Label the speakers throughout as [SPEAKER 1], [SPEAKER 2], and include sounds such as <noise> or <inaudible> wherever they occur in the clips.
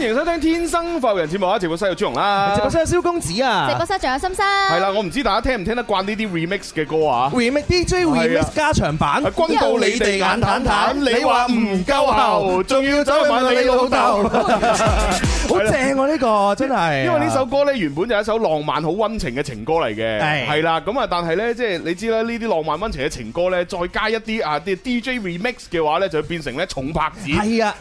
[SPEAKER 1] 迎收聽《天生浮人》節目啊！直播室有朱紅啦，
[SPEAKER 2] 直播室有蕭公子啊，
[SPEAKER 3] 直播室仲有心心，
[SPEAKER 1] 係
[SPEAKER 3] 係
[SPEAKER 1] 啦，我唔知大家聽唔聽得慣呢啲 remix 嘅歌啊？
[SPEAKER 2] remix DJ
[SPEAKER 1] 係啊
[SPEAKER 2] remix 加長版，
[SPEAKER 1] 轟到你哋眼坦坦，你話唔夠喉，仲要走去問你老豆。
[SPEAKER 2] <laughs> 啊好正啊喎呢個真係。
[SPEAKER 1] 因為呢首歌咧原本就係一首浪漫好温情嘅情歌嚟嘅，
[SPEAKER 2] 係
[SPEAKER 1] 係啦，咁啊，但係咧即係你知啦，呢啲浪漫温情嘅情歌咧，再加一啲啊啲 DJ remix 嘅話咧，就會變成咧重拍子。<laughs>
[SPEAKER 2] 係啊，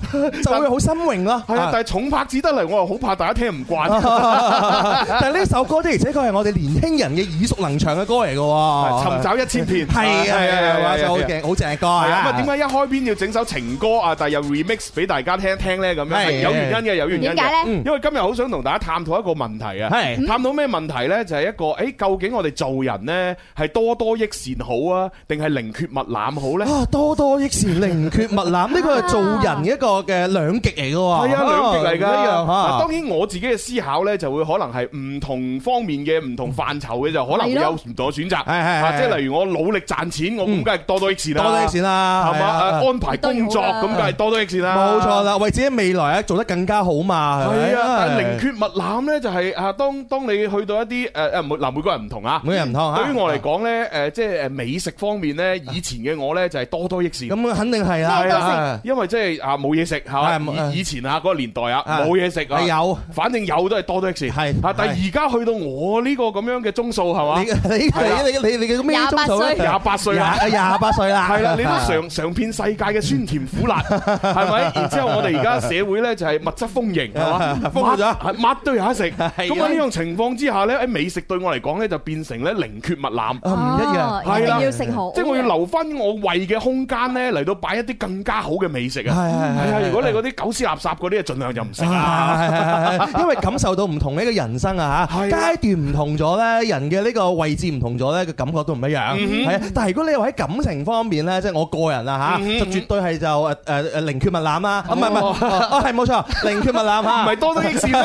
[SPEAKER 2] 就會好心榮咯。
[SPEAKER 1] 係啊，但係重拍子得嚟，我又好怕大家聽唔慣。
[SPEAKER 2] <laughs> 但係呢首歌的而且確係我哋年輕人嘅耳熟能詳嘅歌嚟嘅喎。
[SPEAKER 1] 尋找一千 <laughs> 遍，
[SPEAKER 2] <laughs> 係啊係啊，
[SPEAKER 1] 係
[SPEAKER 2] 哇！
[SPEAKER 1] 啊
[SPEAKER 2] 真係好
[SPEAKER 1] 係啊
[SPEAKER 2] 正好正嘅歌
[SPEAKER 1] 係啊，咁
[SPEAKER 2] 啊。
[SPEAKER 1] 啊點解一開篇要整首情歌啊，但係又 remix 俾大家聽一聽咧？咁樣
[SPEAKER 2] 係
[SPEAKER 1] 係有原因嘅，有原因
[SPEAKER 3] 點解
[SPEAKER 1] 嘅。
[SPEAKER 3] 咧？
[SPEAKER 1] 因為今日好想同大家探討一個問題啊，
[SPEAKER 2] 係
[SPEAKER 1] 探討咩問題咧？就係一個誒，究竟我哋做人咧係多多益善好啊，定係寧缺勿濫好咧？
[SPEAKER 2] 啊，多多益善，寧缺勿濫，呢個係做人一個嘅兩極嚟嘅喎。
[SPEAKER 1] 係啊，兩極嚟㗎。
[SPEAKER 2] 哦唔一樣哦
[SPEAKER 1] 嗱
[SPEAKER 2] 嚇
[SPEAKER 1] 當。然我自己嘅思考咧，就會可能係唔同方面嘅唔同範疇嘅，就可能會
[SPEAKER 3] 係咯
[SPEAKER 1] 有唔同嘅選擇。
[SPEAKER 2] 係係係嗯
[SPEAKER 1] 啊即係例如我努力賺錢，我咁梗係多多益善啦。
[SPEAKER 2] 多多益善啦，
[SPEAKER 1] 係嘛？
[SPEAKER 2] 係啊
[SPEAKER 1] 啊安排工作
[SPEAKER 3] 當然好
[SPEAKER 1] 咁
[SPEAKER 3] 啦
[SPEAKER 1] 梗係多多益善啦。
[SPEAKER 2] 冇錯。啦，為自己未來啊咧做得更加好嘛，
[SPEAKER 1] 係啊，但係
[SPEAKER 2] 咪
[SPEAKER 1] 寧缺勿濫咧，就係啊，當當你去到一啲誒誒，每嗱每個人唔同啊。
[SPEAKER 2] 每人唔同嚇。
[SPEAKER 1] 對於我嚟講咧，誒即係誒呃美食方面咧，以前嘅我咧就係多多益善。
[SPEAKER 2] 咁肯定係
[SPEAKER 3] 咩都食
[SPEAKER 2] 啦，
[SPEAKER 1] 因為即係啊冇嘢食係
[SPEAKER 2] 係
[SPEAKER 1] 嘛，
[SPEAKER 2] 冇
[SPEAKER 1] 以以前啊嗰個年代啊
[SPEAKER 2] 啊
[SPEAKER 1] 冇嘢食啊，
[SPEAKER 2] 係有，
[SPEAKER 1] 反正有都係多多益善。
[SPEAKER 2] 係
[SPEAKER 1] 啊，但
[SPEAKER 2] 係
[SPEAKER 1] 係而家去到我呢個咁樣嘅鐘數係嘛
[SPEAKER 2] 你，你你你你嘅咩鐘數咧？
[SPEAKER 1] 廿八歲啊。
[SPEAKER 2] 廿廿八歲啦，啊
[SPEAKER 1] 係啦，你都嘗嘗遍世界嘅酸甜苦辣，係咪？然之後我哋而家社會咧就係物質豐盈，係嘛？
[SPEAKER 2] 豐富咗
[SPEAKER 1] 乜係乜都有得食。
[SPEAKER 2] <laughs> 係
[SPEAKER 1] 咁喺呢種情況之下咧，喺美食對我嚟講咧就變成咧寧缺勿濫。
[SPEAKER 2] 啊唔一樣，
[SPEAKER 1] 係啦
[SPEAKER 3] 一定要食好，
[SPEAKER 1] 即係我要留翻我胃嘅空間咧，嚟到擺一啲更加好嘅美食啊！
[SPEAKER 2] 係係
[SPEAKER 1] 係
[SPEAKER 2] 係
[SPEAKER 1] 啊，
[SPEAKER 2] 係
[SPEAKER 1] 如果你嗰啲狗屎垃圾嗰啲，盡量就唔食啦。 <laughs>
[SPEAKER 2] 啊， <laughs> 因為感受到唔同呢個人生啊嚇，
[SPEAKER 1] 係啊
[SPEAKER 2] 階段唔同咗咧，人嘅呢個位置唔同咗咧，個感覺都唔一樣。
[SPEAKER 1] 嗯
[SPEAKER 2] 係啊，但係如果你話喺感情方面咧，即係我個人啊
[SPEAKER 1] 嗯哼
[SPEAKER 2] 嚇，就絕對係就誒誒誒寧缺勿濫啦。啊唔係唔係，哦係冇錯，寧缺勿濫
[SPEAKER 1] <laughs>
[SPEAKER 2] 啊
[SPEAKER 1] 唔
[SPEAKER 2] 嚇。
[SPEAKER 1] 係多多益善
[SPEAKER 2] <laughs>
[SPEAKER 1] 咩？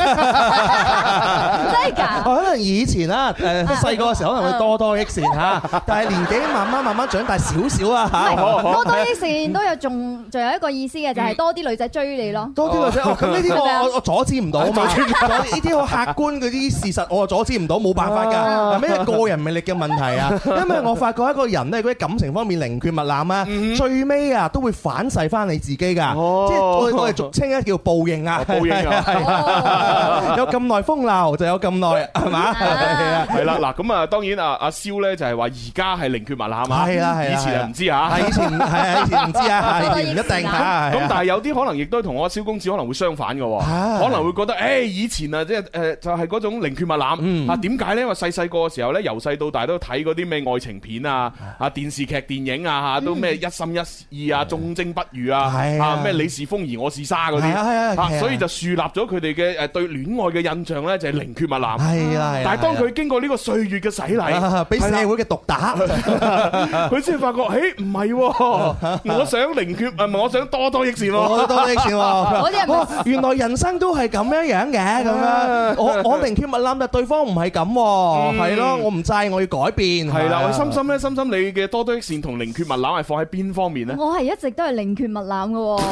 [SPEAKER 3] 真係㗎，
[SPEAKER 2] 哦
[SPEAKER 3] 啊
[SPEAKER 2] 可能以前啦，誒細個嘅時候可能會多多益善嚇，但係年紀慢慢慢慢長大少少啊
[SPEAKER 3] 唔係
[SPEAKER 2] 嚇，
[SPEAKER 1] 哦
[SPEAKER 3] 多多益善都有仲仲有一個意思嘅，就係多啲女仔追你咯。
[SPEAKER 2] 多啲
[SPEAKER 1] <laughs>
[SPEAKER 2] 女仔，哦咁呢啲我
[SPEAKER 3] 係咪啊
[SPEAKER 2] 我我阻止唔到啊嘛，阻呢啲好客觀嗰啲事實我阻止唔到，冇辦法㗎，係咩個人魅力嘅問題啊？ <laughs> 因為我發覺一個人咧，嗰啲感情方面寧缺勿濫啊，最尾啊都會反噬翻你自己㗎，即係
[SPEAKER 1] 哦
[SPEAKER 2] 我我哋俗稱咧叫報應啊
[SPEAKER 1] 哦，報應啊
[SPEAKER 2] <laughs> 係
[SPEAKER 3] 哦
[SPEAKER 2] 有咁耐風流就有咁耐係嘛？係啊，
[SPEAKER 1] 係啦，嗱咁啊，當然啊，阿蕭咧就係話而家係寧缺勿濫啊，
[SPEAKER 2] 係啦係啦
[SPEAKER 1] 以前就唔知嚇。
[SPEAKER 2] 係以前係啊，以前唔知 <laughs> 啊，以前唔一定嚇。
[SPEAKER 1] 咁但係有啲可能亦都同我蕭公子可能會相反嘅喎，
[SPEAKER 2] 啊
[SPEAKER 1] 可能會覺得誒以前啊，即係誒就係嗰種寧缺勿
[SPEAKER 2] 嗯
[SPEAKER 1] 濫啊。點解呢？因為細細個嘅時候呢，由細到大都睇嗰啲咩愛情片啊、啊電視劇、電影啊，嚇都咩一心一意啊、忠貞不渝啊、
[SPEAKER 2] 嗯係啊
[SPEAKER 1] 啊咩你是風兒我是沙嗰
[SPEAKER 2] 係啊係啊
[SPEAKER 1] 啲，
[SPEAKER 2] 係
[SPEAKER 1] 啊
[SPEAKER 2] 啊
[SPEAKER 1] 所以就樹立咗佢哋嘅誒對戀愛嘅印象呢，就係寧缺勿濫。
[SPEAKER 2] 係啦，係啦啊
[SPEAKER 1] 但係當佢經過呢個歲月嘅洗
[SPEAKER 2] 係啦
[SPEAKER 1] 禮，
[SPEAKER 2] 俾社會嘅毒打，
[SPEAKER 1] 佢 <laughs> 先發覺，誒唔係喎，我想寧缺，啊誒唔係我想多多益善喎。
[SPEAKER 2] 哦 <laughs> 我都多益善
[SPEAKER 1] <laughs>
[SPEAKER 2] 喎。
[SPEAKER 3] 嗰啲人咪
[SPEAKER 2] 哦原來人生都係咁樣樣嘅，咁樣我我寧缺勿濫，但對方唔係咁喎，係咯，我唔制，我要改變。
[SPEAKER 1] 係啦，
[SPEAKER 2] 係啊
[SPEAKER 1] 喂，心心咧，心心你嘅多多益善同寧缺勿濫係放喺邊方面咧？
[SPEAKER 3] 我係一直都係寧缺勿濫
[SPEAKER 2] <laughs>
[SPEAKER 3] 嘅喎，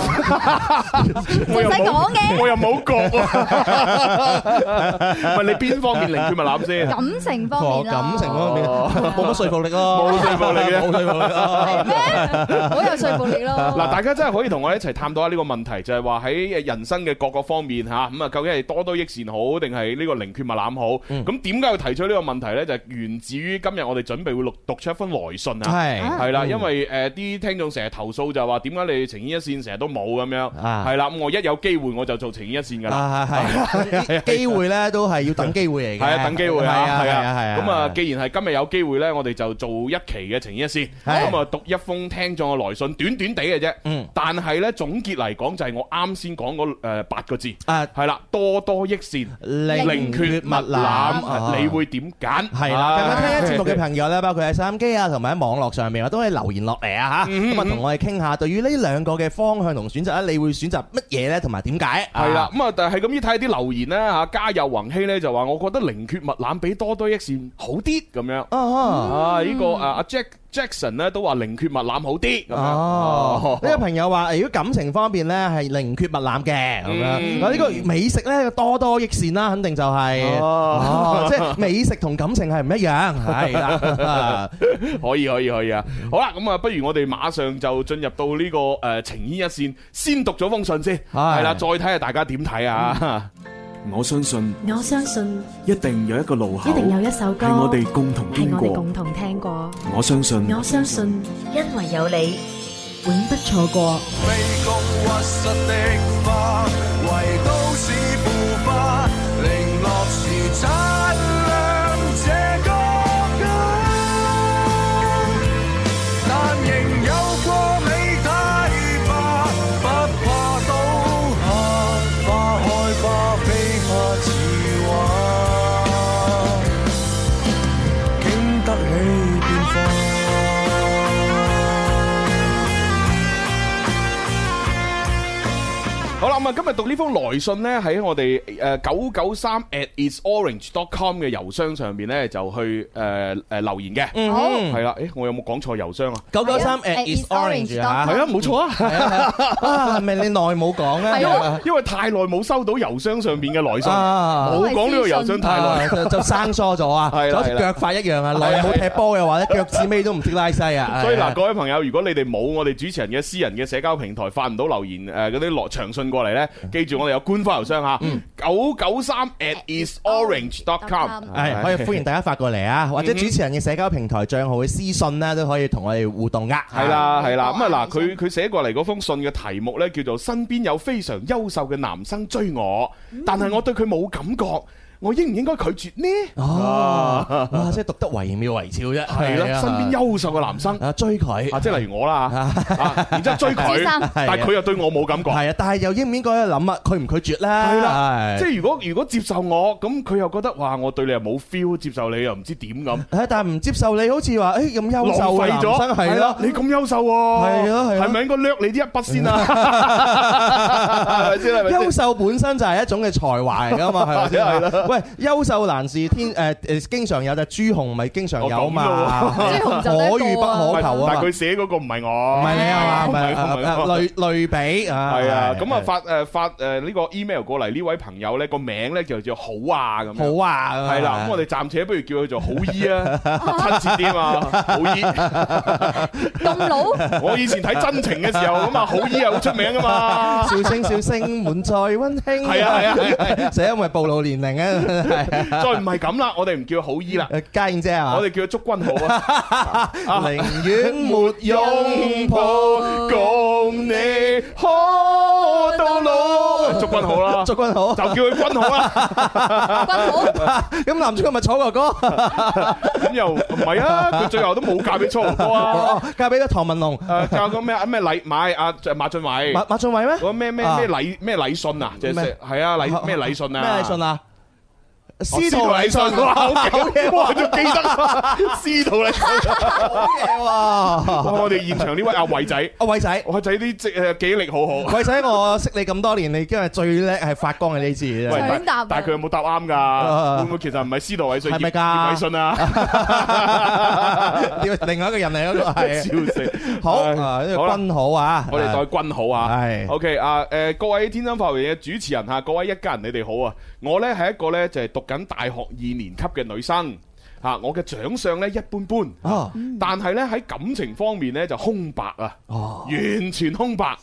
[SPEAKER 1] 我又
[SPEAKER 3] 唔使講
[SPEAKER 1] 冇，
[SPEAKER 3] 嘅
[SPEAKER 1] 我又冇覺喎。 <laughs> 喂，你邊方面寧缺勿濫
[SPEAKER 2] <laughs>
[SPEAKER 1] 先？
[SPEAKER 3] 感情方面啦，
[SPEAKER 2] 感情方面
[SPEAKER 1] 哦
[SPEAKER 2] 冇乜說服力
[SPEAKER 1] <laughs>
[SPEAKER 2] 咯，
[SPEAKER 1] 冇說服力嘅
[SPEAKER 2] <laughs> 冇說服
[SPEAKER 1] <laughs>
[SPEAKER 2] 力咯。
[SPEAKER 3] 係咩？好有說服力咯。
[SPEAKER 1] 嗱，大家真係可以同我一齊探討下呢個問題，就係話喺呃人生嘅各個方面嚇，咁啊究竟係多多益善好，定係呢個寧缺勿濫好？
[SPEAKER 2] 嗯
[SPEAKER 1] 咁點解要提出呢個問題呢？就係源自於今日我哋準備會錄讀出一封來信啊。
[SPEAKER 2] 係嗯
[SPEAKER 1] 係啦，因為誒啲聽眾成日投訴就話點解你情牽一線成日都冇咁樣，
[SPEAKER 2] 啊
[SPEAKER 1] 係啦，咁我一有機會我就做情牽一線㗎啦。
[SPEAKER 2] 啊係係，機會咧都係要等機會嚟
[SPEAKER 1] 系
[SPEAKER 2] 嘅。
[SPEAKER 1] 啊，等機會啊，
[SPEAKER 2] 係啊
[SPEAKER 1] 係
[SPEAKER 2] 係啊係啊。
[SPEAKER 1] 咁啊，既然係今日有機會咧，我哋就做一期嘅情意一線，
[SPEAKER 2] 係
[SPEAKER 1] 咁啊讀一封聽眾嘅來信，短短地嘅啫。
[SPEAKER 2] 嗯
[SPEAKER 1] 但係咧總結嚟講，就係我啱先講嗰誒八個字，
[SPEAKER 2] 啊
[SPEAKER 1] 係啦，多多益善，寧
[SPEAKER 2] 寧
[SPEAKER 1] 缺
[SPEAKER 2] 缺
[SPEAKER 1] 勿
[SPEAKER 2] 勿
[SPEAKER 1] 濫，
[SPEAKER 2] 濫，
[SPEAKER 1] 你會點揀？
[SPEAKER 2] 係
[SPEAKER 1] 啊
[SPEAKER 2] 啦，咁啊聽緊節目嘅朋友咧，包括喺收音機啊，同埋喺網絡上面啊，都可以留言落嚟啊嚇，咁啊同我哋傾下對於呢兩個嘅方向同選擇咧，你會選擇乜嘢咧，同埋點解？
[SPEAKER 1] <laughs> 係啦，咁啊，但係咁依睇下啲留言啦嚇，家有宏熙咧就話，我覺得寧缺勿濫比多多益善好啲咁樣。
[SPEAKER 2] 啊，啊
[SPEAKER 1] 啊！呢個啊阿 Jack Jackson 咧都話寧缺勿濫好啲咁樣。
[SPEAKER 2] 哦，呢個朋友話：如果感情方面咧係寧缺勿濫嘅咁樣，
[SPEAKER 1] 嗯
[SPEAKER 2] 嗱呢個美食咧多多益善啦，肯定就係哦，即係美食同感情係唔一樣，係
[SPEAKER 1] <laughs>
[SPEAKER 2] 啦，
[SPEAKER 1] 可以可以可以啊！好啦，咁啊，不如我哋馬上就進入到呢、個誒、呃情牽一線，先讀咗封信先，係啦，再睇下大家點睇啊！
[SPEAKER 4] 我相信
[SPEAKER 5] 我相信
[SPEAKER 4] 一定有一個路口，
[SPEAKER 5] 一定有一首歌
[SPEAKER 4] 係我哋共同
[SPEAKER 5] 係
[SPEAKER 4] 經
[SPEAKER 5] 我哋
[SPEAKER 4] 過
[SPEAKER 5] 共。同聽過，
[SPEAKER 4] 我相
[SPEAKER 2] <laughs>
[SPEAKER 4] 信，
[SPEAKER 5] 我相信
[SPEAKER 6] 因為有你，
[SPEAKER 5] 永不錯過。
[SPEAKER 7] 卑躬屈膝的花，為都市腐化，零落時擦亮這個家。但仍有過美太吧，不怕刀下，花開花飛花似畫，經得起變化。
[SPEAKER 1] 好啦，咁啊，今日讀呢封來信呢，喺我哋誒九九三 at isorange.com 嘅郵箱上面呢，就去誒誒、呃留言嘅，
[SPEAKER 2] 嗯哼
[SPEAKER 1] 係啦、誒我有冇講錯郵箱啊？
[SPEAKER 2] 九九三
[SPEAKER 3] 係啊
[SPEAKER 2] at is orange 嚇
[SPEAKER 3] 係
[SPEAKER 1] 係啊，冇錯啊，
[SPEAKER 2] 啊，係咪你耐冇講咧？
[SPEAKER 3] 係啊
[SPEAKER 1] 因為太耐冇收到郵箱上面嘅來信，
[SPEAKER 2] 啊
[SPEAKER 1] 冇講呢個郵箱太耐。
[SPEAKER 2] 啊就就生疏咗啊，
[SPEAKER 1] 係啦
[SPEAKER 2] 就好似
[SPEAKER 1] 係啦
[SPEAKER 2] 腳法一樣啊，耐冇踢波嘅話咧，腳趾尾都唔識拉西啊。
[SPEAKER 1] 所以嗱，
[SPEAKER 2] 係
[SPEAKER 1] 各位朋友，如果你哋冇我哋主持人嘅私人嘅社交平台發唔到留言誒嗰啲落長信過嚟呢，記住我哋有官方郵箱嚇，九九三 at isorange.com
[SPEAKER 2] 係哎可以歡迎大家發過嚟
[SPEAKER 1] <laughs>
[SPEAKER 2] 啊，或者主持人嘅社交平台帳號嘅私信啦，都可以同我哋互動噶。
[SPEAKER 1] 係啦，係啦，咁
[SPEAKER 3] 微博
[SPEAKER 1] 啊
[SPEAKER 3] 啊
[SPEAKER 1] 嗱，佢佢寫過嚟嗰封信嘅題目呢，叫做《身邊有非常優秀嘅男生追我，但係我對佢冇感覺，我應唔應該拒絕呢？
[SPEAKER 2] 哦，哇！即係讀得惟妙惟肖啫，
[SPEAKER 1] 係
[SPEAKER 2] 係
[SPEAKER 1] 啦，
[SPEAKER 2] 啊
[SPEAKER 1] 身邊優秀嘅男生
[SPEAKER 2] 啊追佢
[SPEAKER 1] 啊，即係例如我啦，啊然之後追
[SPEAKER 2] <laughs>
[SPEAKER 3] 先
[SPEAKER 1] 佢
[SPEAKER 3] 生，
[SPEAKER 1] 但係佢又對我冇感覺。
[SPEAKER 2] 係啊，但係又應唔應該諗啊？拒唔拒絕啦？
[SPEAKER 1] 係啦
[SPEAKER 2] 係
[SPEAKER 1] 即係如果如果接受我，咁佢又覺得哇，我對你又冇 feel，接受你又唔知點
[SPEAKER 2] <laughs>
[SPEAKER 1] 咁，
[SPEAKER 2] 誒，但係唔接受你好似話誒咁優秀嘅
[SPEAKER 1] 浪費
[SPEAKER 2] 男
[SPEAKER 1] 咗
[SPEAKER 2] 生係咯，
[SPEAKER 1] 你咁優秀喎，
[SPEAKER 2] 係啊係啊
[SPEAKER 1] 係咪應該掠你啲一筆
[SPEAKER 2] <laughs>
[SPEAKER 1] 先啊？係咪先？係咪先
[SPEAKER 2] 優秀本身就係一種嘅才華嚟噶嘛，係
[SPEAKER 1] <laughs>
[SPEAKER 2] 咪先？係啦，喂，優秀難是天誒誒，經常有，但係朱紅咪經常有
[SPEAKER 1] <laughs> 哦
[SPEAKER 2] 嘛，
[SPEAKER 3] 喎朱紅就得一個啊
[SPEAKER 2] 可遇不可求啊
[SPEAKER 1] 但係
[SPEAKER 2] 嘛，
[SPEAKER 1] 佢寫嗰個唔係我，
[SPEAKER 2] 唔係你啊
[SPEAKER 1] <laughs>
[SPEAKER 2] 嘛，
[SPEAKER 1] 唔
[SPEAKER 2] 唔
[SPEAKER 1] 係
[SPEAKER 2] 係
[SPEAKER 1] 我唔係
[SPEAKER 2] 啊
[SPEAKER 1] 我
[SPEAKER 2] <laughs> 類類比啊，
[SPEAKER 1] 係啊，咁啊
[SPEAKER 2] 係
[SPEAKER 1] 發誒發誒呢個 email 過嚟呢位朋友咧個名咧就叫好啊咁樣。
[SPEAKER 2] 好啊，
[SPEAKER 1] 係啦，咁我哋暫且不如叫佢做好
[SPEAKER 2] <laughs>
[SPEAKER 1] 姨啊，親切啲啊嘛，好姨。
[SPEAKER 3] 咁老，
[SPEAKER 1] <laughs> 我以前睇真情嘅時候，
[SPEAKER 2] <laughs>
[SPEAKER 1] 咁啊好姨係好出名噶嘛。
[SPEAKER 2] 笑聲笑聲滿載温馨，
[SPEAKER 1] 係啊係啊
[SPEAKER 2] <laughs>
[SPEAKER 1] 係
[SPEAKER 2] 啊，就因為暴露年齡 <laughs> 啊，
[SPEAKER 1] 再唔係咁啦，我哋唔叫好
[SPEAKER 2] <laughs>
[SPEAKER 1] 姨啦，
[SPEAKER 2] 誒家燕姐啊，
[SPEAKER 1] 我哋叫佢祝君好
[SPEAKER 2] <laughs>
[SPEAKER 1] 啊。
[SPEAKER 2] 寧願沒擁抱，
[SPEAKER 1] 共你可到老。祝君好啦，
[SPEAKER 2] 祝
[SPEAKER 1] 就
[SPEAKER 2] 君好。
[SPEAKER 1] 叫佢君好啦。
[SPEAKER 3] 君好，
[SPEAKER 2] 咁男主角咪楚哥哥，
[SPEAKER 1] 咁又唔係啊？佢最後都冇嫁俾初哥啊。
[SPEAKER 2] 嫁俾咗唐文龍、
[SPEAKER 1] 誒，教個咩啊咩禮買阿馬俊偉。
[SPEAKER 2] 馬馬俊偉咩？
[SPEAKER 1] 嗰咩咩咩禮咩禮信啊，即係
[SPEAKER 2] 咩
[SPEAKER 1] 係啊禮咩禮信啊，
[SPEAKER 2] 咩禮信啊？司
[SPEAKER 1] 哦，司
[SPEAKER 2] 徒
[SPEAKER 1] 徒禮
[SPEAKER 2] 禮信，
[SPEAKER 1] 信，哇，好勁，哇，仲記得司徒禮信，
[SPEAKER 2] 好嘢喎！
[SPEAKER 1] 哇我哋現場呢位阿偉仔，
[SPEAKER 2] 阿偉仔，
[SPEAKER 1] 偉仔啲即誒記憶力好好，
[SPEAKER 2] 偉仔，我識你咁多年，你今日最叻係發光嘅呢字
[SPEAKER 1] 喂，
[SPEAKER 2] 啫。
[SPEAKER 1] 但
[SPEAKER 3] 搶答啊
[SPEAKER 1] 但係佢有冇答啱㗎？
[SPEAKER 2] 啊
[SPEAKER 1] 會唔會其實唔係司徒禮信，
[SPEAKER 2] 係咪
[SPEAKER 1] 葉
[SPEAKER 2] 㗎
[SPEAKER 1] 葉偉信啊？
[SPEAKER 2] <laughs> 另外一個人
[SPEAKER 1] <laughs>
[SPEAKER 2] 嚟嗰個係
[SPEAKER 1] 笑死！
[SPEAKER 2] 好
[SPEAKER 1] 唉
[SPEAKER 2] 啊，呢
[SPEAKER 1] 好啦
[SPEAKER 2] 個君好啊，
[SPEAKER 1] 我哋代君好啊，
[SPEAKER 2] 係
[SPEAKER 1] OK 啊，誒各位天生發圍嘅主持人嚇，各位一家人你哋好啊！我呢係一個呢就係讀緊大學二年級嘅女生嚇，我嘅長相呢一般般，
[SPEAKER 2] 哦
[SPEAKER 1] 但係呢喺感情方面呢就空白啊，
[SPEAKER 2] 哦
[SPEAKER 1] 完全空白。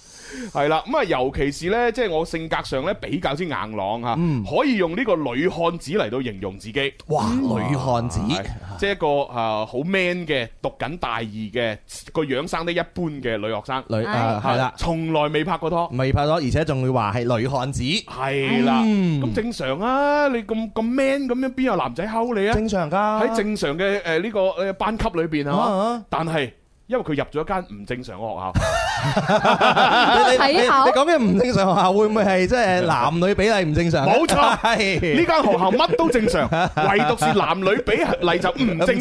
[SPEAKER 1] 係啦，咁啊，尤其是呢，即係我性格上呢比較之硬朗嚇，可以用呢個女漢子嚟到形容自己。
[SPEAKER 2] 嗯
[SPEAKER 1] 嗯
[SPEAKER 2] 哇，女漢子
[SPEAKER 1] 係即係一個啊好 man 嘅，讀緊大二嘅，個樣生得一般嘅女學生，
[SPEAKER 2] 女啊，係啦，
[SPEAKER 1] 從來未拍過拖。
[SPEAKER 2] 未拍拖，而且仲會話係女漢子，
[SPEAKER 1] 系啦，
[SPEAKER 2] 嗯
[SPEAKER 1] 咁正常啊！你咁咁 man 咁樣，邊有男仔溝你啊？
[SPEAKER 2] 正常㗎。
[SPEAKER 1] 呃喺正常嘅誒呢個誒班級裏邊
[SPEAKER 2] 啊
[SPEAKER 1] 啊
[SPEAKER 2] 啊，
[SPEAKER 1] 但係因為佢入咗一間唔正常嘅學
[SPEAKER 2] <laughs>
[SPEAKER 1] 校。
[SPEAKER 3] <laughs>
[SPEAKER 2] 你
[SPEAKER 3] 睇
[SPEAKER 2] 你你
[SPEAKER 3] 考
[SPEAKER 2] 講嘅唔正常學校會唔會係即係男女比例唔正常？ <laughs>
[SPEAKER 1] 冇錯
[SPEAKER 2] 係
[SPEAKER 1] 呢間學校乜都正
[SPEAKER 2] <laughs>
[SPEAKER 1] 常，唯獨是男女比例就唔正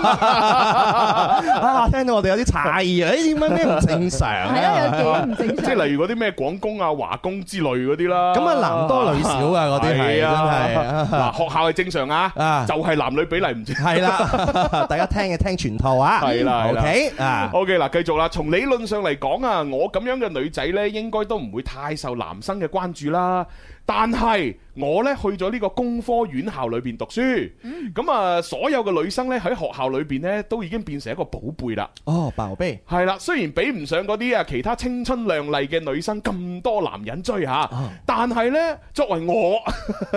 [SPEAKER 1] 常。
[SPEAKER 2] 啊！聽到我哋有啲詫異啊！誒點解咩唔正常啊？
[SPEAKER 3] 係咯，有幾唔正
[SPEAKER 1] 即係
[SPEAKER 3] 常？
[SPEAKER 1] 例如嗰啲咩廣工啊、華工之類嗰啲啦。
[SPEAKER 2] 咁啊，男多女少啊，嗰啲係
[SPEAKER 1] 係
[SPEAKER 2] 真係
[SPEAKER 1] 嗱，學校係正常啊
[SPEAKER 2] 啊，
[SPEAKER 1] 就係男女比例唔正常。
[SPEAKER 2] 係啦， <laughs> 大家聽嘅聽全套啊，
[SPEAKER 1] 係
[SPEAKER 2] <laughs>
[SPEAKER 1] 啦係啦
[SPEAKER 2] ，OK 啊，
[SPEAKER 1] O K 嗱，繼續啦。從理論上嚟講啊，我咁樣嘅女仔呢，應該都唔會太受男生嘅關注啦。但係我呢，去咗呢個工科院校裏邊讀書，咁啊，所有嘅女生呢，喺學校裏邊呢，都已經變成一個寶貝啦。
[SPEAKER 2] 哦，白牛杯，
[SPEAKER 1] 係啦，雖然比唔上嗰啲啊其他青春靚麗嘅女生咁多男人追吓，
[SPEAKER 2] 啊
[SPEAKER 1] 但係呢，作為我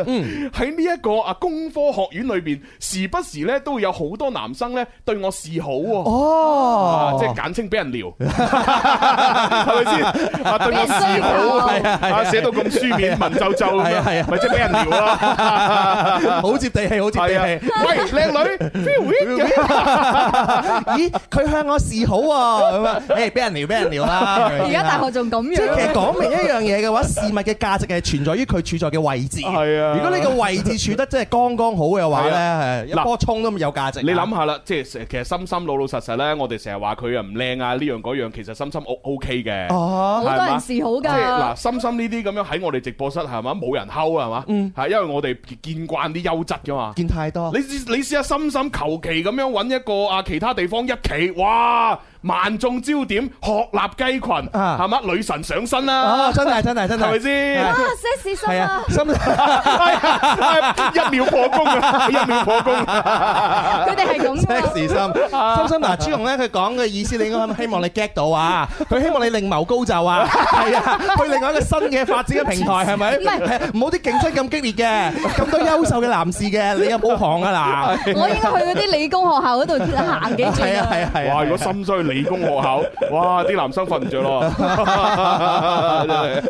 [SPEAKER 2] 嗯
[SPEAKER 1] <laughs> 喺呢一個啊工科學院裏邊，時不時呢都會有好多男生呢對我示好喎。啊
[SPEAKER 2] 哦，
[SPEAKER 1] 即係簡稱俾人
[SPEAKER 2] <laughs>
[SPEAKER 1] 撩，係咪先？啊，對我示好，
[SPEAKER 3] 俾人追求
[SPEAKER 1] 啊，寫到咁書面文绉绉咁
[SPEAKER 2] 係啊係
[SPEAKER 1] 樣，
[SPEAKER 2] 啊
[SPEAKER 1] 咪即係俾人撩咯。
[SPEAKER 2] <laughs> 好接地氣，好接
[SPEAKER 1] 係啊
[SPEAKER 2] 地氣。，
[SPEAKER 1] 喂，靚女 feel it，
[SPEAKER 2] <laughs> 咦，佢向我示好喎，咁啊，誒，俾人聊，俾人聊 <laughs> 啦。
[SPEAKER 3] <laughs> 而家大學仲咁
[SPEAKER 2] 即係其
[SPEAKER 3] 樣，
[SPEAKER 2] 實講明一樣嘢嘅話，事物嘅價值係存在於佢處在嘅位置。
[SPEAKER 1] 係啊
[SPEAKER 2] 如果你個位置處得真係剛剛好嘅
[SPEAKER 1] 係
[SPEAKER 2] 話
[SPEAKER 1] 啊
[SPEAKER 2] 咧，係一
[SPEAKER 1] 嗱
[SPEAKER 2] 波葱都有價值。啊
[SPEAKER 1] 你諗下啦，即係成其實心心老老實實咧，我哋成日話佢啊唔靚啊呢樣嗰樣，其實心心 O O K 嘅。
[SPEAKER 2] 哦，
[SPEAKER 3] 好多人示好
[SPEAKER 1] 即係
[SPEAKER 3] 㗎。
[SPEAKER 1] 嗱，心心呢啲咁樣喺我哋直播室係嘛，冇人睺係嘛，係因為我哋見慣啲優質噶嘛。
[SPEAKER 2] 嗯見哦太多
[SPEAKER 1] 你。試你試下心心求其咁樣揾一個啊，其他地方一企，哇！萬眾焦點，鶴立雞群，
[SPEAKER 2] 啊
[SPEAKER 1] 係嘛？女神上身啦
[SPEAKER 2] 啊，，真係真係真係，
[SPEAKER 1] 係咪先
[SPEAKER 3] 啊，sexy
[SPEAKER 2] 係？係
[SPEAKER 3] 心
[SPEAKER 2] 啊
[SPEAKER 3] 啊，！
[SPEAKER 2] 心
[SPEAKER 1] 哎一秒破功啊！一秒破功啊！
[SPEAKER 3] 佢哋係咁㗎
[SPEAKER 2] sexy 心，心心嗱，朱紅咧，佢講嘅意思，你應該希望你 get 到啊，佢希望你另謀高就啊，係啊，去另外一個新嘅發展嘅平台係咪？
[SPEAKER 3] 唔係
[SPEAKER 2] 係，唔好啲競爭咁激烈嘅，咁多優秀嘅男士嘅，你有冇行啊嗱？
[SPEAKER 3] <laughs> 我應該去嗰啲理工學校嗰度行幾
[SPEAKER 2] 係
[SPEAKER 3] 轉
[SPEAKER 2] 啊
[SPEAKER 3] 啊！
[SPEAKER 2] 係啊係啊！
[SPEAKER 1] 哇！如果心衰理工學
[SPEAKER 2] <laughs>
[SPEAKER 1] 校，哇！啲男生瞓唔着咯。真係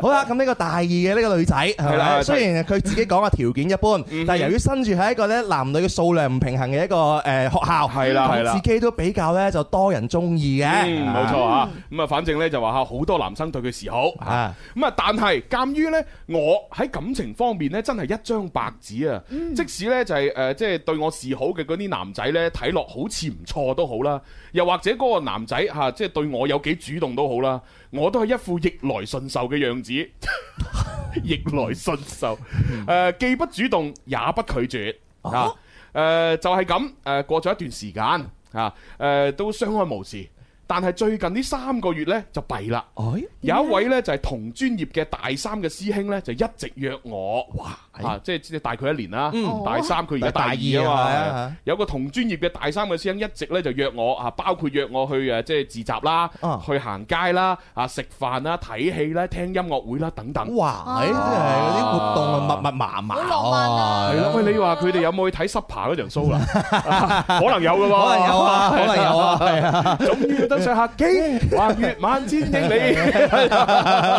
[SPEAKER 1] <laughs>
[SPEAKER 2] 好啦，咁呢個大二嘅呢個女仔係
[SPEAKER 1] 係啦嗯
[SPEAKER 2] 啦，雖然佢自己講嘅條件一般，但係由於身住喺一個咧男女嘅數量唔平衡嘅一個誒學校，
[SPEAKER 1] 係啦係啦
[SPEAKER 2] 咁自己都比較咧就多人中意嘅，
[SPEAKER 1] 嗯，冇錯啊。咁啊，反正呢就話嚇好多男生對佢示好。
[SPEAKER 2] 啊。
[SPEAKER 1] 咁啊，但係鑑於呢，我喺感情方面呢，真係一張白紙啊！
[SPEAKER 2] 嗯
[SPEAKER 1] 即使呢，就係、誒、即係對我示好嘅嗰啲男仔呢，睇落好似唔錯都好啦，又或者嗰個男仔嚇、即係對我有幾主動都好啦，我都係一副逆來順受嘅樣子， <laughs> 逆來順受，誒、呃既不主動也不拒絕啊！誒、就係咁誒，過咗一段時間啊，誒、都相安無事，但係最近呢三個月呢，就弊啦。
[SPEAKER 2] 哎
[SPEAKER 1] 有一位咧就係同專業嘅大三嘅師兄咧，就一直約我，哇！啊，即係即係大佢一年啦，
[SPEAKER 3] 哦
[SPEAKER 1] 大三佢而家大二
[SPEAKER 2] 哎嗯大二啊
[SPEAKER 1] 啊
[SPEAKER 2] 係
[SPEAKER 1] 嘛
[SPEAKER 2] 啊，
[SPEAKER 1] 有個同專業嘅大三嘅師兄一直咧就約我啊，包括約我去誒即係自習啦
[SPEAKER 2] 啊，
[SPEAKER 1] 去行街啦，啊食飯啦、睇戲啦、聽音樂會啦等等。
[SPEAKER 2] 哇！哎真係嗰啲活動啊，密密麻麻
[SPEAKER 3] 啊好浪漫啊
[SPEAKER 1] 係
[SPEAKER 2] 係
[SPEAKER 1] 咯，
[SPEAKER 2] 咯，
[SPEAKER 1] 喂，你話佢哋有冇去睇 Supper 嗰場 show 啦？
[SPEAKER 2] <laughs>
[SPEAKER 1] 可能有噶喎，
[SPEAKER 2] 可能有啊，可能有啊，係啊，
[SPEAKER 1] <laughs> 終於登上客機，橫越萬千英
[SPEAKER 2] <laughs>
[SPEAKER 1] 里。係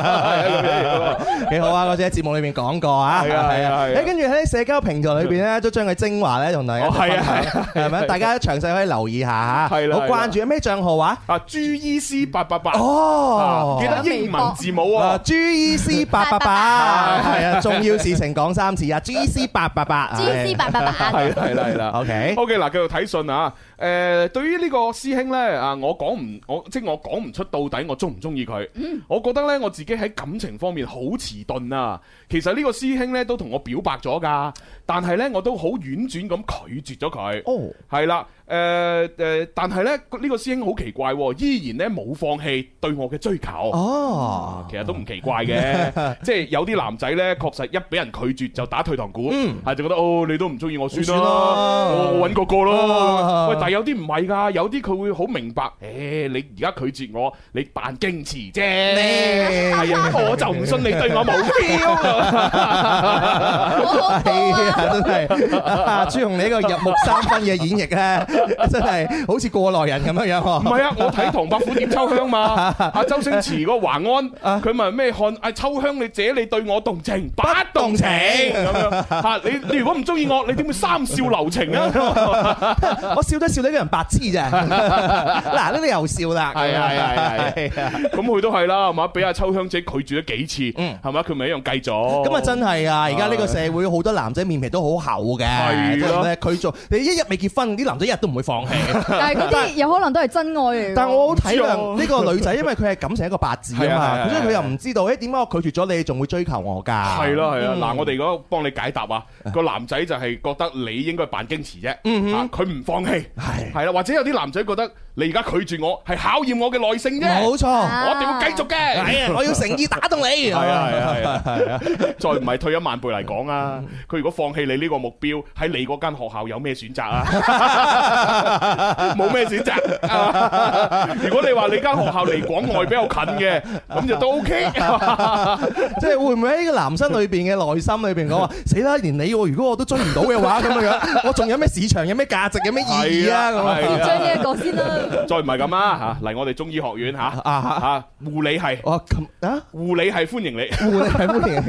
[SPEAKER 1] 啊
[SPEAKER 2] 幾好啊！嗰次喺節目裏面講過啊，
[SPEAKER 1] 係啊係啊係啊
[SPEAKER 2] 誒，跟住喺社交平台裏邊咧，都將佢精華咧同大家
[SPEAKER 1] 哦係啊
[SPEAKER 2] 分享係咪？大家詳細可以留意下嚇，
[SPEAKER 1] 係啦
[SPEAKER 2] 好關注咩帳號啊？
[SPEAKER 1] 啊，G E C 八八八。
[SPEAKER 2] 哦
[SPEAKER 1] 啊，記得英文字母
[SPEAKER 2] 啊
[SPEAKER 1] 喎。
[SPEAKER 2] ，G C 八
[SPEAKER 1] <laughs>
[SPEAKER 2] 八八係啊，重要事情講三次啊，G C 八八八
[SPEAKER 3] G C 八八八，
[SPEAKER 1] <laughs> 係啦係啦係啦。
[SPEAKER 2] ，OK，
[SPEAKER 1] O.K. 嗱，繼續睇信啊。誒、對於呢個師兄呢，啊，我講唔，我即係我講唔出到底我中唔中意佢。我覺得呢，我自己喺感情方面好遲鈍啊。其實呢個師兄呢，都同我表白咗㗎，但係呢，我都好婉轉咁拒絕咗佢。
[SPEAKER 2] 哦，
[SPEAKER 1] 係啦，誒、誒、但係呢，呢個師兄好奇怪喎，依然呢冇放棄對我嘅追求。啊
[SPEAKER 2] 哦。
[SPEAKER 1] 其實都唔奇怪
[SPEAKER 2] <laughs>
[SPEAKER 1] 嘅，即係有啲男仔呢，確實一俾人拒絕就打退堂鼓，係就覺得哦，你都唔中意我算
[SPEAKER 2] 嗯算
[SPEAKER 1] 啦，
[SPEAKER 2] 啦
[SPEAKER 1] 我我揾個個咯。
[SPEAKER 2] 啊
[SPEAKER 1] 喂，但係有啲唔係㗎，有啲佢會好明白，誒，你而家拒絕我，你扮矜持啫，係啊， <laughs> 我就唔信你對我冇 feel。
[SPEAKER 3] 好恐怖啊！
[SPEAKER 2] 係啊，真係啊！朱紅你呢個入木三分嘅演繹咧， <laughs> 真係好似過來人咁樣樣
[SPEAKER 1] 唔
[SPEAKER 2] 喎。
[SPEAKER 1] 係啊，我睇唐伯虎點秋香
[SPEAKER 2] <laughs>
[SPEAKER 1] 嘛，阿周星馳個華安，佢咪咩看啊秋香你姐你對我動情不動情咁樣嚇你你如果唔中意我，你點會三笑留情啊？
[SPEAKER 2] <laughs> 我笑得笑得啲人白
[SPEAKER 1] <laughs>
[SPEAKER 2] 痴咋。嗱，呢度又笑啦。
[SPEAKER 1] 係啊係啊係啊
[SPEAKER 2] 係啊。
[SPEAKER 1] 咁佢都係啦，係嘛？俾阿秋香姐拒絕咗幾次，
[SPEAKER 2] 嗯
[SPEAKER 1] 係嘛？佢咪一樣繼續。
[SPEAKER 2] <laughs> 咁啊真係啊！而家呢個社會好多男仔面皮都好厚嘅，
[SPEAKER 1] 哦係咯
[SPEAKER 2] 真係咧佢做你一日未結婚，啲男仔一日都唔會放棄。
[SPEAKER 3] 但係嗰啲有可能都係真愛嚟㗎。
[SPEAKER 2] 但我好體
[SPEAKER 1] 唔
[SPEAKER 2] 諒
[SPEAKER 1] 知
[SPEAKER 2] 呢個女
[SPEAKER 1] <laughs>
[SPEAKER 2] 仔，因為佢係感情一個八字啊
[SPEAKER 1] 係啊係
[SPEAKER 2] 嘛，
[SPEAKER 1] 啊
[SPEAKER 2] 所以佢又唔知道，誒點解我拒絕咗你，仲會追求我㗎？
[SPEAKER 1] 係啦係啦，
[SPEAKER 2] 嗯 <laughs>
[SPEAKER 1] 嗱我哋 <laughs> 而家幫你解答啊，個男仔就係覺得你應該扮矜持啫，啊佢唔放棄，
[SPEAKER 2] 嗯係
[SPEAKER 1] 係啦，或者有啲男仔覺得你而家拒絕我係考驗我嘅耐性啫，
[SPEAKER 2] 冇錯，
[SPEAKER 1] 我一定會繼續嘅，
[SPEAKER 2] 係啊，我要誠意打動你。
[SPEAKER 1] 係啊係
[SPEAKER 2] <laughs>
[SPEAKER 1] 啊係啊，再唔係退一萬步嚟講啊，
[SPEAKER 2] 嗯
[SPEAKER 1] 佢如果放棄你呢個目標，喺你嗰間學校有咩選擇
[SPEAKER 2] <laughs>
[SPEAKER 1] 啊？冇咩選擇。如果你話你間學校離廣外比較近嘅，咁就都 OK。
[SPEAKER 2] 即係會唔會喺個男生裏邊嘅內心裏邊講話，死啦！連你我如果我都追唔到嘅話，咁
[SPEAKER 1] <laughs>
[SPEAKER 2] 樣樣，我仲有咩市場，有咩價值，有咩意義啊？咁啊
[SPEAKER 1] 係啊
[SPEAKER 3] 將呢一個先啦。
[SPEAKER 1] 再唔係咁啊嚇，嚟我哋中醫學院嚇
[SPEAKER 2] 啊！
[SPEAKER 1] 嚇護理係
[SPEAKER 2] 哦咁啊！
[SPEAKER 1] 護理係歡迎你。
[SPEAKER 2] 護理係歡迎，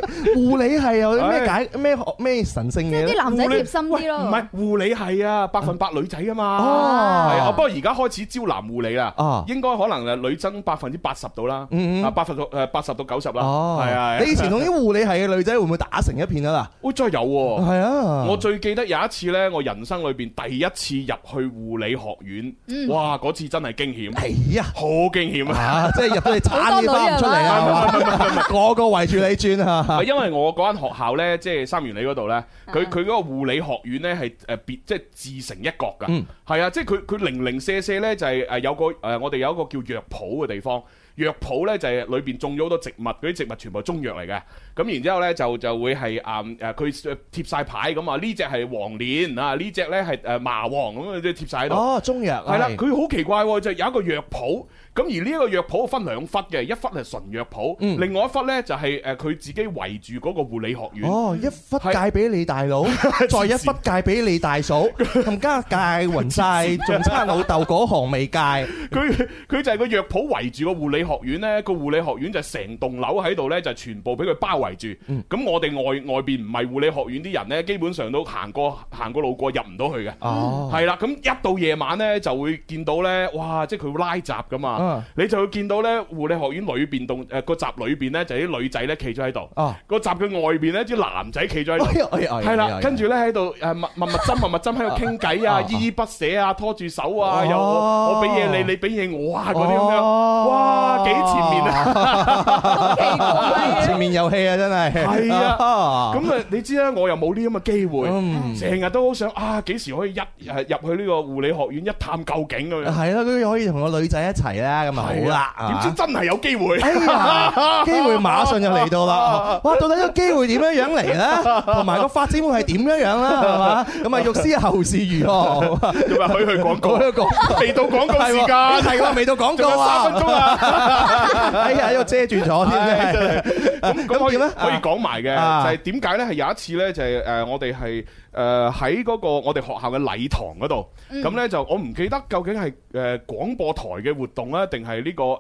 [SPEAKER 2] 護理係有啲咩解咩學咩神聖嘅
[SPEAKER 3] 啲
[SPEAKER 2] 咧？
[SPEAKER 3] 男仔
[SPEAKER 1] 護理
[SPEAKER 3] 貼心啲咯。
[SPEAKER 1] 唔係護理係啊，百分百女仔啊嘛。 <laughs> 係啊，不
[SPEAKER 2] 哦，
[SPEAKER 1] 過而家開始招男護理啦
[SPEAKER 2] 啊，
[SPEAKER 1] 應該可能呃誒女增百分之八十到啦，
[SPEAKER 2] 嗯嗯
[SPEAKER 1] 啊八十到誒八十到九十啦，
[SPEAKER 2] 哦，
[SPEAKER 1] 係啊，
[SPEAKER 2] 你以
[SPEAKER 1] <laughs>
[SPEAKER 2] 前同啲護理係嘅女仔會唔會打成一片啊？
[SPEAKER 1] 會真係有
[SPEAKER 2] 嗱，
[SPEAKER 1] 喎。
[SPEAKER 2] 係啊，
[SPEAKER 1] 我最記得有一次呢，我人生裏邊第一次入去護理學院，
[SPEAKER 3] 嗯
[SPEAKER 1] 哇！嗰次真係驚險，
[SPEAKER 2] 哎呀，
[SPEAKER 1] 好驚險啊！
[SPEAKER 2] 啊，即係入到你差啲翻唔出嚟
[SPEAKER 3] 好
[SPEAKER 2] 啊，係
[SPEAKER 1] <laughs>
[SPEAKER 2] 嘛個個圍住你轉啊，
[SPEAKER 1] 因為我嗰間學校呢，即係三元里嗰度呢，佢
[SPEAKER 3] 啊
[SPEAKER 1] 佢嗰個護理學院呢係誒別即係自成一角㗎
[SPEAKER 2] 嗯，
[SPEAKER 1] 係啊，即係佢佢零零舍舍呢，就係呃誒有個誒我哋有一個叫藥鋪嘅地方，藥鋪呢就係裏邊種咗好多植物，嗰啲植物全部係中藥嚟嘅，咁然之後呢，就就會係誒誒佢呃貼晒牌咁啊，呢只係黃連啊，呢只呢係誒麻黃咁 <laughs> 啊，即係貼晒喺度。
[SPEAKER 2] 哦，中藥
[SPEAKER 1] 係啦，佢好奇怪喎，就有一個藥鋪，咁而呢一個藥鋪分兩忽嘅，一忽係純藥鋪，
[SPEAKER 2] 嗯
[SPEAKER 1] 另外一忽呢就係誒佢自己圍住嗰個護理學院。
[SPEAKER 2] 哦，一忽戒俾
[SPEAKER 1] <laughs>
[SPEAKER 2] 你大佬，再一忽戒俾你大嫂，冚家戒暈晒，仲差老豆嗰行未戒，
[SPEAKER 1] <laughs> 佢佢就係個藥鋪圍住個護理學院呢個護理學院就成棟樓喺度呢，就全部俾佢包圍住。
[SPEAKER 2] 嗯
[SPEAKER 1] 咁、我哋外外邊唔係護理學院啲人呢，基本上都行過行過路過入唔到去嘅。
[SPEAKER 2] 哦，
[SPEAKER 1] 係啦，咁一到夜晚呢，就會見到呢，哇！即係佢會拉閘噶嘛，
[SPEAKER 2] 嗯
[SPEAKER 1] 你就會見到呢護理學院裏邊棟呃誒個閘裏邊呢，就係啲女仔呢企咗喺度，
[SPEAKER 2] 哦，
[SPEAKER 1] 個閘嘅外邊呢，啲男仔企咗喺
[SPEAKER 2] 哎
[SPEAKER 1] 度。
[SPEAKER 2] 呀哎呀哎呀，
[SPEAKER 1] 係
[SPEAKER 2] 哎
[SPEAKER 1] 啦
[SPEAKER 2] 呀，
[SPEAKER 1] 跟住呢喺度誒密密密針密密針喺度傾偈啊
[SPEAKER 2] 啊，
[SPEAKER 1] 依依不捨啊，拖住手啊，
[SPEAKER 2] 哦
[SPEAKER 1] 又我我俾嘢你，你俾嘢我啊，嗰啲咁樣，
[SPEAKER 2] 哦
[SPEAKER 1] 哇，幾前面啊！
[SPEAKER 3] 啊
[SPEAKER 2] 前面遊戲啊，真係，
[SPEAKER 1] 係
[SPEAKER 2] <laughs> 啊
[SPEAKER 1] 咁啊，你知啦，我又冇呢咁嘅機會，
[SPEAKER 2] 嗯
[SPEAKER 1] 成日都好想啊，幾時可以一誒入去呢個護理學院一探究竟咁樣。
[SPEAKER 2] 係啦，佢可以同個女仔一齊啦，咁啊好啦，係嘛
[SPEAKER 1] 點知真係有機會？
[SPEAKER 2] 哎
[SPEAKER 1] <laughs>
[SPEAKER 2] 呀，機會馬上就嚟
[SPEAKER 1] 啊
[SPEAKER 2] 到啦！哇，到底個機會點樣樣嚟
[SPEAKER 1] <laughs>
[SPEAKER 2] 咧？同埋個發展會係點樣樣啦？係嘛？咁啊，欲知後事如何？
[SPEAKER 1] <laughs> 做咪許去廣告？
[SPEAKER 2] 嗰個
[SPEAKER 1] <laughs> 未到廣告時
[SPEAKER 2] 係
[SPEAKER 1] 間，
[SPEAKER 2] 喎，未到廣
[SPEAKER 1] 仲有
[SPEAKER 2] 告
[SPEAKER 1] 三分
[SPEAKER 2] 啊！
[SPEAKER 1] 鐘啊！
[SPEAKER 2] <laughs> 哎呀，又遮住咗
[SPEAKER 1] 唉真
[SPEAKER 2] 添，真係
[SPEAKER 1] 係咁咁
[SPEAKER 2] 咁
[SPEAKER 1] 可以
[SPEAKER 2] 點咧
[SPEAKER 1] 可以講埋嘅，
[SPEAKER 2] 啊
[SPEAKER 1] 就係點解咧？係有一次咧，就係誒我哋係誒喺嗰個我哋學校嘅禮堂嗰度，咁咧就我唔記得究竟係誒廣播台嘅活動啊，定係呢個誒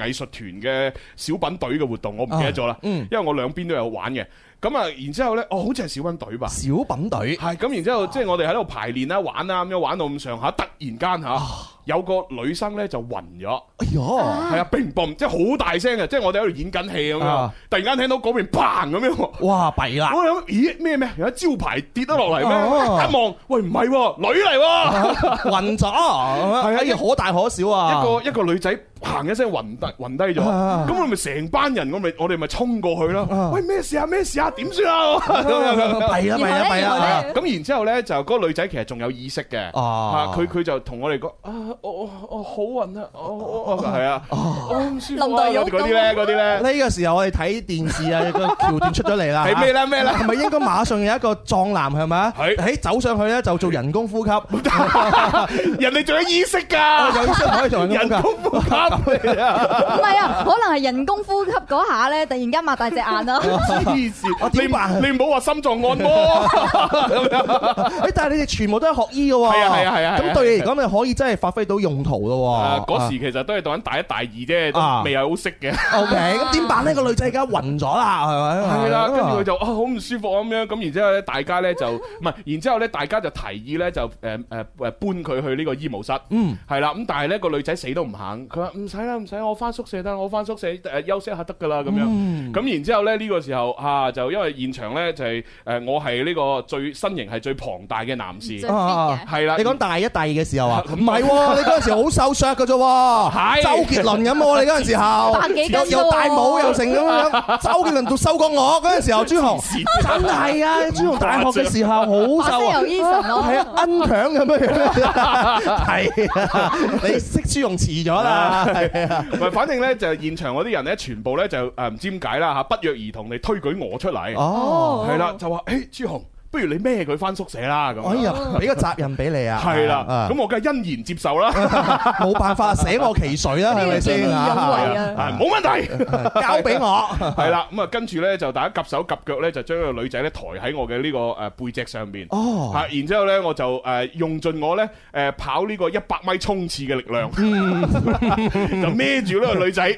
[SPEAKER 1] 藝術團嘅小品隊嘅活動，我唔記得咗啦
[SPEAKER 2] 啊。嗯
[SPEAKER 1] 因為我兩邊都有玩嘅。咁啊，然之後咧，哦，好似係小品隊吧。
[SPEAKER 2] 小品隊啊
[SPEAKER 1] 係咁，然之後即係我哋喺度排練啦、玩啊啦，咁樣玩到咁上下，突然間
[SPEAKER 2] 啊
[SPEAKER 1] 嚇有個女生咧就暈咗，
[SPEAKER 2] 哎呦，
[SPEAKER 1] 係啊，乒乓，即係好大聲啊嘅，即係我哋喺度演緊戲咁樣
[SPEAKER 2] 啊，
[SPEAKER 1] 突然間聽到嗰邊砰咁樣。
[SPEAKER 2] 哇，弊啦！
[SPEAKER 1] 我諗，咦咩咩？有一招牌跌咗落嚟咩？
[SPEAKER 2] 哦啊
[SPEAKER 1] 一望，喂唔係喎，女嚟
[SPEAKER 2] <laughs>
[SPEAKER 1] 喎，<laughs>
[SPEAKER 2] 暈咗，哎呀，可大可小啊！
[SPEAKER 1] 一個一個女仔砰一聲暈低暈低咗，
[SPEAKER 2] 啊
[SPEAKER 1] 咁我咪成班人，我咪我哋咪衝過去
[SPEAKER 2] 啊
[SPEAKER 1] 咯。喂咩事啊？咩事啊？點算啊？咁樣咁樣
[SPEAKER 2] <laughs> 弊啦，弊啦，弊啦！
[SPEAKER 1] 咁然之後咧，就嗰個女仔其實仲有意識嘅，
[SPEAKER 2] 哦
[SPEAKER 1] 啊，佢佢就同我哋講啊，我我我好暈啊，我我我係啊，我唔舒服
[SPEAKER 3] 林
[SPEAKER 1] 啊，
[SPEAKER 3] 黛玉
[SPEAKER 1] 嗰啲咧，嗰啲
[SPEAKER 2] 呢
[SPEAKER 1] 咧，
[SPEAKER 2] 個時候我哋睇電視啊，個橋段出咗
[SPEAKER 1] <laughs>
[SPEAKER 2] 嚟啦。
[SPEAKER 1] 係咩咧咩咧？
[SPEAKER 2] 係咪應該馬上有一個壯男係咪啊？
[SPEAKER 1] 係
[SPEAKER 2] 喺走上去咧就做人工呼吸，有
[SPEAKER 1] <laughs> 人哋仲有意識㗎，
[SPEAKER 2] 醫生可以做人
[SPEAKER 1] 人
[SPEAKER 2] 工呼吸。
[SPEAKER 1] 工呼吸，
[SPEAKER 3] 唔係啊，
[SPEAKER 2] <laughs>
[SPEAKER 3] 可能係人工呼吸嗰下咧，突然間擘大隻眼啊啦。
[SPEAKER 1] 黐線
[SPEAKER 2] 我點
[SPEAKER 1] <laughs>
[SPEAKER 2] 辦
[SPEAKER 1] 你你唔好話心臟按摩，
[SPEAKER 2] <laughs> 誒，但係你哋全部都係學醫嘅喎，
[SPEAKER 1] 係啊係啊係啊係啊
[SPEAKER 2] 咁對你嚟講，你可以真係發揮到用途咯
[SPEAKER 1] 啊
[SPEAKER 2] 喎。
[SPEAKER 1] 嗰時其實都係讀緊大一大二啫，
[SPEAKER 2] 啊
[SPEAKER 1] 都未係好識嘅。
[SPEAKER 2] O K，咁點辦呢？個女仔而家暈咗啦，係
[SPEAKER 1] <laughs>
[SPEAKER 2] 咪？
[SPEAKER 1] 係啦，跟住佢
[SPEAKER 2] 就
[SPEAKER 1] 就啊好唔舒服咁樣，咁然之後咧，大家咧
[SPEAKER 2] <laughs>
[SPEAKER 1] 就唔係，然之後咧，大家就提議咧就誒誒誒搬佢去呢個醫務室，
[SPEAKER 2] 嗯
[SPEAKER 1] 係啦，咁但係咧個女仔死都唔肯，佢話唔使啦，唔使，我翻宿舍得，我翻宿舍誒休息下得㗎啦咁樣。
[SPEAKER 2] 嗯
[SPEAKER 1] 咁然之後咧，呢個時候啊，就因為現場咧就係誒我係呢個最身形係最龐大嘅男士，
[SPEAKER 3] 最 fit
[SPEAKER 2] 啊
[SPEAKER 3] 嘅
[SPEAKER 1] 係啦，
[SPEAKER 2] 你講大一、第二嘅時候啊，
[SPEAKER 1] <laughs> 咁
[SPEAKER 2] 唔係喎，你嗰陣時好瘦削嘅啫喎，
[SPEAKER 1] <laughs> 係
[SPEAKER 2] 周杰倫咁喎，你嗰陣時
[SPEAKER 3] 百幾斤
[SPEAKER 2] 候，又
[SPEAKER 3] 啫喎
[SPEAKER 2] 又戴帽又成咁
[SPEAKER 1] <laughs>
[SPEAKER 2] 樣，周杰倫仲瘦過我嗰陣時候，朱紅真係啊，朱紅大學嘅時候
[SPEAKER 3] <laughs>
[SPEAKER 2] 好
[SPEAKER 3] 我
[SPEAKER 2] 瘦
[SPEAKER 3] 識
[SPEAKER 2] 啊
[SPEAKER 3] 由。Eason 咯，
[SPEAKER 1] <laughs>
[SPEAKER 2] 係啊，奀強咁樣樣，係啊，你識朱容遲咗啦，啊
[SPEAKER 1] <laughs>
[SPEAKER 2] 係啊，
[SPEAKER 1] 唔係，反正咧就現場嗰啲人咧，全部咧就誒唔知點解啦嚇，不約而同地推舉我出嚟，
[SPEAKER 2] 哦，
[SPEAKER 1] 係啦，就話誒朱紅，不如你孭佢翻宿舍啦咁
[SPEAKER 2] 哎
[SPEAKER 1] 樣。
[SPEAKER 2] 呀，俾個責任俾你啊，
[SPEAKER 1] 係
[SPEAKER 2] 啊
[SPEAKER 1] 啦，咁我梗係欣然接受啦，
[SPEAKER 2] <laughs> 冇辦法，捨我其誰啦，係咪
[SPEAKER 3] 呢
[SPEAKER 2] 先
[SPEAKER 3] 個見義勇為
[SPEAKER 2] 啊
[SPEAKER 3] 啊？
[SPEAKER 1] 啊冇問題。
[SPEAKER 2] <laughs> 交俾我，
[SPEAKER 1] 係啦，咁啊跟住咧就大家夾手夾腳咧，就將個女仔咧抬喺我嘅呢個誒背脊上面。
[SPEAKER 2] 哦
[SPEAKER 1] 嚇，然之後咧我就誒用盡我咧誒跑呢個一百米衝刺嘅力量，
[SPEAKER 2] 嗯
[SPEAKER 1] <laughs> 就孭住呢個女仔，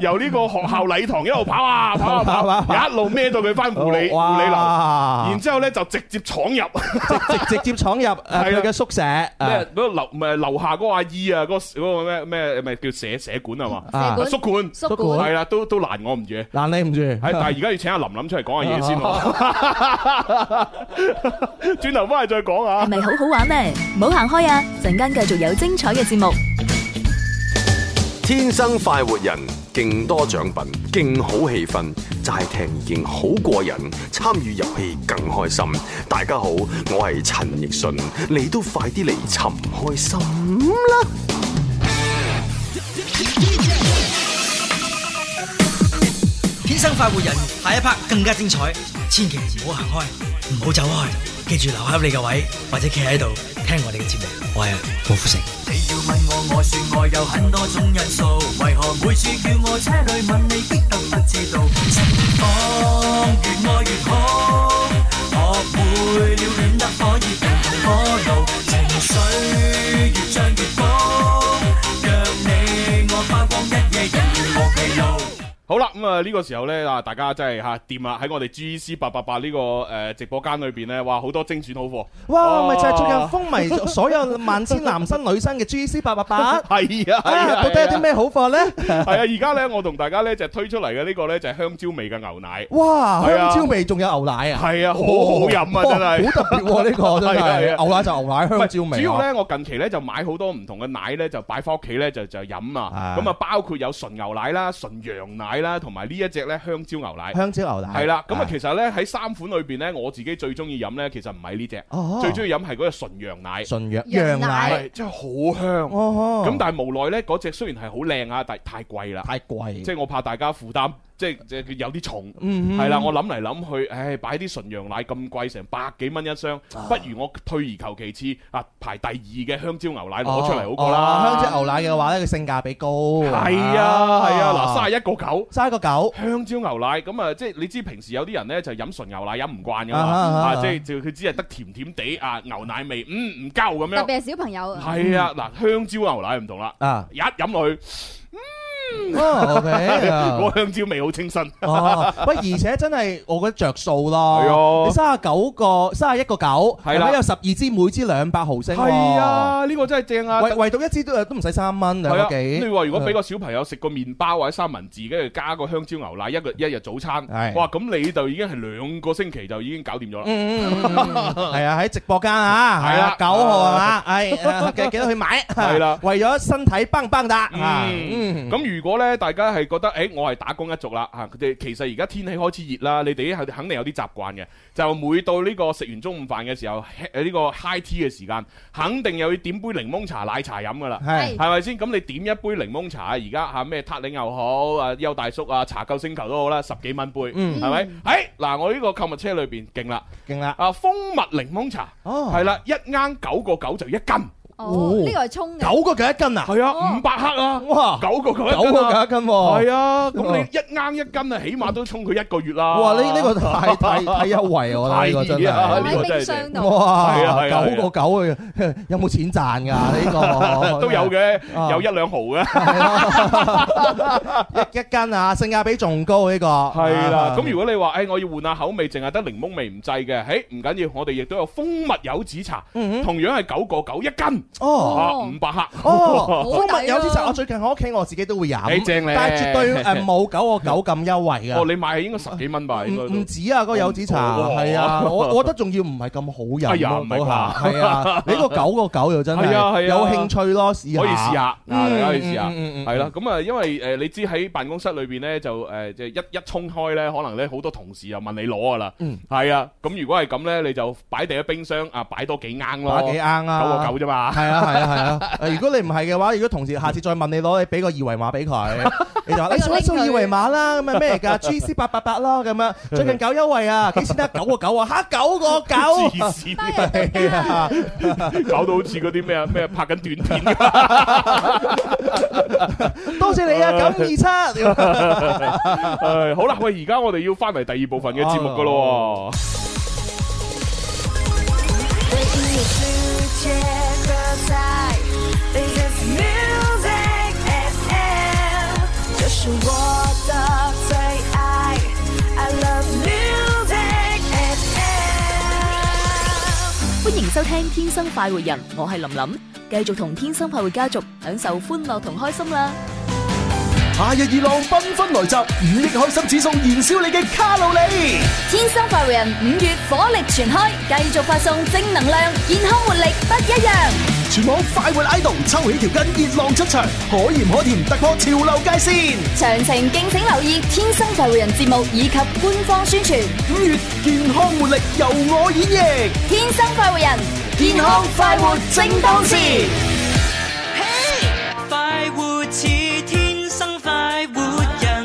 [SPEAKER 1] 由呢個學校禮堂一路跑啊
[SPEAKER 2] <laughs>
[SPEAKER 1] 跑啊跑啊，一路孭到佢翻護理護理樓。
[SPEAKER 2] 哇
[SPEAKER 1] 然之後咧就直接闖入，
[SPEAKER 2] 直直接闖
[SPEAKER 1] <laughs>
[SPEAKER 2] 入誒啊佢嘅宿舍，
[SPEAKER 1] 啊咩
[SPEAKER 2] 啊
[SPEAKER 1] 嗰個樓唔係樓下嗰個阿姨啊，嗰個嗰個咩咩咪叫社社管係嘛？
[SPEAKER 2] 啊
[SPEAKER 3] 社管
[SPEAKER 1] 宿管
[SPEAKER 3] 縮
[SPEAKER 2] 縮管
[SPEAKER 3] 管
[SPEAKER 1] 係啦，都都難我唔住。係，
[SPEAKER 2] 攔你唔住，啊
[SPEAKER 1] 但係而家要請阿林林出嚟講下嘢
[SPEAKER 3] <laughs>
[SPEAKER 1] 先喎。轉頭翻嚟再講啊！
[SPEAKER 6] 咪好好玩呢？唔好行開啊！陣間繼續有精彩嘅節目。
[SPEAKER 8] 天生快活人，勁多獎品，勁好氣氛，齋聽已經好 <laughs> 過癮，參與遊戲更開心。大家好，我係陳奕迅，你都快啲嚟尋開心啦！
[SPEAKER 9] 天生快活人，下一 part 更加精彩，千祈唔好行開，唔好走開，記住留喺你嘅位，或者企喺度聽我哋嘅節目。我係啊郭富城。
[SPEAKER 7] 你要問我，我說我有很多種因素，為何每次叫我車裏問你，的確不知道。失望越愛越好，學會了戀得可以平衡火爐，情緒越漲越高，讓你我花光一夜人無疲勞。
[SPEAKER 1] 好啦，咁啊呢個時候呢，啊，大家真係吓掂啦！喺我哋 G C 八八八呢個誒直播間裏邊呢，哇好多精選好貨。哦
[SPEAKER 2] 哇，咪就係最近風靡 <laughs> 所有萬千男生女生嘅 G C 八八八。
[SPEAKER 1] <laughs> 係啊，係
[SPEAKER 2] 啊，
[SPEAKER 1] 啊
[SPEAKER 2] 到底有啲？咩好貨咧？
[SPEAKER 1] <laughs> 係啊，而家呢，我同大家呢就推出嚟嘅呢個呢，就係香蕉味嘅牛奶。
[SPEAKER 2] 哇，
[SPEAKER 1] 係啊
[SPEAKER 2] 香蕉味仲有牛奶啊！
[SPEAKER 1] 係啊，好
[SPEAKER 2] 哦
[SPEAKER 1] 好飲
[SPEAKER 2] 哇
[SPEAKER 1] 啊，真係。
[SPEAKER 2] 好特別喎！呢
[SPEAKER 1] <laughs>
[SPEAKER 2] 個
[SPEAKER 1] 係
[SPEAKER 2] 真
[SPEAKER 1] 啊係啊
[SPEAKER 2] 係牛奶就牛奶，
[SPEAKER 1] 唔係
[SPEAKER 2] 香蕉味。哦
[SPEAKER 1] 主要，咧，我近期咧就買好多唔同嘅奶咧，就擺翻屋企咧就就飲啊。
[SPEAKER 2] 啊
[SPEAKER 1] 咁啊，包括有純牛奶啦、純羊奶啦，同埋呢一隻咧香蕉牛奶。
[SPEAKER 2] 香蕉牛奶
[SPEAKER 1] 係啦，咁啊，其實咧喺三款裏邊咧，我自己最中意飲咧，其實唔係呢只，
[SPEAKER 2] 哦
[SPEAKER 1] 最中意飲係嗰只純羊奶，
[SPEAKER 2] 純羊羊
[SPEAKER 3] 羊
[SPEAKER 2] 奶
[SPEAKER 3] 奶。
[SPEAKER 1] 係真係好香。
[SPEAKER 2] 哦
[SPEAKER 1] 咁但係無奈咧，嗰只雖然係好靚啊，但係太貴啦，
[SPEAKER 2] 太貴，
[SPEAKER 1] 即係我怕大家負擔，即係即係有啲重。
[SPEAKER 2] 嗯
[SPEAKER 1] 係啦，我諗嚟諗去，唉，擺啲純羊奶咁貴，成百幾蚊一箱，不如我退而求其次啊，排第二嘅香蕉牛奶攞出嚟好過
[SPEAKER 2] 哦
[SPEAKER 1] 啦。
[SPEAKER 2] 香蕉牛奶嘅話咧，佢性價比高。
[SPEAKER 1] 係啊係啊，嗱，三十一個九。<laughs>
[SPEAKER 2] 三個九。
[SPEAKER 1] 香蕉牛奶咁啊，即係你知平時有啲人呢就飲純牛奶飲唔慣噶嘛，
[SPEAKER 2] 啊啊啊
[SPEAKER 1] 啊即係就佢只係得甜甜地啊牛奶味，嗯唔夠咁
[SPEAKER 3] 特
[SPEAKER 1] 樣。
[SPEAKER 3] 別係小朋友啊，
[SPEAKER 1] 係啊，嗱香蕉牛奶唔同啦，
[SPEAKER 2] 啊
[SPEAKER 1] 一飲落去，
[SPEAKER 3] 嗯
[SPEAKER 2] 哦，OK
[SPEAKER 1] <laughs>
[SPEAKER 2] 啊
[SPEAKER 1] 嗰個香蕉味好清新。
[SPEAKER 2] 哦，喂，而且真係我覺得着數
[SPEAKER 1] 係
[SPEAKER 2] 咯，
[SPEAKER 1] 啊
[SPEAKER 2] 你三十九個三十一個九，
[SPEAKER 1] 係啦
[SPEAKER 2] 咁有十二支，每支兩百毫升喎，
[SPEAKER 1] 係啊，呢個真係正啊！
[SPEAKER 2] 唯唯獨一支都都唔使三蚊兩
[SPEAKER 1] 係
[SPEAKER 2] 個
[SPEAKER 1] 啊，
[SPEAKER 2] 幾，
[SPEAKER 1] 你話如果俾個小朋友食個麵包或者三文治，跟住加個香蕉牛奶，一個一日早餐，
[SPEAKER 2] 係
[SPEAKER 1] 哇！咁你就已經係兩個星期就已經搞掂咗啦。
[SPEAKER 2] 嗯，嗯嗯嗯嗯
[SPEAKER 1] <laughs>
[SPEAKER 2] 係啊，喺直播間啊，
[SPEAKER 1] 係
[SPEAKER 2] 係
[SPEAKER 1] 啦
[SPEAKER 2] 啊，九號係
[SPEAKER 1] <laughs>
[SPEAKER 2] 嘛， <laughs> 係記記得去買，
[SPEAKER 1] 係啦
[SPEAKER 2] <laughs> 為咗身體崩崩打啊，
[SPEAKER 1] 嗯，
[SPEAKER 2] 嗯，
[SPEAKER 1] 咁如果咧，大家係覺得，誒，我係打工一族啦，嚇，佢哋其實而家天氣開始熱啦，你哋係肯定有啲習慣嘅，就每到呢個食完中午飯嘅時候，誒呢個 high tea 嘅時間，肯定又要點杯檸檬茶、奶茶飲噶啦。
[SPEAKER 2] 係
[SPEAKER 3] 係
[SPEAKER 1] 係咪先？咁你點一杯檸檬茶，而家嚇啊咩塔嶺又好，啊邱大叔啊，茶救星球都好啦，十幾蚊杯，
[SPEAKER 2] 嗯
[SPEAKER 1] 係咪？誒嗱，我呢個購物車裏邊勁啦，啊
[SPEAKER 2] 勁啦，
[SPEAKER 1] 啊蜂蜜檸檬茶
[SPEAKER 2] 哦
[SPEAKER 1] 係啦，一啱九個九就一斤，
[SPEAKER 3] 哦，
[SPEAKER 2] 哦
[SPEAKER 3] 呢個係葱嘅。
[SPEAKER 2] 九個九一斤啊！
[SPEAKER 1] 系啊，
[SPEAKER 3] 哦
[SPEAKER 1] 五百克啊，
[SPEAKER 2] 哇，
[SPEAKER 1] 九個九一
[SPEAKER 2] 九
[SPEAKER 1] 斤
[SPEAKER 2] 個九
[SPEAKER 1] 啊，
[SPEAKER 2] 一斤喎！
[SPEAKER 1] 係啊，咁你一啱一斤啊，起碼都充佢一個月啦。
[SPEAKER 2] 哇！呢呢個太太
[SPEAKER 1] <laughs>
[SPEAKER 2] 太優惠啊，我覺得呢個真
[SPEAKER 1] 太易啊呢個
[SPEAKER 2] 係。
[SPEAKER 3] 喺
[SPEAKER 1] 真係
[SPEAKER 3] 冰箱度，
[SPEAKER 1] 係
[SPEAKER 2] 哇！
[SPEAKER 1] 啊係啊係啊
[SPEAKER 2] 九個 <laughs> 九啊，有冇錢賺㗎？呢
[SPEAKER 1] <laughs>
[SPEAKER 2] 個
[SPEAKER 1] 都有嘅，
[SPEAKER 2] 啊
[SPEAKER 1] 有一兩毫嘅。
[SPEAKER 2] 一一斤啊，性價比仲高呢個。
[SPEAKER 1] 係啦，
[SPEAKER 2] 啊
[SPEAKER 1] 咁如果你話誒我要換下口味，淨係得檸檬味唔制嘅，誒唔緊要，我哋亦都有蜂蜜柚子茶，
[SPEAKER 2] 嗯哼
[SPEAKER 1] 同樣係九個九一斤，
[SPEAKER 2] 哦。
[SPEAKER 1] 啊五百克。
[SPEAKER 2] 哦，
[SPEAKER 1] <laughs>
[SPEAKER 3] 好
[SPEAKER 2] 蜂
[SPEAKER 3] 抵
[SPEAKER 2] 蜜有啲
[SPEAKER 3] 咯
[SPEAKER 2] 就我最近我屋企我自己都會
[SPEAKER 1] 你
[SPEAKER 2] 飲，
[SPEAKER 1] 正咧，
[SPEAKER 2] 但係絕對誒冇九個九咁優惠
[SPEAKER 1] 哦，
[SPEAKER 2] 㗎。
[SPEAKER 1] 你買應該十幾蚊吧，應該
[SPEAKER 2] 唔
[SPEAKER 1] 都
[SPEAKER 2] 唔。止啊，嗰個柚子茶
[SPEAKER 1] 哦
[SPEAKER 2] 係啊，我我覺得仲要唔係咁好
[SPEAKER 1] 哎呀
[SPEAKER 2] 飲
[SPEAKER 1] 唔係
[SPEAKER 2] 咯，
[SPEAKER 1] 啩
[SPEAKER 2] 嗰下
[SPEAKER 1] <laughs>
[SPEAKER 2] 係啊，你個九個九又真係
[SPEAKER 1] 係啊係啊
[SPEAKER 2] 有興趣咯，試下
[SPEAKER 1] 可以試下，啊，大家可以試下，
[SPEAKER 2] 嗯嗯嗯嗯
[SPEAKER 1] 係啦。咁啊，因為誒你知喺辦公室裏邊咧，就誒即係一一衝開咧，可能咧好多同事又問你攞噶啦
[SPEAKER 10] Mm.
[SPEAKER 2] 嗯，
[SPEAKER 1] 係啊。咁如果係咁咧，你就擺第一冰箱啊，擺多幾盎咯
[SPEAKER 2] 打，幾啱啊！
[SPEAKER 1] 九個九啫嘛。
[SPEAKER 2] 係啊係啊 <laughs> 係啊！誒如果你唔係嘅話，如果同事下次再問你攞，你俾個二維碼俾佢，你就話你掃一掃二維碼啦，咁啊咩嚟 <laughs> 㗎？G C 八八八啦，咁啊 <laughs> 樣最近搞優惠 <laughs> 啊，幾錢得九個九啊？嚇九個
[SPEAKER 1] 黐
[SPEAKER 2] 九！ <laughs>
[SPEAKER 1] 線，
[SPEAKER 2] 係啊，
[SPEAKER 1] 搞到好似嗰啲咩啊咩拍緊短片咁
[SPEAKER 2] 多謝你啊，九 <laughs> 五二七。
[SPEAKER 1] 唉好啦，喂，而家我哋要翻嚟第二部分嘅節目噶咯喎。
[SPEAKER 6] 欢迎收听《天生快活人》，我系林琳，继续同天生快活家族享受欢乐同开心啦！
[SPEAKER 7] 夏日熱浪繽紛來襲，五億開心指數燃燒你嘅卡路里。
[SPEAKER 6] 天生快活人五月火力全开，继续发送正能量，健康活力不一样。
[SPEAKER 7] 全網快活 idol 抽起條筋，熱浪出場，可鹽可甜，突破潮流界線。
[SPEAKER 6] 详情敬请留意《天生快活人》节目以及官方宣传。
[SPEAKER 7] 五月健康活力由我演
[SPEAKER 6] 天生快活人，
[SPEAKER 7] 繹，
[SPEAKER 6] 健康快活正当时。
[SPEAKER 7] 快活似天生快活人，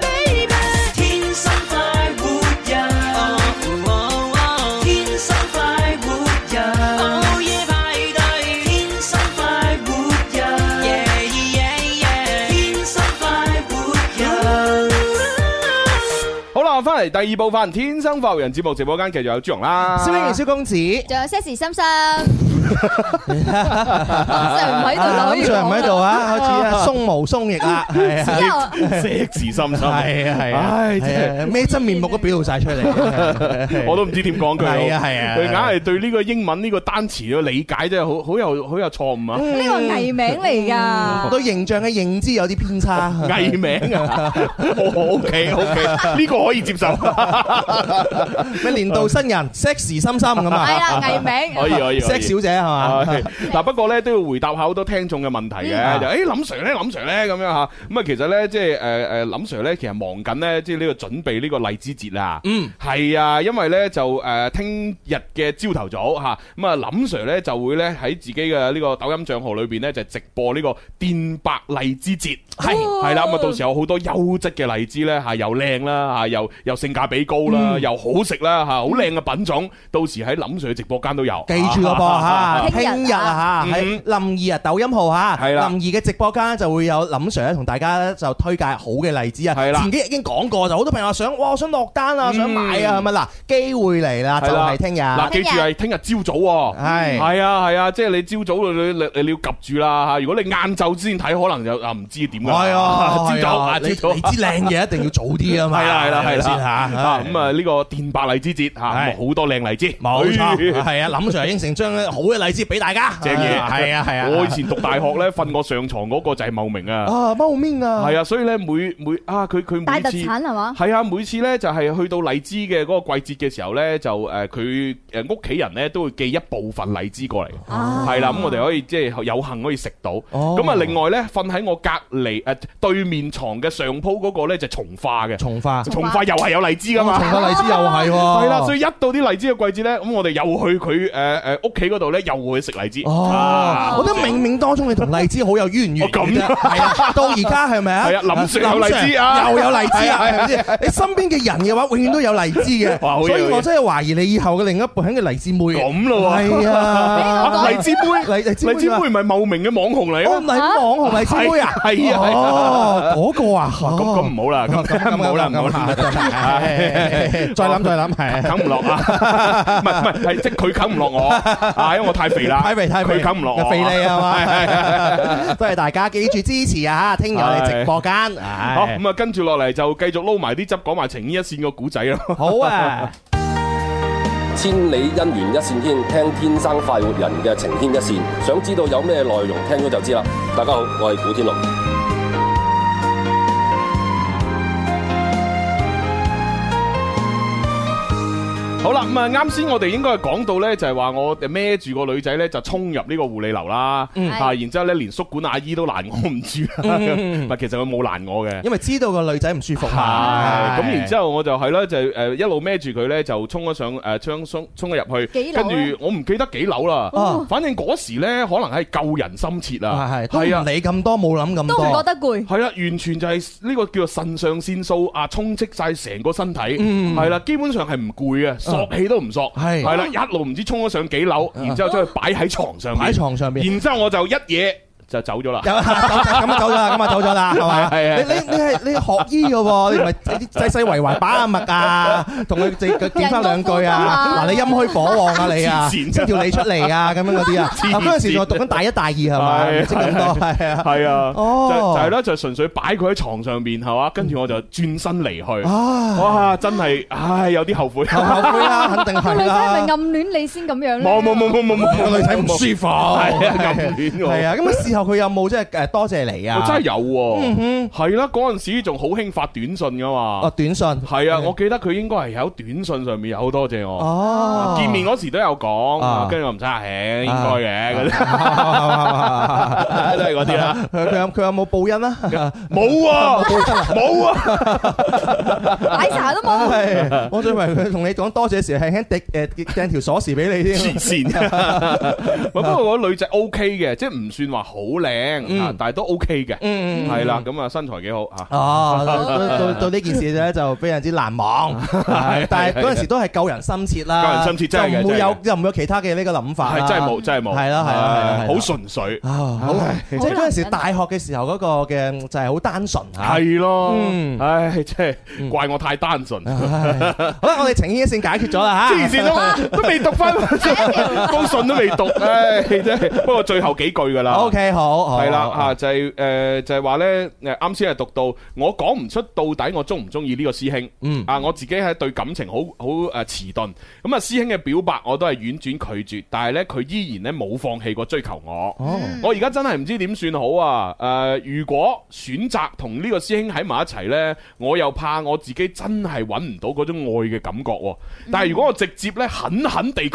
[SPEAKER 7] baby，天生快活人，哦哦天生快活人，午夜派對，天生快活人，yeah yeah yeah，天生快活人。
[SPEAKER 1] 好啦，翻嚟第二部分《天生快活人》節目直播間，繼續有朱容啦。
[SPEAKER 2] 蕭英賢、蕭公子，
[SPEAKER 3] 仲有 sexy 心心，就唔喺度啦，
[SPEAKER 2] 啊林 Sir 唔喺度啊，開始
[SPEAKER 3] <laughs>
[SPEAKER 2] 啊，鬆毛鬆翼啦，係啊。
[SPEAKER 3] 之後。
[SPEAKER 1] sexy 心心，
[SPEAKER 2] <laughs> 係啊係啊，
[SPEAKER 1] 唉真係
[SPEAKER 2] 係啊咩真面目都表露晒 <laughs> 出嚟，啊
[SPEAKER 1] <laughs> 我都唔知點講句好。
[SPEAKER 2] 係啊係啊
[SPEAKER 1] 佢硬係對呢個英文呢個單詞嘅理解真係好好有好有錯誤啊！
[SPEAKER 3] 呢個藝名嚟㗎，
[SPEAKER 2] 對形象嘅認知有啲偏差。
[SPEAKER 1] 藝名啊，O K O K，呢個可以接受，
[SPEAKER 2] 咩年度新人 sexy 心心咁
[SPEAKER 3] <laughs>
[SPEAKER 2] 啊？
[SPEAKER 3] 係
[SPEAKER 1] <laughs>
[SPEAKER 3] 啦，藝名。
[SPEAKER 1] 可以可以。可以
[SPEAKER 2] sex 小姐係嘛？
[SPEAKER 1] <laughs>
[SPEAKER 2] <laughs>
[SPEAKER 1] 係嗱，不過咧都要回答下好多聽眾嘅問題嘅，
[SPEAKER 2] 嗯
[SPEAKER 1] 就誒哎林 Sir 咧，林 Sir 咧咁樣嚇，咁啊其實咧即係誒誒林 Sir 咧，其實忙緊咧，即係呢個準備呢個荔枝節啊，嗯，係啊，因為咧就誒聽日嘅朝頭早嚇，咁啊林 Sir 咧就會咧喺自己嘅呢個抖音帳號裏邊咧就直播呢個電白荔枝節，係係啦，咁啊到時有好多優質嘅荔枝咧嚇，又靚啦嚇，又又性價比高啦，又好食啦嚇，好靚嘅品種，到時喺林 Sir 直播間都有，
[SPEAKER 2] 記住咯噃嚇，
[SPEAKER 3] 聽日啊
[SPEAKER 2] 聽日啊嚇，喺林怡啊抖音號嚇，
[SPEAKER 1] 係啦
[SPEAKER 2] 林怡嘅直播間就會有林 Sir 咧同大家咧就推介好嘅例子啊。
[SPEAKER 1] 係啦
[SPEAKER 2] 前幾日已經講過，就好多朋友話想哇，我想落單啊，想買啊，係咪嗱？機會嚟啦，就
[SPEAKER 1] 係啦
[SPEAKER 2] 係聽日，
[SPEAKER 1] 嗱，記
[SPEAKER 3] 聽日
[SPEAKER 1] 住係聽日朝早喎。
[SPEAKER 2] 係
[SPEAKER 1] 係啊係啊，即係你朝早你你你你要及住啦嚇。如果你晏晝先睇，可能就啊唔知點㗎。
[SPEAKER 2] 係啊，
[SPEAKER 1] 朝早啊，
[SPEAKER 2] 你
[SPEAKER 1] 朝
[SPEAKER 2] 你
[SPEAKER 1] 早。
[SPEAKER 2] 知靚嘢一定要早啲啊嘛，
[SPEAKER 1] 係啦係啦係啦
[SPEAKER 2] 先嚇
[SPEAKER 1] 啊咁啊呢個電白荔枝節嚇，
[SPEAKER 2] 係
[SPEAKER 1] 咁好多靚荔枝。
[SPEAKER 2] 冇
[SPEAKER 1] <laughs>
[SPEAKER 2] 錯，
[SPEAKER 1] 哎
[SPEAKER 2] 係啊，林 Sir 應承將好嘅荔枝俾大家，
[SPEAKER 1] 正嘢
[SPEAKER 2] 係啊係啊，
[SPEAKER 1] 我以前讀大學咧，瞓我上床嗰個就係茂名啊。
[SPEAKER 2] 啊貓面啊，
[SPEAKER 1] 係啊，所以咧每每啊佢佢
[SPEAKER 3] 大
[SPEAKER 1] 每
[SPEAKER 3] 特
[SPEAKER 1] 次。
[SPEAKER 3] 產係嘛？
[SPEAKER 1] 係啊，每次咧就係去到荔枝嘅嗰個季節嘅時候咧，就誒佢誒屋企人咧都會寄一部分荔枝過嚟，
[SPEAKER 3] 啊
[SPEAKER 1] 係啦，咁我哋可以即係有幸可以食到。
[SPEAKER 2] 哦
[SPEAKER 1] 咁啊，另外咧呃瞓喺我隔離誒對面床嘅上鋪嗰個咧就從化嘅，
[SPEAKER 2] 從化。
[SPEAKER 1] 從化又係有有荔枝噶嘛。
[SPEAKER 2] 同個荔枝又
[SPEAKER 1] <laughs>
[SPEAKER 2] 係喎，
[SPEAKER 1] 系啦，所以一到啲荔枝嘅季節咧，咁我哋又去佢诶诶屋企嗰度咧，又會食荔枝。啊
[SPEAKER 2] 哦，我覺得冥冥當中你同荔枝好有淵源
[SPEAKER 1] 哦咁
[SPEAKER 2] 嘅啫，係啊，到而家係咪啊？
[SPEAKER 1] 係啊林 Sir 有荔枝啊
[SPEAKER 2] Sir 又有荔枝啊，係咪先？你身邊嘅人嘅話，永遠都有荔枝嘅，
[SPEAKER 1] <laughs> 哇好嘢
[SPEAKER 2] 所以
[SPEAKER 1] 好
[SPEAKER 2] 我
[SPEAKER 1] 嘢
[SPEAKER 2] 真係懷疑你以後嘅另一半係一個荔枝妹。
[SPEAKER 1] 咁咯喎
[SPEAKER 2] 係
[SPEAKER 1] 啊
[SPEAKER 2] 啊，
[SPEAKER 1] 荔枝妹，
[SPEAKER 2] 荔荔枝
[SPEAKER 1] 荔枝
[SPEAKER 2] 啊
[SPEAKER 1] 妹唔係茂名嘅網紅嚟
[SPEAKER 2] 哦，
[SPEAKER 1] 咯
[SPEAKER 2] 唔。係網紅荔枝妹啊，
[SPEAKER 1] 係係啊係啊
[SPEAKER 2] 哦，嗰個啊，
[SPEAKER 1] 咁咁唔好啦，咁咁唔好啦，唔好啦，
[SPEAKER 2] 再諗再諗，係
[SPEAKER 1] 啃唔落啊！唔係唔係，係即係佢啃唔落我啊，因為我太肥啦，
[SPEAKER 2] 太肥太肥，
[SPEAKER 1] 佢啃唔落我，
[SPEAKER 2] 肥你啊
[SPEAKER 1] 係係係係
[SPEAKER 2] 嘛，都係大家記住支持啊！聽日我哋直播間，
[SPEAKER 1] <laughs> 好
[SPEAKER 2] 唉
[SPEAKER 1] 咁啊，跟住落嚟就繼續撈埋啲汁，講埋情依一線個古仔咯。
[SPEAKER 2] 好啊！
[SPEAKER 11] 千里姻緣一線牽，聽天生快活人嘅情牽一線。想知道有咩內容，聽咗就知啦。大家好，我係古天樂。
[SPEAKER 1] 好啦，咁啊，啱先我哋應該係講到呢，就係話我孭住個女仔呢，就衝入呢個護理樓啦，
[SPEAKER 2] 嗯
[SPEAKER 1] 啊，然之後咧連宿管阿姨都攔我唔住啦， <laughs> 唔係其實佢冇攔我嘅。
[SPEAKER 2] 嗯 <laughs> 因為知道個女仔唔舒服
[SPEAKER 1] 係
[SPEAKER 2] 嘛，
[SPEAKER 1] 咁然之後我就係啦，就誒一路孭住佢咧，就衝咗上誒衝衝衝咗入去，
[SPEAKER 3] 幾樓
[SPEAKER 1] 跟
[SPEAKER 3] 啊
[SPEAKER 1] 住我唔記得幾樓啦
[SPEAKER 2] 哦，
[SPEAKER 1] 反正嗰時咧可能係救人心切啊，
[SPEAKER 2] 係
[SPEAKER 1] 係
[SPEAKER 2] 係
[SPEAKER 1] 啊
[SPEAKER 2] 唔。理咁多，冇諗咁
[SPEAKER 3] 都唔覺
[SPEAKER 2] 多，
[SPEAKER 3] 得攰。
[SPEAKER 1] 係啦，完全就係呢個叫做腎上腺素啊，充斥晒成個身體，係啦，基本上係唔攰嘅，索氣都唔索，
[SPEAKER 2] 嗯係啊
[SPEAKER 1] 係啦，一路唔知衝咗上幾樓，然之後將佢擺喺床上面，
[SPEAKER 2] 擺喺床上邊。
[SPEAKER 1] 然之後我就一嘢就走咗啦。
[SPEAKER 2] 有咁啊走咗啦，咁啊走咗
[SPEAKER 1] <laughs>
[SPEAKER 2] 啦，係嘛？
[SPEAKER 1] 係係
[SPEAKER 2] 你你你係你係學醫
[SPEAKER 1] <laughs>
[SPEAKER 2] 嘅喎，你唔係濟世為懷把下脈啊，同佢哋佢點翻兩句啊，嗱你陰虛火旺啊你啊，
[SPEAKER 1] <laughs> 黐線
[SPEAKER 2] 即條脷出嚟啊咁樣嗰啲啊，
[SPEAKER 1] 黐線
[SPEAKER 2] 嗱嗰陣時我讀緊大一大二係嘛，
[SPEAKER 1] 係
[SPEAKER 2] 唔識咁多係啊，
[SPEAKER 1] 係啊，
[SPEAKER 2] 哦
[SPEAKER 1] 就就係啦，就純粹擺佢喺床上邊係嘛，跟住我就轉身離去。
[SPEAKER 2] 啊
[SPEAKER 1] 哇，真係，唉，有啲後悔。
[SPEAKER 2] 後後悔
[SPEAKER 3] <laughs>
[SPEAKER 2] 啦，肯定
[SPEAKER 3] 個
[SPEAKER 2] 係
[SPEAKER 3] 女仔係咪
[SPEAKER 2] 啦
[SPEAKER 3] 暗，戀你先咁樣咧？
[SPEAKER 1] 冇冇冇冇冇冇，
[SPEAKER 2] 個女仔唔舒服，
[SPEAKER 1] 係啊，暗戀我。
[SPEAKER 2] 係啊，咁啊事後佢有冇即係誒多謝你啊？
[SPEAKER 1] 我真係有
[SPEAKER 2] 嗯
[SPEAKER 1] 喎。係啦，嗰陣時仲好興發短信噶
[SPEAKER 2] 哦
[SPEAKER 1] 嘛。
[SPEAKER 2] 短信
[SPEAKER 1] 係啊，我記得佢應該係有短信上面有好多謝我。
[SPEAKER 2] 哦
[SPEAKER 1] 見面嗰時都有
[SPEAKER 2] 啊
[SPEAKER 1] 講，跟住我唔差氣，應該嘅嗰啲。都
[SPEAKER 2] 都
[SPEAKER 1] 係嗰啲啦。
[SPEAKER 2] 佢佢有佢有冇報恩啊？
[SPEAKER 1] 冇啊，冇啊。
[SPEAKER 3] 奶茶都冇。
[SPEAKER 2] 係，我仲以為佢同你講多謝時，輕輕滴誒掟條鎖匙俾你添
[SPEAKER 1] 黐。線，不過我覺得女仔 O K 嘅，即係唔算話好靚啊
[SPEAKER 2] 嗯，
[SPEAKER 1] 但係都 O K 嘅，
[SPEAKER 2] 嗯嗯嗯
[SPEAKER 1] 係啦，咁啊身材幾好啊。
[SPEAKER 2] 哦，到到到呢件事咧就非常之難忘，係但係嗰陣時都係救人心切啦，
[SPEAKER 1] 救人心切真係嘅
[SPEAKER 2] 就唔會
[SPEAKER 1] 真係
[SPEAKER 2] 有
[SPEAKER 1] 嘅
[SPEAKER 2] 就唔會有其他嘅呢個諗法啦，
[SPEAKER 1] 係真係冇，真係冇，
[SPEAKER 2] 係啦係啦係啦
[SPEAKER 1] 唉
[SPEAKER 2] 係啦
[SPEAKER 1] 好純粹，
[SPEAKER 2] 啊，好，即係嗰陣
[SPEAKER 3] 好難忍
[SPEAKER 2] 時
[SPEAKER 3] 啊
[SPEAKER 2] 大學嘅時候嗰個嘅就係好單純嚇。
[SPEAKER 1] 係咯
[SPEAKER 2] 嗯，
[SPEAKER 1] 唉，即係怪我太單純，黐
[SPEAKER 2] 唉好啦，我哋情牽一線解決咗啦嚇。
[SPEAKER 1] 線
[SPEAKER 2] <laughs>
[SPEAKER 1] 都都未讀翻，封信都未讀，唉，真係。不過最後幾句㗎啦
[SPEAKER 2] O K，好，好
[SPEAKER 1] 係啦
[SPEAKER 2] 好
[SPEAKER 1] 嚇，就係誒就係話咧誒，啱先係讀到我講唔出到底我中唔中意呢個師兄，
[SPEAKER 2] 嗯
[SPEAKER 1] 啊我自己係對感情好好誒遲鈍，咁啊師兄嘅表白我都係婉轉拒絕，但係咧佢依然咧冇放棄過追求我，
[SPEAKER 2] 哦
[SPEAKER 1] 我而家真係唔知點算好啊！誒、如果選擇同呢個師兄喺埋一齊呢，我又怕我自己真係揾唔到嗰種愛嘅感覺喎。但
[SPEAKER 2] 嗯
[SPEAKER 1] 係如果我直接咧狠狠地拒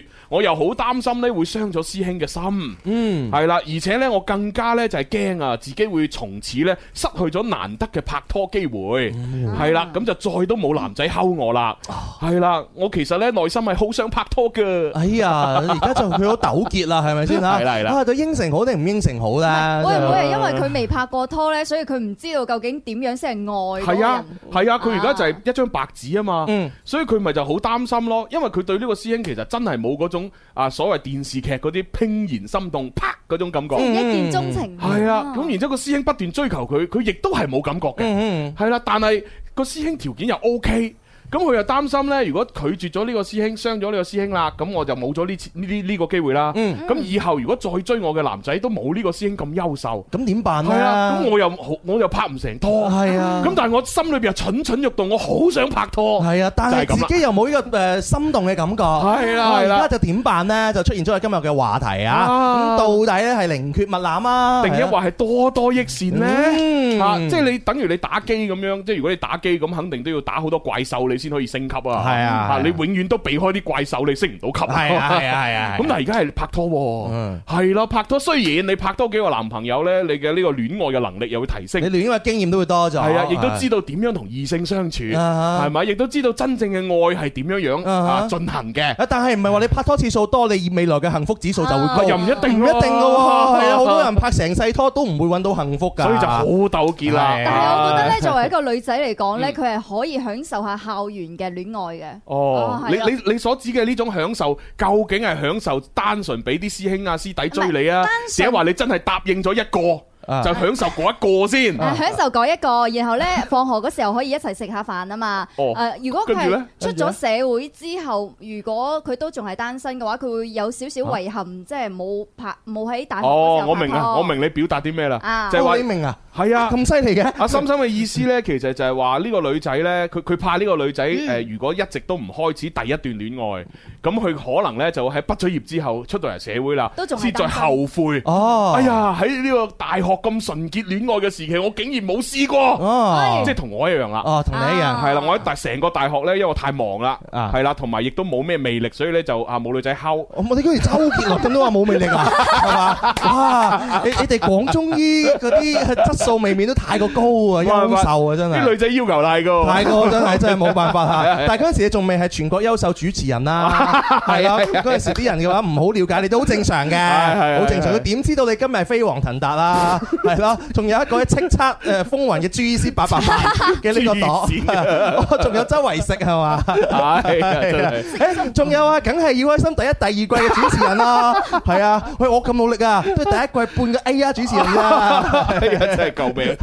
[SPEAKER 1] 絕，我又好擔心咧會傷咗師兄嘅心。嗯，係啦，而且呢，我更加呢就係驚啊，自己會從此呢失去咗難得嘅拍拖機會。
[SPEAKER 2] 哦
[SPEAKER 1] 係啦、咁就再都冇男仔溝我啦。係啦，我其實呢內心係好想拍拖㗎。
[SPEAKER 2] 哎呀，而家就佢好糾結啦，係咪先
[SPEAKER 1] <laughs>
[SPEAKER 2] 嚇？
[SPEAKER 1] 係啦係啦
[SPEAKER 2] 啊，對應承好定唔應承好啦？
[SPEAKER 3] 會唔會係
[SPEAKER 2] 真係
[SPEAKER 3] 因為佢未拍過拖咧，所以佢唔知道究竟點樣先係愛嗰個
[SPEAKER 1] 係啊
[SPEAKER 3] 人？，
[SPEAKER 1] 係啊，佢而家就係一張白紙啊嘛，
[SPEAKER 2] 嗯
[SPEAKER 1] 所以佢咪就好擔心咯，因為佢對呢個師兄其實真係冇嗰種啊所謂電視劇嗰啲怦然心動啪嗰種感覺，
[SPEAKER 3] 一
[SPEAKER 2] 嗯
[SPEAKER 3] 見鍾情
[SPEAKER 1] 係啊，咁然之後個師兄不斷追求佢，佢亦都係冇感覺嘅，
[SPEAKER 2] 嗯嗯
[SPEAKER 1] 係啦，但係個師兄條件又 OK。咁佢又擔心呢，如果拒絕咗呢個師兄，傷咗呢個師兄啦，咁我就冇咗呢次呢呢呢個機會啦。
[SPEAKER 2] 嗯
[SPEAKER 1] 咁以後如果再追我嘅男仔都冇呢個師兄咁優秀，
[SPEAKER 2] 咁點辦
[SPEAKER 1] 係啊，
[SPEAKER 2] 咧
[SPEAKER 1] 咁？我又好我又拍唔成拖。
[SPEAKER 2] 係啊，
[SPEAKER 1] 咁但係我心裏邊係蠢蠢欲動，我好想拍拖。
[SPEAKER 2] 係啊，但係
[SPEAKER 1] 哦就係咁啦
[SPEAKER 2] 自己又冇呢個誒心動嘅感覺。
[SPEAKER 1] 係啦
[SPEAKER 2] 啊
[SPEAKER 1] 係啦
[SPEAKER 2] 而家就點辦呢？就出現咗今日嘅話題啊！
[SPEAKER 1] 啊
[SPEAKER 2] 咁到底咧係寧缺勿濫啊？
[SPEAKER 1] 定一
[SPEAKER 2] 係啊
[SPEAKER 1] 話係多多益善呢？啊
[SPEAKER 2] 嗯
[SPEAKER 1] 嗯啊，即係你等於你打機咁樣，即係如果你打機咁，肯定都要打好多怪獸你先可以升級啊！
[SPEAKER 2] 係啊係啊
[SPEAKER 1] 你永遠都避開啲怪獸，你升唔到級。<laughs>
[SPEAKER 2] 係啊係啊係啊係啊
[SPEAKER 1] 咁但係而家係拍拖喎
[SPEAKER 2] 嗯，
[SPEAKER 1] 係啦，拍拖雖然你拍多幾個男朋友呢，你嘅呢個戀愛嘅能力又會提升
[SPEAKER 2] 你。戀愛經驗都會多咗，
[SPEAKER 1] 係啊，亦都知道點樣同異性相處，
[SPEAKER 2] 啊
[SPEAKER 1] 係咪？亦都知道真正嘅愛係點樣樣
[SPEAKER 2] 啊
[SPEAKER 1] 啊進行嘅。
[SPEAKER 2] 啊！但係唔係話你拍拖次數多，你未來嘅幸福指數就會高？
[SPEAKER 1] 啊又唔一定
[SPEAKER 2] 唔
[SPEAKER 1] 咯
[SPEAKER 2] 一定
[SPEAKER 1] <laughs>
[SPEAKER 2] 嘅喎，係啊！好多人拍成世拖都唔會揾到幸福㗎，
[SPEAKER 1] 所以就好糾結啦。啊
[SPEAKER 2] 係啊
[SPEAKER 3] 但係我覺得咧，作為一個女仔嚟講咧，
[SPEAKER 1] 嗯
[SPEAKER 3] 佢係可以享受下校園嘅戀愛嘅。
[SPEAKER 1] 哦，
[SPEAKER 3] 哦
[SPEAKER 1] 你
[SPEAKER 3] 係啊
[SPEAKER 1] 你你所指嘅呢種享受，究竟係享受單純俾啲師兄啊師弟追你啊
[SPEAKER 3] 唔係單，
[SPEAKER 1] 或
[SPEAKER 3] 純
[SPEAKER 1] 者話你真係答應咗一個
[SPEAKER 2] 啊
[SPEAKER 1] 就享受嗰一個先？
[SPEAKER 3] 誒啊
[SPEAKER 1] 啊
[SPEAKER 3] 享受嗰一個，然後咧放學嗰時候可以一齊食下飯啊嘛。
[SPEAKER 1] 哦
[SPEAKER 3] 誒，如果佢
[SPEAKER 1] 跟住呢
[SPEAKER 3] 係出咗社會之後，如果佢都仲係單身嘅話，佢會有少少遺憾，即係冇拍冇喺大學嗰時
[SPEAKER 1] 哦，
[SPEAKER 3] 候
[SPEAKER 1] 我
[SPEAKER 3] 拍
[SPEAKER 1] 明
[SPEAKER 3] 拖
[SPEAKER 1] 啊，我。明你表達啲咩啦，
[SPEAKER 3] 啊
[SPEAKER 1] 就係
[SPEAKER 2] 哦你
[SPEAKER 1] 話
[SPEAKER 2] 明啊？
[SPEAKER 1] 係啊。
[SPEAKER 2] 咁犀利嘅，
[SPEAKER 1] 阿心心嘅意思呢，其實就係話呢個女仔呢，佢佢怕呢個女仔誒、
[SPEAKER 2] 嗯
[SPEAKER 1] 呃如果一直都唔開始第一段戀愛，咁佢可能呢就會喺畢咗業之後出到嚟社會啦
[SPEAKER 3] 都，仲係
[SPEAKER 1] 先再
[SPEAKER 3] 單身
[SPEAKER 1] 後悔。
[SPEAKER 2] 哦，
[SPEAKER 1] 哎，呀，喺呢個大學咁純潔戀愛嘅時期，我竟然冇試過，啊
[SPEAKER 2] 哦，
[SPEAKER 1] 即係同我一樣啦。
[SPEAKER 2] 哦，同你一樣，
[SPEAKER 1] 係啦，我喺大成個大學咧，因為我太忙啦，
[SPEAKER 2] 啊
[SPEAKER 1] 係啦，同埋亦都冇咩魅力，所以咧就啊冇女仔溝。
[SPEAKER 2] 哦我我哋居然周杰倫咁都話冇魅
[SPEAKER 1] <laughs>
[SPEAKER 2] 力啊，係嘛？哇！你你哋廣中醫嗰啲質素未免都太過高啊，優秀
[SPEAKER 1] <laughs>
[SPEAKER 2] 啊，真
[SPEAKER 1] 啲女
[SPEAKER 2] 係。
[SPEAKER 1] 仔要求大噶，
[SPEAKER 2] 太過真係真係冇
[SPEAKER 1] <laughs>
[SPEAKER 2] 辦法
[SPEAKER 1] 係啊係啊
[SPEAKER 2] 嚇，但係嗰陣時你仲未係全國優秀主持人啦，
[SPEAKER 1] <laughs>
[SPEAKER 2] 係啦，
[SPEAKER 1] 係啊
[SPEAKER 2] 嗰陣時啲人嘅話唔好了解你都好正
[SPEAKER 1] <laughs>
[SPEAKER 2] 常
[SPEAKER 1] 係啊係
[SPEAKER 2] 嘅，好正常。
[SPEAKER 1] 係
[SPEAKER 2] 佢點知道你今日係飛黃騰達
[SPEAKER 1] <laughs>
[SPEAKER 2] 啦？係咯，仲有一個叱咤誒風雲嘅 G C 八八八嘅呢個
[SPEAKER 1] 黐
[SPEAKER 2] <laughs>
[SPEAKER 1] 線
[SPEAKER 2] 檔，我仲有周圍食
[SPEAKER 1] <laughs>
[SPEAKER 2] 係嘛？
[SPEAKER 1] 係啊真
[SPEAKER 2] <laughs>
[SPEAKER 1] 係
[SPEAKER 2] 誒，仲有啊，梗係要開心第一、第二季嘅主持人
[SPEAKER 1] <laughs>
[SPEAKER 2] 啦，係啊，喂，我咁努力啊，都係第一季半個 A 啊主持人啦，
[SPEAKER 1] <laughs> 哎呀真係救命！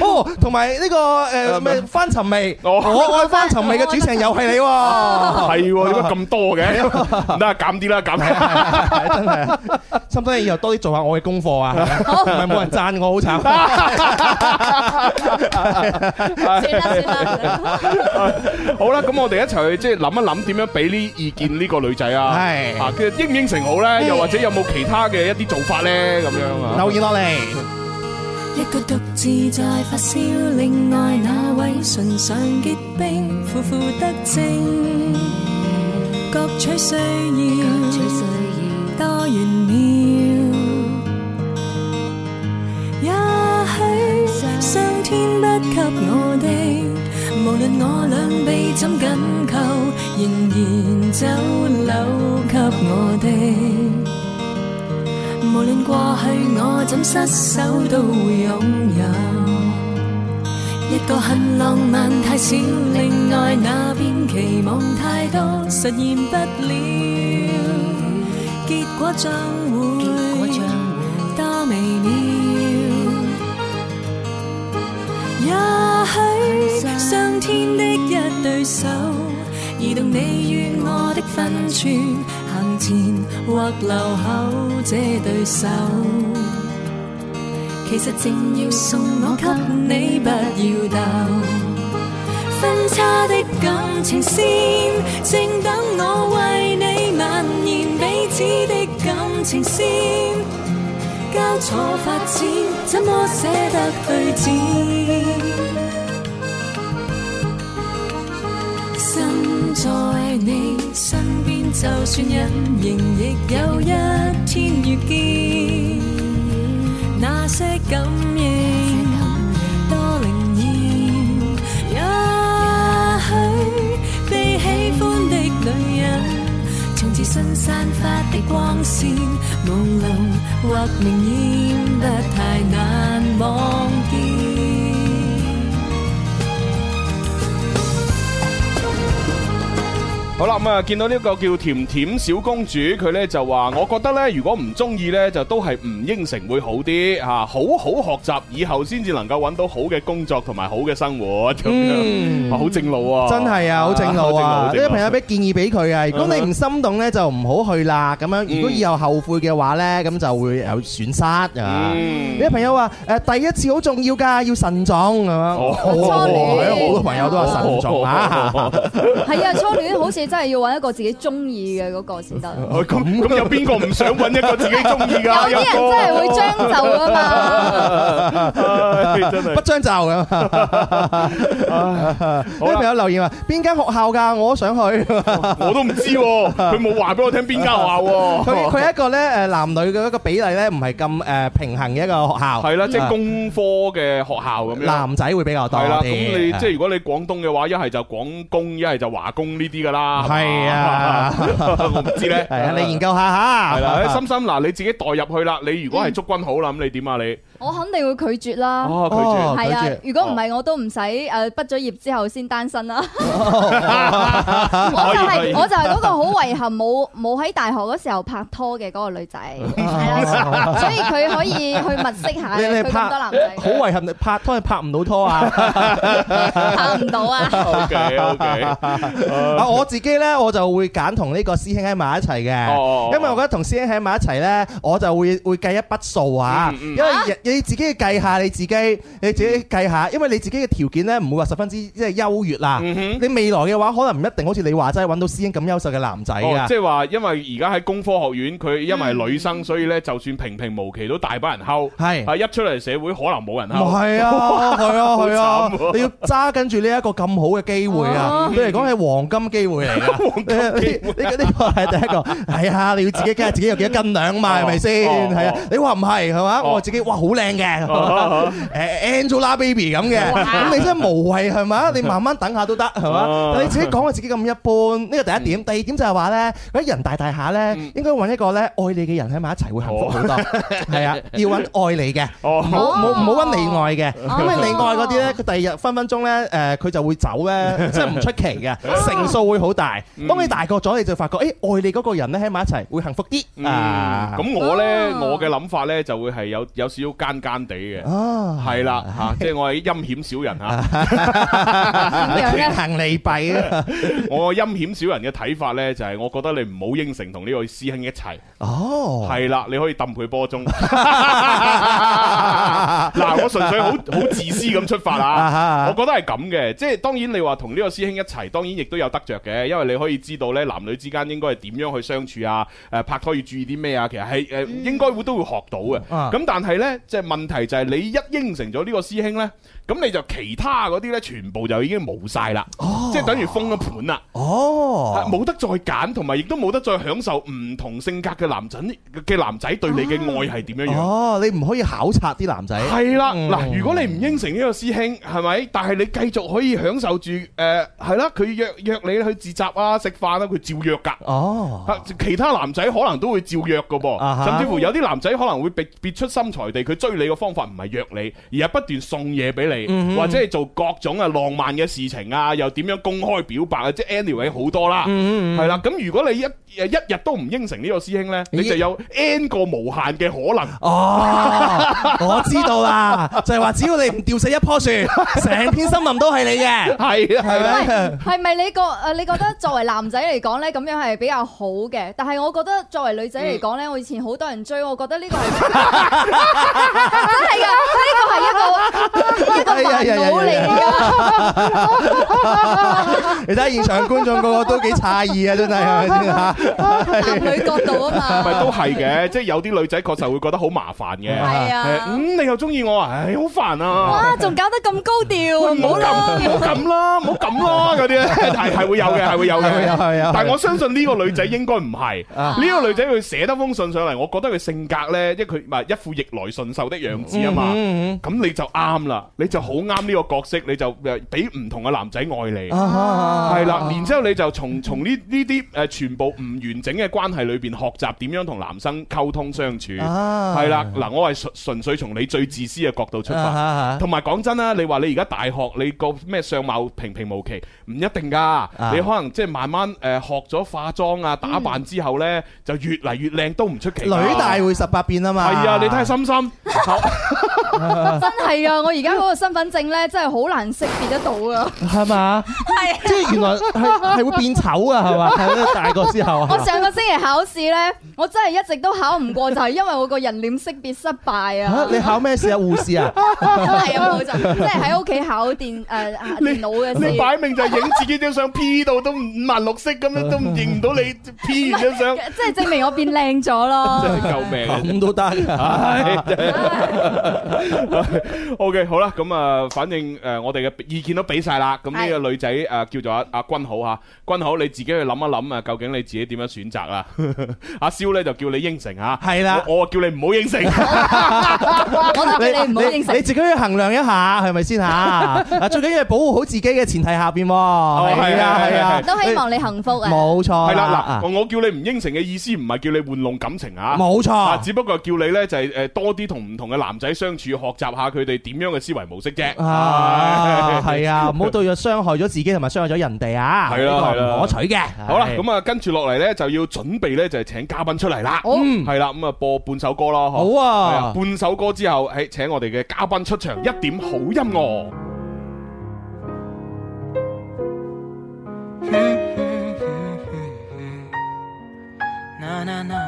[SPEAKER 2] 哦，同埋呢個誒咩翻尋味，
[SPEAKER 1] 哦
[SPEAKER 2] <laughs> 我愛翻尋味嘅主持人又係你喎，
[SPEAKER 1] <laughs> 係喎，點解咁多
[SPEAKER 2] <laughs>
[SPEAKER 1] 嘅？唔得，減啲啦，減
[SPEAKER 2] 係啊係啊真係啊，心心以後多啲做下我嘅功
[SPEAKER 1] <laughs>
[SPEAKER 2] 課啊，唔係冇人讚我好慘，
[SPEAKER 6] 算啦算啦。
[SPEAKER 1] 好啦，咁我哋一齊去即係諗一諗點樣俾呢意見呢個女仔啊？
[SPEAKER 2] 係
[SPEAKER 1] 啊，其實應唔應承好咧？又或者有冇其他嘅一啲做法咧？咁樣啊？
[SPEAKER 2] 留言落嚟，
[SPEAKER 5] 一個獨自在發燒，另外那位唇上結冰，苦苦得正，各取需要，多玄妙。也許上天不給我的，無論我兩臂怎緊扣，仍然走漏給我的。無論過去我怎失手都會擁有，一個很浪漫太少，另外那邊期望太多，實現不了，結果將會多微妙。也許上天的一對手，移動你與我的分寸，行前或留後，這對手。其實正要送我給你，不要鬥。分叉的感情線，正等我為你蔓延彼此的感情線。交錯發展，怎麼捨得去剪？身在你身邊，就算隱形，亦有一天遇見。那些感應多靈驗，也許被喜歡的女人。從自身散發的光線，朦朧或明豔，不太難望見。
[SPEAKER 1] 好啦，咁啊，見到呢個叫甜甜小公主，佢呢就話：我覺得呢，如果唔中意呢，就都係唔應承會好啲嚇、啊好好學習，以後先至能夠揾到好嘅工作同埋好嘅生活咁樣，
[SPEAKER 2] 嗯
[SPEAKER 1] 哇好正路啊！
[SPEAKER 2] 真係啊，好正路啊！
[SPEAKER 1] 好
[SPEAKER 2] 呢
[SPEAKER 1] 正
[SPEAKER 2] 個
[SPEAKER 1] 路
[SPEAKER 2] 朋友俾建議俾佢啊，如果你唔心動咧，就唔好去啦。咁樣，如果以後後悔嘅話咧，咁就會有損失啊。
[SPEAKER 1] 嗯
[SPEAKER 2] 有啲朋友話誒第一次好重要㗎，要慎重咁樣。
[SPEAKER 1] 哦 <laughs>
[SPEAKER 2] 哦係啊好多朋友都話慎重啊。
[SPEAKER 3] 係啊，初戀好似真係要揾一個自己中意嘅嗰個先 <laughs> 得。
[SPEAKER 1] 哦咁咁有邊個唔想揾一個自己中意㗎？
[SPEAKER 3] 有啲人
[SPEAKER 1] 哥
[SPEAKER 3] 真係會將就㗎
[SPEAKER 1] 嘛，唉真係
[SPEAKER 2] 不將就咁。啲朋友留言話：邊間學校㗎？我想去。
[SPEAKER 1] 我都唔知喎，佢冇話俾我聽邊間學校喎。
[SPEAKER 2] <laughs> 佢佢係一個咧誒男女嘅一個比例咧唔係咁誒平衡嘅一個學校。
[SPEAKER 1] 係啦，即係
[SPEAKER 2] 啊
[SPEAKER 1] 工科嘅學校咁樣。
[SPEAKER 2] 男仔會比較多
[SPEAKER 1] 係
[SPEAKER 2] 啲。啊
[SPEAKER 1] 啦，咁你即係如果你廣東嘅話，一係就廣工，一係就華工呢啲㗎啦。
[SPEAKER 2] 係啊
[SPEAKER 1] <laughs> 我唔知咧。
[SPEAKER 2] <laughs> 係啊，你研究下吓。
[SPEAKER 1] 係啦，誒心心嗱，你自己代入去啦。你如果係祝君好啦，咁你點啊你？
[SPEAKER 3] 我肯定會拒絕啦。
[SPEAKER 1] 哦拒絕哦
[SPEAKER 3] 係
[SPEAKER 1] 拒
[SPEAKER 3] 啊
[SPEAKER 1] 絕！
[SPEAKER 3] 如果唔係，我都唔使誒畢咗業之後先單身啦。
[SPEAKER 1] <laughs>
[SPEAKER 3] 我
[SPEAKER 1] 我
[SPEAKER 3] 就係 <laughs> 我就係嗰個好遺憾冇冇喺大學嗰時候拍拖嘅嗰個
[SPEAKER 1] <laughs>
[SPEAKER 3] 女仔，係啦，
[SPEAKER 2] <laughs>
[SPEAKER 3] 所以佢可以去物色下
[SPEAKER 2] 你
[SPEAKER 3] 佢咁
[SPEAKER 2] 你拍
[SPEAKER 3] 多男仔，
[SPEAKER 2] 好遺憾，你拍拖係拍唔到拖
[SPEAKER 1] <laughs>
[SPEAKER 2] 啊！
[SPEAKER 3] 拍唔到啊！
[SPEAKER 1] OK OK。
[SPEAKER 2] <laughs> 啊，我自己呢，我就會揀同呢個師兄喺埋一齊嘅，
[SPEAKER 1] 哦
[SPEAKER 2] 因為我覺得同師兄喺埋一齊呢，我就會會計一筆數啊，
[SPEAKER 1] 嗯
[SPEAKER 2] 因為你你自己計下你自己，你自己計下，因為你自己嘅條件呢，唔會話十分之即係優越啦。
[SPEAKER 1] 嗯
[SPEAKER 2] 你未來嘅話，可能唔一定好似你話齋揾到師兄咁優秀嘅男仔
[SPEAKER 1] 哦
[SPEAKER 2] 啊，
[SPEAKER 1] 即。係話，因為而家喺工科學院，佢因為係女生，所以咧就算平平無奇都大把人溝。
[SPEAKER 2] 係
[SPEAKER 1] 啊，一出嚟社會可能 <laughs> 冇人
[SPEAKER 2] 唔
[SPEAKER 1] 溝。
[SPEAKER 2] 係啊，係啊，係
[SPEAKER 1] 好
[SPEAKER 2] 啊
[SPEAKER 1] 慘喎，
[SPEAKER 2] 你要揸緊住呢一個咁好嘅機會啊！對嚟講係黃金
[SPEAKER 1] <laughs>
[SPEAKER 2] 機會嚟噶，呢 <laughs> 呢呢個係第一個。係啊，你要自己計下自己有幾多斤兩嘛，係咪
[SPEAKER 1] 哦
[SPEAKER 2] 先？
[SPEAKER 1] 哦
[SPEAKER 2] 係啊，你話唔係係嘛？
[SPEAKER 1] 哦
[SPEAKER 2] 我自己哇好靚嘅，
[SPEAKER 1] 哦
[SPEAKER 2] <laughs> 誒 Angelababy 咁嘅，
[SPEAKER 3] 哇
[SPEAKER 2] 咁你真係無謂
[SPEAKER 1] <laughs>
[SPEAKER 2] 係嘛？你慢慢等下都得係嘛
[SPEAKER 1] 哦？
[SPEAKER 2] 但你自己講嘅自己咁一般，呢個第一點。第二點就係話咧，嗰啲人大大下咧，應該揾一個咧愛你嘅人喺埋一齊會幸福好多。係啊，要揾愛你嘅。
[SPEAKER 1] 哦
[SPEAKER 2] 唔好唔好唔好揾
[SPEAKER 3] 哦
[SPEAKER 2] 例外嘅，
[SPEAKER 3] 哦
[SPEAKER 2] <laughs> 因為例外嗰啲咧，佢第二日分分鐘咧，誒佢就會走
[SPEAKER 1] <laughs>
[SPEAKER 2] 咧，即係唔出奇嘅，成數會好大。
[SPEAKER 1] 嗯
[SPEAKER 2] 當你大個咗，你就發覺，誒愛你嗰個人咧喺埋一齊會幸福啲啊。
[SPEAKER 1] 嗯咁我呢，
[SPEAKER 3] 哦
[SPEAKER 1] 我嘅諗法呢就會係有有少少奸奸地嘅，
[SPEAKER 2] 啊，
[SPEAKER 1] 係啦
[SPEAKER 2] <laughs>
[SPEAKER 1] 吓，即係我係陰險小人啊吓。
[SPEAKER 2] 你
[SPEAKER 3] 樣咧
[SPEAKER 2] 權衡利弊啊。
[SPEAKER 1] <laughs> 我陰險小人嘅睇法呢，就係我覺得你唔好應承同呢個師兄一齊，
[SPEAKER 2] 哦，
[SPEAKER 1] 係啦，你可以揼佢波
[SPEAKER 2] <laughs>
[SPEAKER 1] 鐘。嗱，我純粹好好自私咁出發
[SPEAKER 2] <laughs> 啊哈
[SPEAKER 1] 啊
[SPEAKER 2] 啊！
[SPEAKER 1] 我覺得係咁嘅，即係當然你話同呢個師兄一齊，當然亦都有得着嘅，因為你可以知道呢，男女之間應該係點樣去相處啊，誒拍拖要注意啲咩啊，其實係誒應該會都會學到嘅。
[SPEAKER 2] 嗯啊
[SPEAKER 1] 咁但係呢，即係問題就係你一應承咗呢個師兄呢，咁你就其他嗰啲呢，全部就已經冇晒啦，即係等於封咗盤啦。啊
[SPEAKER 2] 哦，
[SPEAKER 1] 冇得再揀，同埋亦都冇得再享受唔同性格嘅男仔嘅男仔對你嘅愛係點樣樣。
[SPEAKER 2] 哦，你唔可以考察啲男仔。
[SPEAKER 1] 係啦，
[SPEAKER 2] 嗯
[SPEAKER 1] 嗱，如果你唔應承呢個師兄，係咪？但係你繼續可以享受住誒，係啦，佢約約你去自習啊、食飯啊，佢照約㗎。
[SPEAKER 2] 哦，
[SPEAKER 1] 啊其他男仔可能都會照約㗎噃，
[SPEAKER 2] 啊哈
[SPEAKER 1] 甚至乎有啲男仔可能會別別出心裁地，佢追你嘅方法唔係約你，而係不斷送嘢俾
[SPEAKER 2] 嗯
[SPEAKER 1] 你，或者係做各種啊浪漫嘅事情啊，又點樣公開表白啊，即係 anyway 好多啦，
[SPEAKER 2] 嗯
[SPEAKER 1] 係啦。咁如果你一一日都唔應承呢個師兄呢，你就有 n 個無限嘅可能。
[SPEAKER 2] 哦， <laughs> 我知道啦，就係話只要你唔吊死一
[SPEAKER 1] <laughs>
[SPEAKER 2] 棵樹，成片森林都係你嘅，
[SPEAKER 1] 係啊，
[SPEAKER 2] 係 <laughs> 咪？
[SPEAKER 3] 係咪你覺誒？你覺得作為男仔嚟講咧，咁樣係比較好嘅。但係我覺得作為女仔嚟講咧，我以前好多人追，我覺得呢個
[SPEAKER 1] <laughs>
[SPEAKER 3] 係 <laughs> 真啊係㗎，呢個係一個一個煩惱嚟㗎。
[SPEAKER 2] 你睇下現場觀眾個個都幾詫異啊，真係係咪先嚇？
[SPEAKER 3] 男女角度啊嘛，
[SPEAKER 1] 咪都
[SPEAKER 3] <laughs>
[SPEAKER 1] 係嘅，即係有啲女仔確實會覺得好麻煩嘅。
[SPEAKER 3] 係
[SPEAKER 1] 誒
[SPEAKER 3] 啊，
[SPEAKER 1] 嗯，你又中意我啊？唉，好煩啊！
[SPEAKER 3] 哇，仲搞得咁高調，唔好啦，
[SPEAKER 1] 唔好咁啦，唔好咁啦，嗰啲咧係係會有嘅，係會有
[SPEAKER 2] 係會有係會有
[SPEAKER 1] 嘅。但係我相信呢個女仔應該唔係
[SPEAKER 2] 啊
[SPEAKER 1] 呢個女仔，佢寫得封信上嚟，我覺得佢性格呢，即係佢唔係一副逆來順受的樣子啊嘛。
[SPEAKER 2] 嗯嗯
[SPEAKER 1] 咁你就啱啦，你就好啱呢個角色，你就誒俾唔同嘅男仔愛你。
[SPEAKER 2] 啊
[SPEAKER 1] 係啦，然之後你就從從呢呢啲誒全部唔完整嘅關係裏邊學習點樣同男生溝通相處，
[SPEAKER 2] 啊
[SPEAKER 1] 係啦嗱，我係純純粹從你最自私嘅角度出發。
[SPEAKER 2] 啊
[SPEAKER 1] 同埋講真啦，你話你而家大學你個咩相貌平平無奇，唔一定㗎。你可能即係慢慢誒學咗化妝啊、打扮之後呢，就越嚟越靚都唔出奇㗎。
[SPEAKER 2] 女大會十八變啊嘛，
[SPEAKER 1] 係啊，你睇下心心，
[SPEAKER 3] <laughs> 真係啊！我而家嗰個身份證咧，真係好難識別得到啊！
[SPEAKER 2] 係嘛？
[SPEAKER 3] 係
[SPEAKER 2] <laughs> 即係原來係係會
[SPEAKER 3] <laughs>
[SPEAKER 2] 變醜啊，係嘛？係大個之後啊。
[SPEAKER 3] 我上個星期考試咧，我真係一直都考唔過，就係因為我個人臉識別失敗
[SPEAKER 2] 嚇
[SPEAKER 3] 啊！
[SPEAKER 2] 你考咩試啊？護士
[SPEAKER 1] <laughs>
[SPEAKER 2] 啊？
[SPEAKER 3] <laughs> 係啊，冇錯，即係喺屋企考電誒電腦嘅
[SPEAKER 1] 你
[SPEAKER 3] 試。
[SPEAKER 1] 擺明就
[SPEAKER 2] <laughs>
[SPEAKER 1] 係影自己張相 P 到都五五顏六色咁樣，都唔認唔到你 P 完張相，
[SPEAKER 3] 即係證明我變靚咗咯。
[SPEAKER 1] 真係救命啊！
[SPEAKER 2] 咁都得啊？
[SPEAKER 1] O K，好啦，咁啊，反正誒，我哋嘅意見都俾晒啦。咁呢個女仔誒叫做阿阿君好嚇，君好你自己去諗一諗啊，究竟你自己點樣選擇啦？ <laughs> 阿蕭咧就叫你應承嚇，
[SPEAKER 2] 係啦
[SPEAKER 1] 我我叫你唔好應
[SPEAKER 2] <laughs>
[SPEAKER 1] 承。
[SPEAKER 3] 我就叫你唔好應承
[SPEAKER 2] 你。自己去衡量一下，係
[SPEAKER 1] <laughs>
[SPEAKER 2] 咪先嚇？啊，最緊要係保護好自己嘅前提下邊喎。
[SPEAKER 1] 係
[SPEAKER 2] 係啊，
[SPEAKER 1] 係
[SPEAKER 2] 係啊，
[SPEAKER 3] 都希望你幸福啊！
[SPEAKER 2] 冇錯
[SPEAKER 1] 係啦
[SPEAKER 2] 啊，
[SPEAKER 1] 嗱，我叫你唔應承嘅意思唔係叫你玩弄感情啊，
[SPEAKER 2] 冇錯
[SPEAKER 1] 啊只不過叫你咧就係誒多啲同唔同嘅男仔相處，學習下佢哋點樣嘅思維模式啫。
[SPEAKER 2] 啊，係
[SPEAKER 1] <laughs>
[SPEAKER 2] 啊，唔好對咗傷害咗自己同埋傷害咗人哋啊，
[SPEAKER 1] 係啦
[SPEAKER 2] 呢個
[SPEAKER 1] 係啦
[SPEAKER 2] 唔可取嘅。
[SPEAKER 1] 好啦，
[SPEAKER 2] 係
[SPEAKER 1] 咁啊，跟住落嚟咧就要準備咧就係請嘉賓出嚟啦。
[SPEAKER 2] 嗯
[SPEAKER 1] 係啦，咁啊播半首歌咯。
[SPEAKER 2] 好
[SPEAKER 1] 嗬係
[SPEAKER 2] 啊，
[SPEAKER 1] 半首歌之後，喺請我哋嘅嘉賓出場，一點好音樂。
[SPEAKER 10] na na na，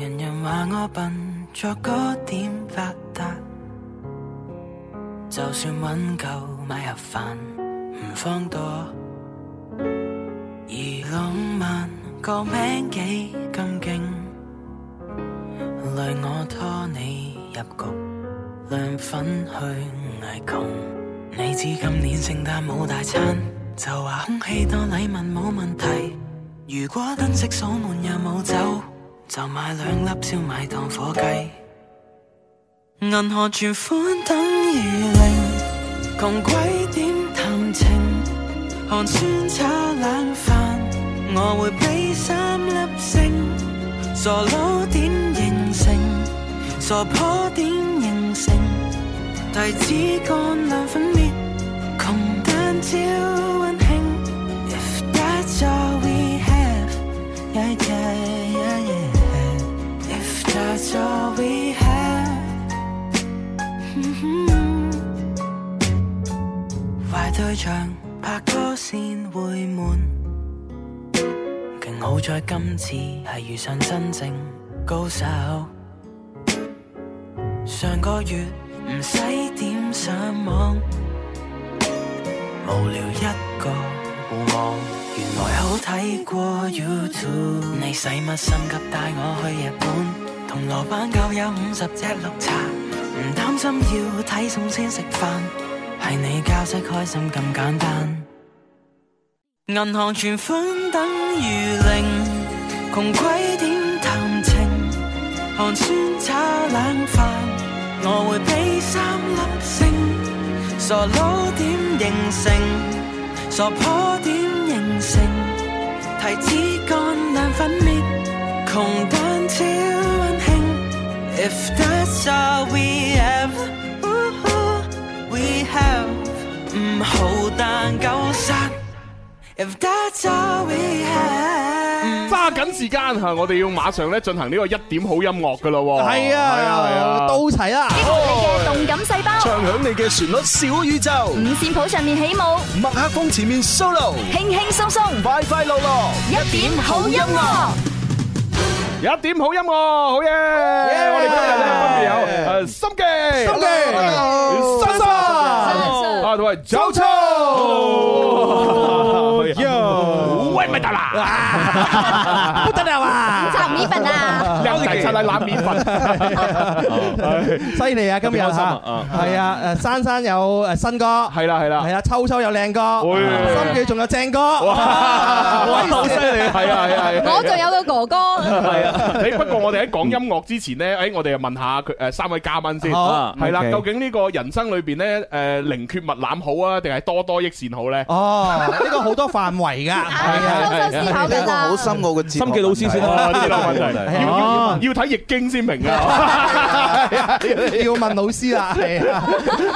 [SPEAKER 10] 人人話我笨，作歌點發達？就算揾夠買盒飯，唔放多，而浪漫個名幾咁勁，累我拖你入局，亮粉去挨窮。你知今年聖誕冇大餐，就話空氣當禮物冇問題。如果燈飾鎖門又冇走，就買兩粒燒賣當火雞。銀河存款等於零，窮鬼點談情？寒酸炒冷飯，我會俾三粒星。傻佬點形成？傻婆點形成？提子乾涼粉面，窮蛋超溫馨。If that's all we have, yeah, yeah, yeah, yeah. If that's all we have, 壞對象拍拖先會悶，勁好在今次係遇上真正高手。上個月唔使點上網，無聊一個。原來好睇過 YouTube，你使乜心急帶我去日本？銅鑼灣夠有五十隻綠茶，唔擔心要睇餸先食飯，係你教識開心咁簡單。銀行存款等於零，窮鬼點談情？寒酸炒冷飯，我會俾三粒星，傻佬點形成？傻婆點形成？提子乾爛粉面，窮蛋超溫馨。If that's all we have, ooh, we have 唔好但夠殺。If that's all we have。
[SPEAKER 1] 揸緊時間嚇，我哋要馬上咧進行呢個一點好音樂噶咯。
[SPEAKER 2] 係
[SPEAKER 1] 係啊，係
[SPEAKER 2] 啊，
[SPEAKER 1] 啊。
[SPEAKER 2] 到齊啦。
[SPEAKER 12] 激活你嘅動感細胞，
[SPEAKER 13] 唱響你嘅旋律小宇宙，
[SPEAKER 12] 五線譜上面起舞，
[SPEAKER 13] 麥克風前面 solo，
[SPEAKER 12] 輕輕鬆鬆，
[SPEAKER 13] 快快樂樂，
[SPEAKER 12] 一點好音樂。
[SPEAKER 1] 一點好音樂，好嘢！我哋今日咧分別有誒心機、
[SPEAKER 2] 心機
[SPEAKER 1] 新生啊，同埋周周。喂，咪得啦！
[SPEAKER 2] 不得了啊！
[SPEAKER 3] 炒米粉
[SPEAKER 1] <laughs>
[SPEAKER 3] 啊！
[SPEAKER 1] 又嚟擦嚟攬面粉，
[SPEAKER 2] <laughs> 犀利啊！今日
[SPEAKER 1] 開心
[SPEAKER 2] 嚇
[SPEAKER 1] 啊啊，
[SPEAKER 2] 係啊！誒，珊珊有誒新歌，
[SPEAKER 1] 係啦係啦
[SPEAKER 2] 係。啊，秋秋有靚歌，
[SPEAKER 1] 哎
[SPEAKER 2] 心記仲有正歌，
[SPEAKER 1] 哇！好犀利，
[SPEAKER 2] <laughs>
[SPEAKER 1] 係啊係啊係啊。
[SPEAKER 3] 我仲有個哥哥，
[SPEAKER 1] 系啊， <laughs> 誒不過我哋喺講音樂之前呢，誒我哋又問下佢誒三位嘉賓先，
[SPEAKER 2] 好
[SPEAKER 1] 係啦，
[SPEAKER 2] OK
[SPEAKER 1] 究竟呢個人生裏邊呢，誒寧缺勿濫好啊，定係多多益善好呢？ <laughs>
[SPEAKER 2] 哦，呢個好多範圍㗎，係
[SPEAKER 3] 啊
[SPEAKER 2] 啊，
[SPEAKER 3] 周周思考㗎咋。
[SPEAKER 1] 心記老師先啦，哦呢個問題
[SPEAKER 2] <laughs> 啊
[SPEAKER 1] 要要要睇易經先明啊！
[SPEAKER 2] <laughs> 要問老師啦，係啊，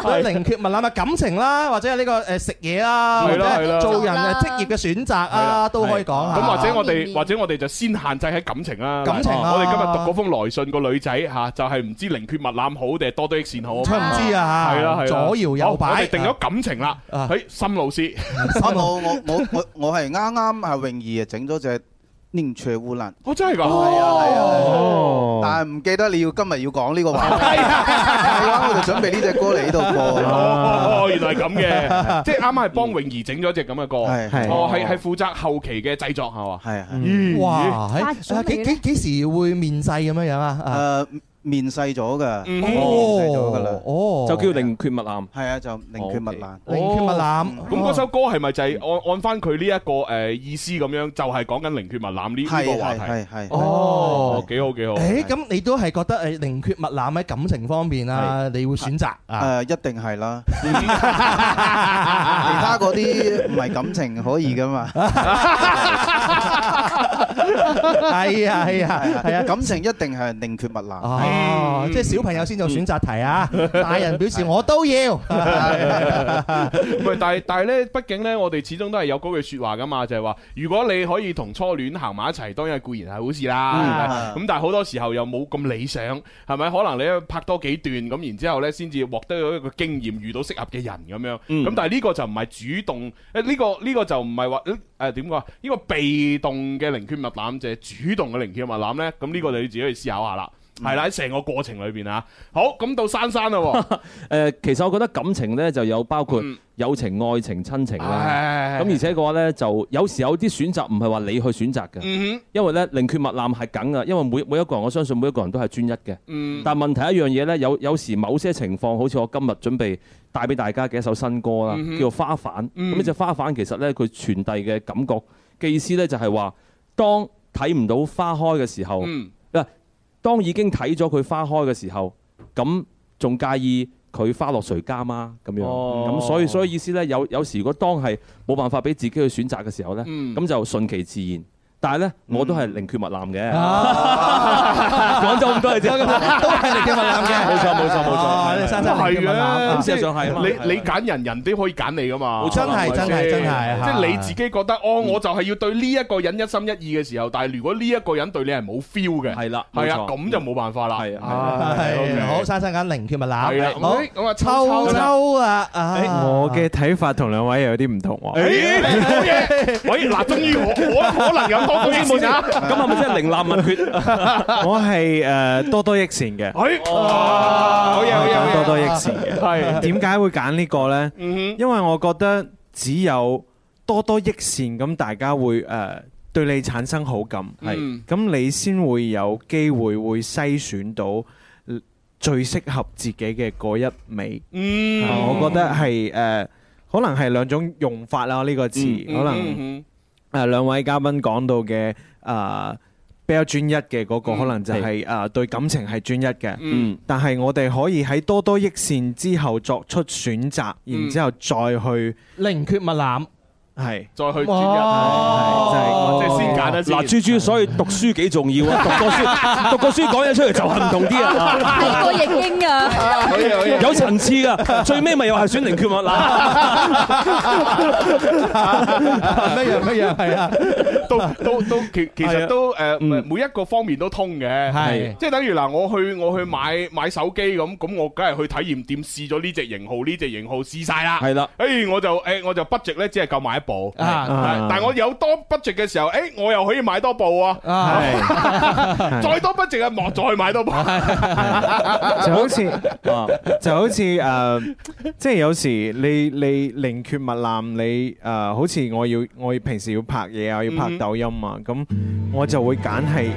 [SPEAKER 2] 所以零缺問諗下感情啦，或者係呢個誒食嘢啦，或
[SPEAKER 1] 係啦係
[SPEAKER 2] 者
[SPEAKER 1] 啦
[SPEAKER 2] 做人誒職業嘅選擇啊，都可以講下。
[SPEAKER 1] 咁或者我哋或者我哋就先限制喺感情啦。
[SPEAKER 2] 感情啦
[SPEAKER 1] 我哋今日讀嗰封來信個女仔嚇，就係唔知寧缺勿濫好定係多多益善好。
[SPEAKER 2] 真係唔知啊
[SPEAKER 1] 係啦係啦。
[SPEAKER 2] 左搖右擺
[SPEAKER 1] 好我哋定咗感情啦。喺心老師，
[SPEAKER 14] 我我我我我係啱啱係泳兒啊整咗隻寧缺烏蘭，
[SPEAKER 1] 我真係㗎，
[SPEAKER 14] 係啊係啊，但係唔記得你要今日要講呢個
[SPEAKER 1] <laughs>
[SPEAKER 14] 話題，係啊，我就準備呢只歌嚟呢度播啦。
[SPEAKER 1] 哦，原來係咁
[SPEAKER 2] <laughs>
[SPEAKER 1] 嘅，即係啱啱係幫泳兒整咗隻咁嘅歌，
[SPEAKER 14] 係
[SPEAKER 1] 哦，係係負責後期嘅製作係嘛？
[SPEAKER 14] 係
[SPEAKER 2] 嗯哇，
[SPEAKER 14] 發
[SPEAKER 2] 喺
[SPEAKER 14] 咗
[SPEAKER 2] 啊
[SPEAKER 14] 未
[SPEAKER 2] 幾幾幾時會面世咁樣樣啊？
[SPEAKER 14] 誒面世咗㗎，
[SPEAKER 2] 嗯
[SPEAKER 14] 面世咗㗎啦，
[SPEAKER 2] 哦，
[SPEAKER 1] 就叫
[SPEAKER 11] 寧缺勿濫，
[SPEAKER 14] 係啊，就寧缺勿濫，
[SPEAKER 2] 寧缺勿濫
[SPEAKER 1] 咁嗰首歌係咪就係按按翻佢呢一個誒意思咁樣，就係講緊寧缺勿濫呢呢個話題？
[SPEAKER 14] 係係係
[SPEAKER 1] 哦，幾好幾
[SPEAKER 14] Ừ.
[SPEAKER 1] 好。
[SPEAKER 2] 誒，咁你都係覺得誒寧缺勿濫喺感情方面啊，你會選擇啊？
[SPEAKER 14] 誒一定係啦，其他嗰啲唔係感情可以㗎
[SPEAKER 1] <laughs>
[SPEAKER 14] 嘛。
[SPEAKER 2] 係啊係啊係啊，
[SPEAKER 14] 感情一定係寧缺勿濫。
[SPEAKER 2] 哦，即係小朋友先做選擇題啊，大人表
[SPEAKER 14] <laughs>
[SPEAKER 2] 示我都要。
[SPEAKER 1] 唔係，但係但係咧，畢竟咧，我哋始終都係有嗰句説話噶嘛，就係話，如果你可以同初戀行埋一齊，當然係固然係好事啦。
[SPEAKER 14] 嗯
[SPEAKER 1] 咁但係好多時候又冇咁理想，係咪？可能你拍多幾段咁，然之後咧，先至獲得一個經驗，遇到適合嘅人咁樣。咁但係呢個就唔係主動，誒呢個呢個就唔係話誒點講啊？呢個被動嘅寧缺勿濫，就係主動嘅寧缺勿濫咧。咁呢個就要自己去思考下啦。係啦，喺成個過程裏邊啊，好咁到珊珊啦喎。
[SPEAKER 11] 誒，其實我覺得感情咧就有包括友情、愛情、親情啦。咁而且嘅話咧，就有時有啲選擇唔係話你去選擇嘅，因為咧寧缺勿濫係梗嘅，因為每每一個人，我相信每一個人都係專一嘅。但問題一樣嘢咧，有有時某些情況，好似我今日準備帶俾大家嘅一首新歌啦
[SPEAKER 1] 嗯，哼
[SPEAKER 11] 叫做《花瓣》。
[SPEAKER 1] 嗯
[SPEAKER 11] 咁呢只花瓣其實咧，佢傳遞嘅感覺嘅意思咧，就係話當睇唔到花開嘅時候，
[SPEAKER 1] 嗯
[SPEAKER 11] 嗱，當已經睇咗佢花開嘅時候，咁仲介意佢花落誰家嗎？咁樣，
[SPEAKER 1] 哦
[SPEAKER 11] 咁所以所以意思咧，有有時如果當係冇辦法俾自己去選擇嘅時候咧，
[SPEAKER 1] 嗯
[SPEAKER 11] 咁就順其自然。但係咧，我都係寧缺勿濫嘅。
[SPEAKER 1] 啊
[SPEAKER 11] 咗
[SPEAKER 2] 講
[SPEAKER 11] 咁多嘢啫
[SPEAKER 2] 都係寧缺勿濫嘅。
[SPEAKER 11] 冇錯冇錯冇錯
[SPEAKER 2] 哦你珊珊寧缺
[SPEAKER 1] 係
[SPEAKER 2] 勿
[SPEAKER 1] 啊，
[SPEAKER 2] 濫
[SPEAKER 1] 咁
[SPEAKER 11] 事實上係啊嘛
[SPEAKER 1] 你你揀人，人都可以揀你噶嘛。
[SPEAKER 11] 冇錯啦
[SPEAKER 1] 係咪
[SPEAKER 11] 真係
[SPEAKER 1] 先
[SPEAKER 11] 真係真係嗯
[SPEAKER 1] 即
[SPEAKER 11] 嚇
[SPEAKER 1] 係你自己覺得，哦，我就係要對呢一個人一心一意嘅時候，但係如果呢一個人對你係冇 feel 嘅，係
[SPEAKER 11] 啦
[SPEAKER 1] 係啊，
[SPEAKER 11] 冇錯
[SPEAKER 1] 咁就冇辦法啦。係啊
[SPEAKER 2] 係好，珊珊揀寧缺勿
[SPEAKER 1] 係啦
[SPEAKER 2] 濫。
[SPEAKER 1] 咁
[SPEAKER 2] 好
[SPEAKER 1] 誒咁啊
[SPEAKER 2] 秋
[SPEAKER 1] 秋
[SPEAKER 2] 秋啦，啊
[SPEAKER 15] 我嘅睇法同兩位又有啲唔同 <laughs>
[SPEAKER 1] 誒
[SPEAKER 15] 喎。
[SPEAKER 1] 好嘢 <laughs> 喂，嗱，終於我我可能有多個益善啊，
[SPEAKER 11] 咁係咪真係寧濫勿缺？
[SPEAKER 15] 我係誒多多益善嘅，
[SPEAKER 1] 誒，
[SPEAKER 15] 好
[SPEAKER 1] 嘢好嘢好嘢
[SPEAKER 15] 多多益善嘅。
[SPEAKER 1] 係
[SPEAKER 15] 點解會揀呢個呢？
[SPEAKER 1] 嗯
[SPEAKER 15] 因為我覺得只有多多益善，咁大家會誒對你產生好感，
[SPEAKER 1] 嗯
[SPEAKER 15] 咁你先會有機會會篩選到呃最適合自己嘅嗰一味。
[SPEAKER 1] 嗯
[SPEAKER 15] 啊我覺得係誒，可能係兩種用法啦。呢個詞
[SPEAKER 1] 嗯
[SPEAKER 15] 可
[SPEAKER 1] 嗯
[SPEAKER 15] 能。
[SPEAKER 1] 嗯
[SPEAKER 15] 誒兩啊位嘉賓講到嘅誒比較專一嘅嗰個，可能就係誒對感情係專一嘅。
[SPEAKER 11] 嗯，
[SPEAKER 15] 但係我哋可以喺多多益善之後作出選擇，然之後再去
[SPEAKER 2] <laughs> 寧缺勿濫，
[SPEAKER 15] 係
[SPEAKER 1] 再去
[SPEAKER 15] 專一，係
[SPEAKER 1] 哦即
[SPEAKER 15] 係
[SPEAKER 1] 係先揀一先
[SPEAKER 11] 哦嗱，豬豬，所以讀書幾重
[SPEAKER 1] <laughs>
[SPEAKER 11] 要啊！讀過書，讀過書講嘢出嚟就行動啲啊！
[SPEAKER 3] 睇過易經啊！
[SPEAKER 1] 好嘢好
[SPEAKER 11] <laughs>
[SPEAKER 1] 嘢
[SPEAKER 11] 有層次噶，最尾咪又係選寧缺勿濫。
[SPEAKER 2] <laughs> 乜樣乜
[SPEAKER 1] <laughs>
[SPEAKER 2] 樣係啊？
[SPEAKER 1] 都都都其其
[SPEAKER 2] 係
[SPEAKER 1] 實
[SPEAKER 2] 啊
[SPEAKER 1] 都誒，每一個方面都通嘅，
[SPEAKER 2] 係
[SPEAKER 1] 即係等於嗱，我去我去買買手機咁，咁我梗係去體驗店試咗呢只型號，呢只型號試晒啦，
[SPEAKER 11] 係啦，
[SPEAKER 1] 誒我就誒我就 budget 咧只係夠買一部，
[SPEAKER 2] 啊
[SPEAKER 1] 係但係我有多 budget 嘅時候，誒我又可以買多部啊， <laughs> 再多 budget 啊，莫再買
[SPEAKER 2] <laughs>
[SPEAKER 1] 多部，
[SPEAKER 15] 就好似就好似誒，即係有時你你寧缺勿濫，你誒好似我要我要平時要拍嘢啊，要
[SPEAKER 1] 嗯
[SPEAKER 15] 拍
[SPEAKER 1] 哼
[SPEAKER 15] 抖音啊，咁我就會揀係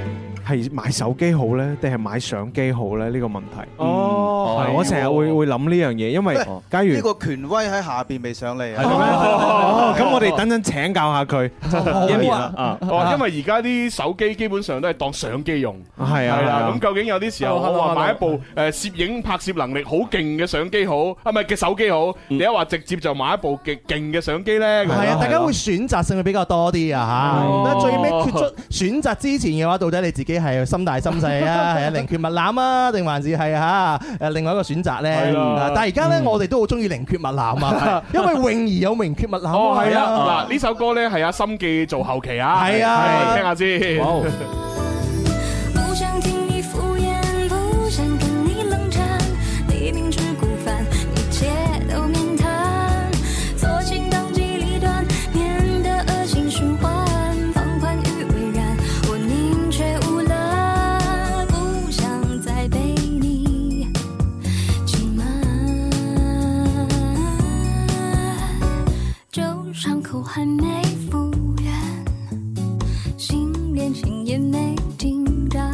[SPEAKER 15] 係買手機好咧，定係買相機好咧？呢個問題。
[SPEAKER 14] 哦
[SPEAKER 15] 係
[SPEAKER 14] 係
[SPEAKER 15] 我成日會
[SPEAKER 14] 喎
[SPEAKER 15] 會諗呢樣嘢，因為
[SPEAKER 14] 喂
[SPEAKER 15] 假如
[SPEAKER 14] 呢個權威喺下邊未上嚟啊，
[SPEAKER 15] 哦，咁我哋等陣請教下佢。Yami
[SPEAKER 1] <laughs>
[SPEAKER 15] 啊
[SPEAKER 1] 哦，因為而家啲手機基本上都係當相機用，
[SPEAKER 15] 係啊
[SPEAKER 1] 係
[SPEAKER 15] 係
[SPEAKER 1] 啦
[SPEAKER 15] 啊。
[SPEAKER 1] 咁究竟有啲時候我
[SPEAKER 15] Hello，
[SPEAKER 1] 話
[SPEAKER 15] hello，
[SPEAKER 1] 買一部誒攝影拍攝能力好勁嘅相機好，啊唔係嘅手機好，你一話直接就買一部極勁嘅相機呢？咁
[SPEAKER 2] 係啊，大家會選擇性會比較多啲啊
[SPEAKER 1] 哦
[SPEAKER 2] 嚇。咁最尾決出選擇之前嘅話，到底你自己係心大心
[SPEAKER 1] <laughs>
[SPEAKER 2] 細啊，係啊寧缺勿濫啊，定還是係嚇誒另外一個選擇咧
[SPEAKER 1] 係？嗯啦
[SPEAKER 2] 啊但係而家咧，我哋都好中意寧缺勿濫啊，因為泳兒有寧缺勿濫啊。
[SPEAKER 1] 哦， <laughs> 係啊，嗱呢首歌呢係阿心記做後期啊，
[SPEAKER 2] 係啊
[SPEAKER 1] 係聽下先。
[SPEAKER 2] 好
[SPEAKER 16] 不想听你敷衍，不想跟你冷战，你明知故犯，一切都免谈。索性当机立断，免得恶性循环。放宽与微然，我宁缺毋滥，不想再被你欺瞒。就伤口还没复原。心连心也没紧张，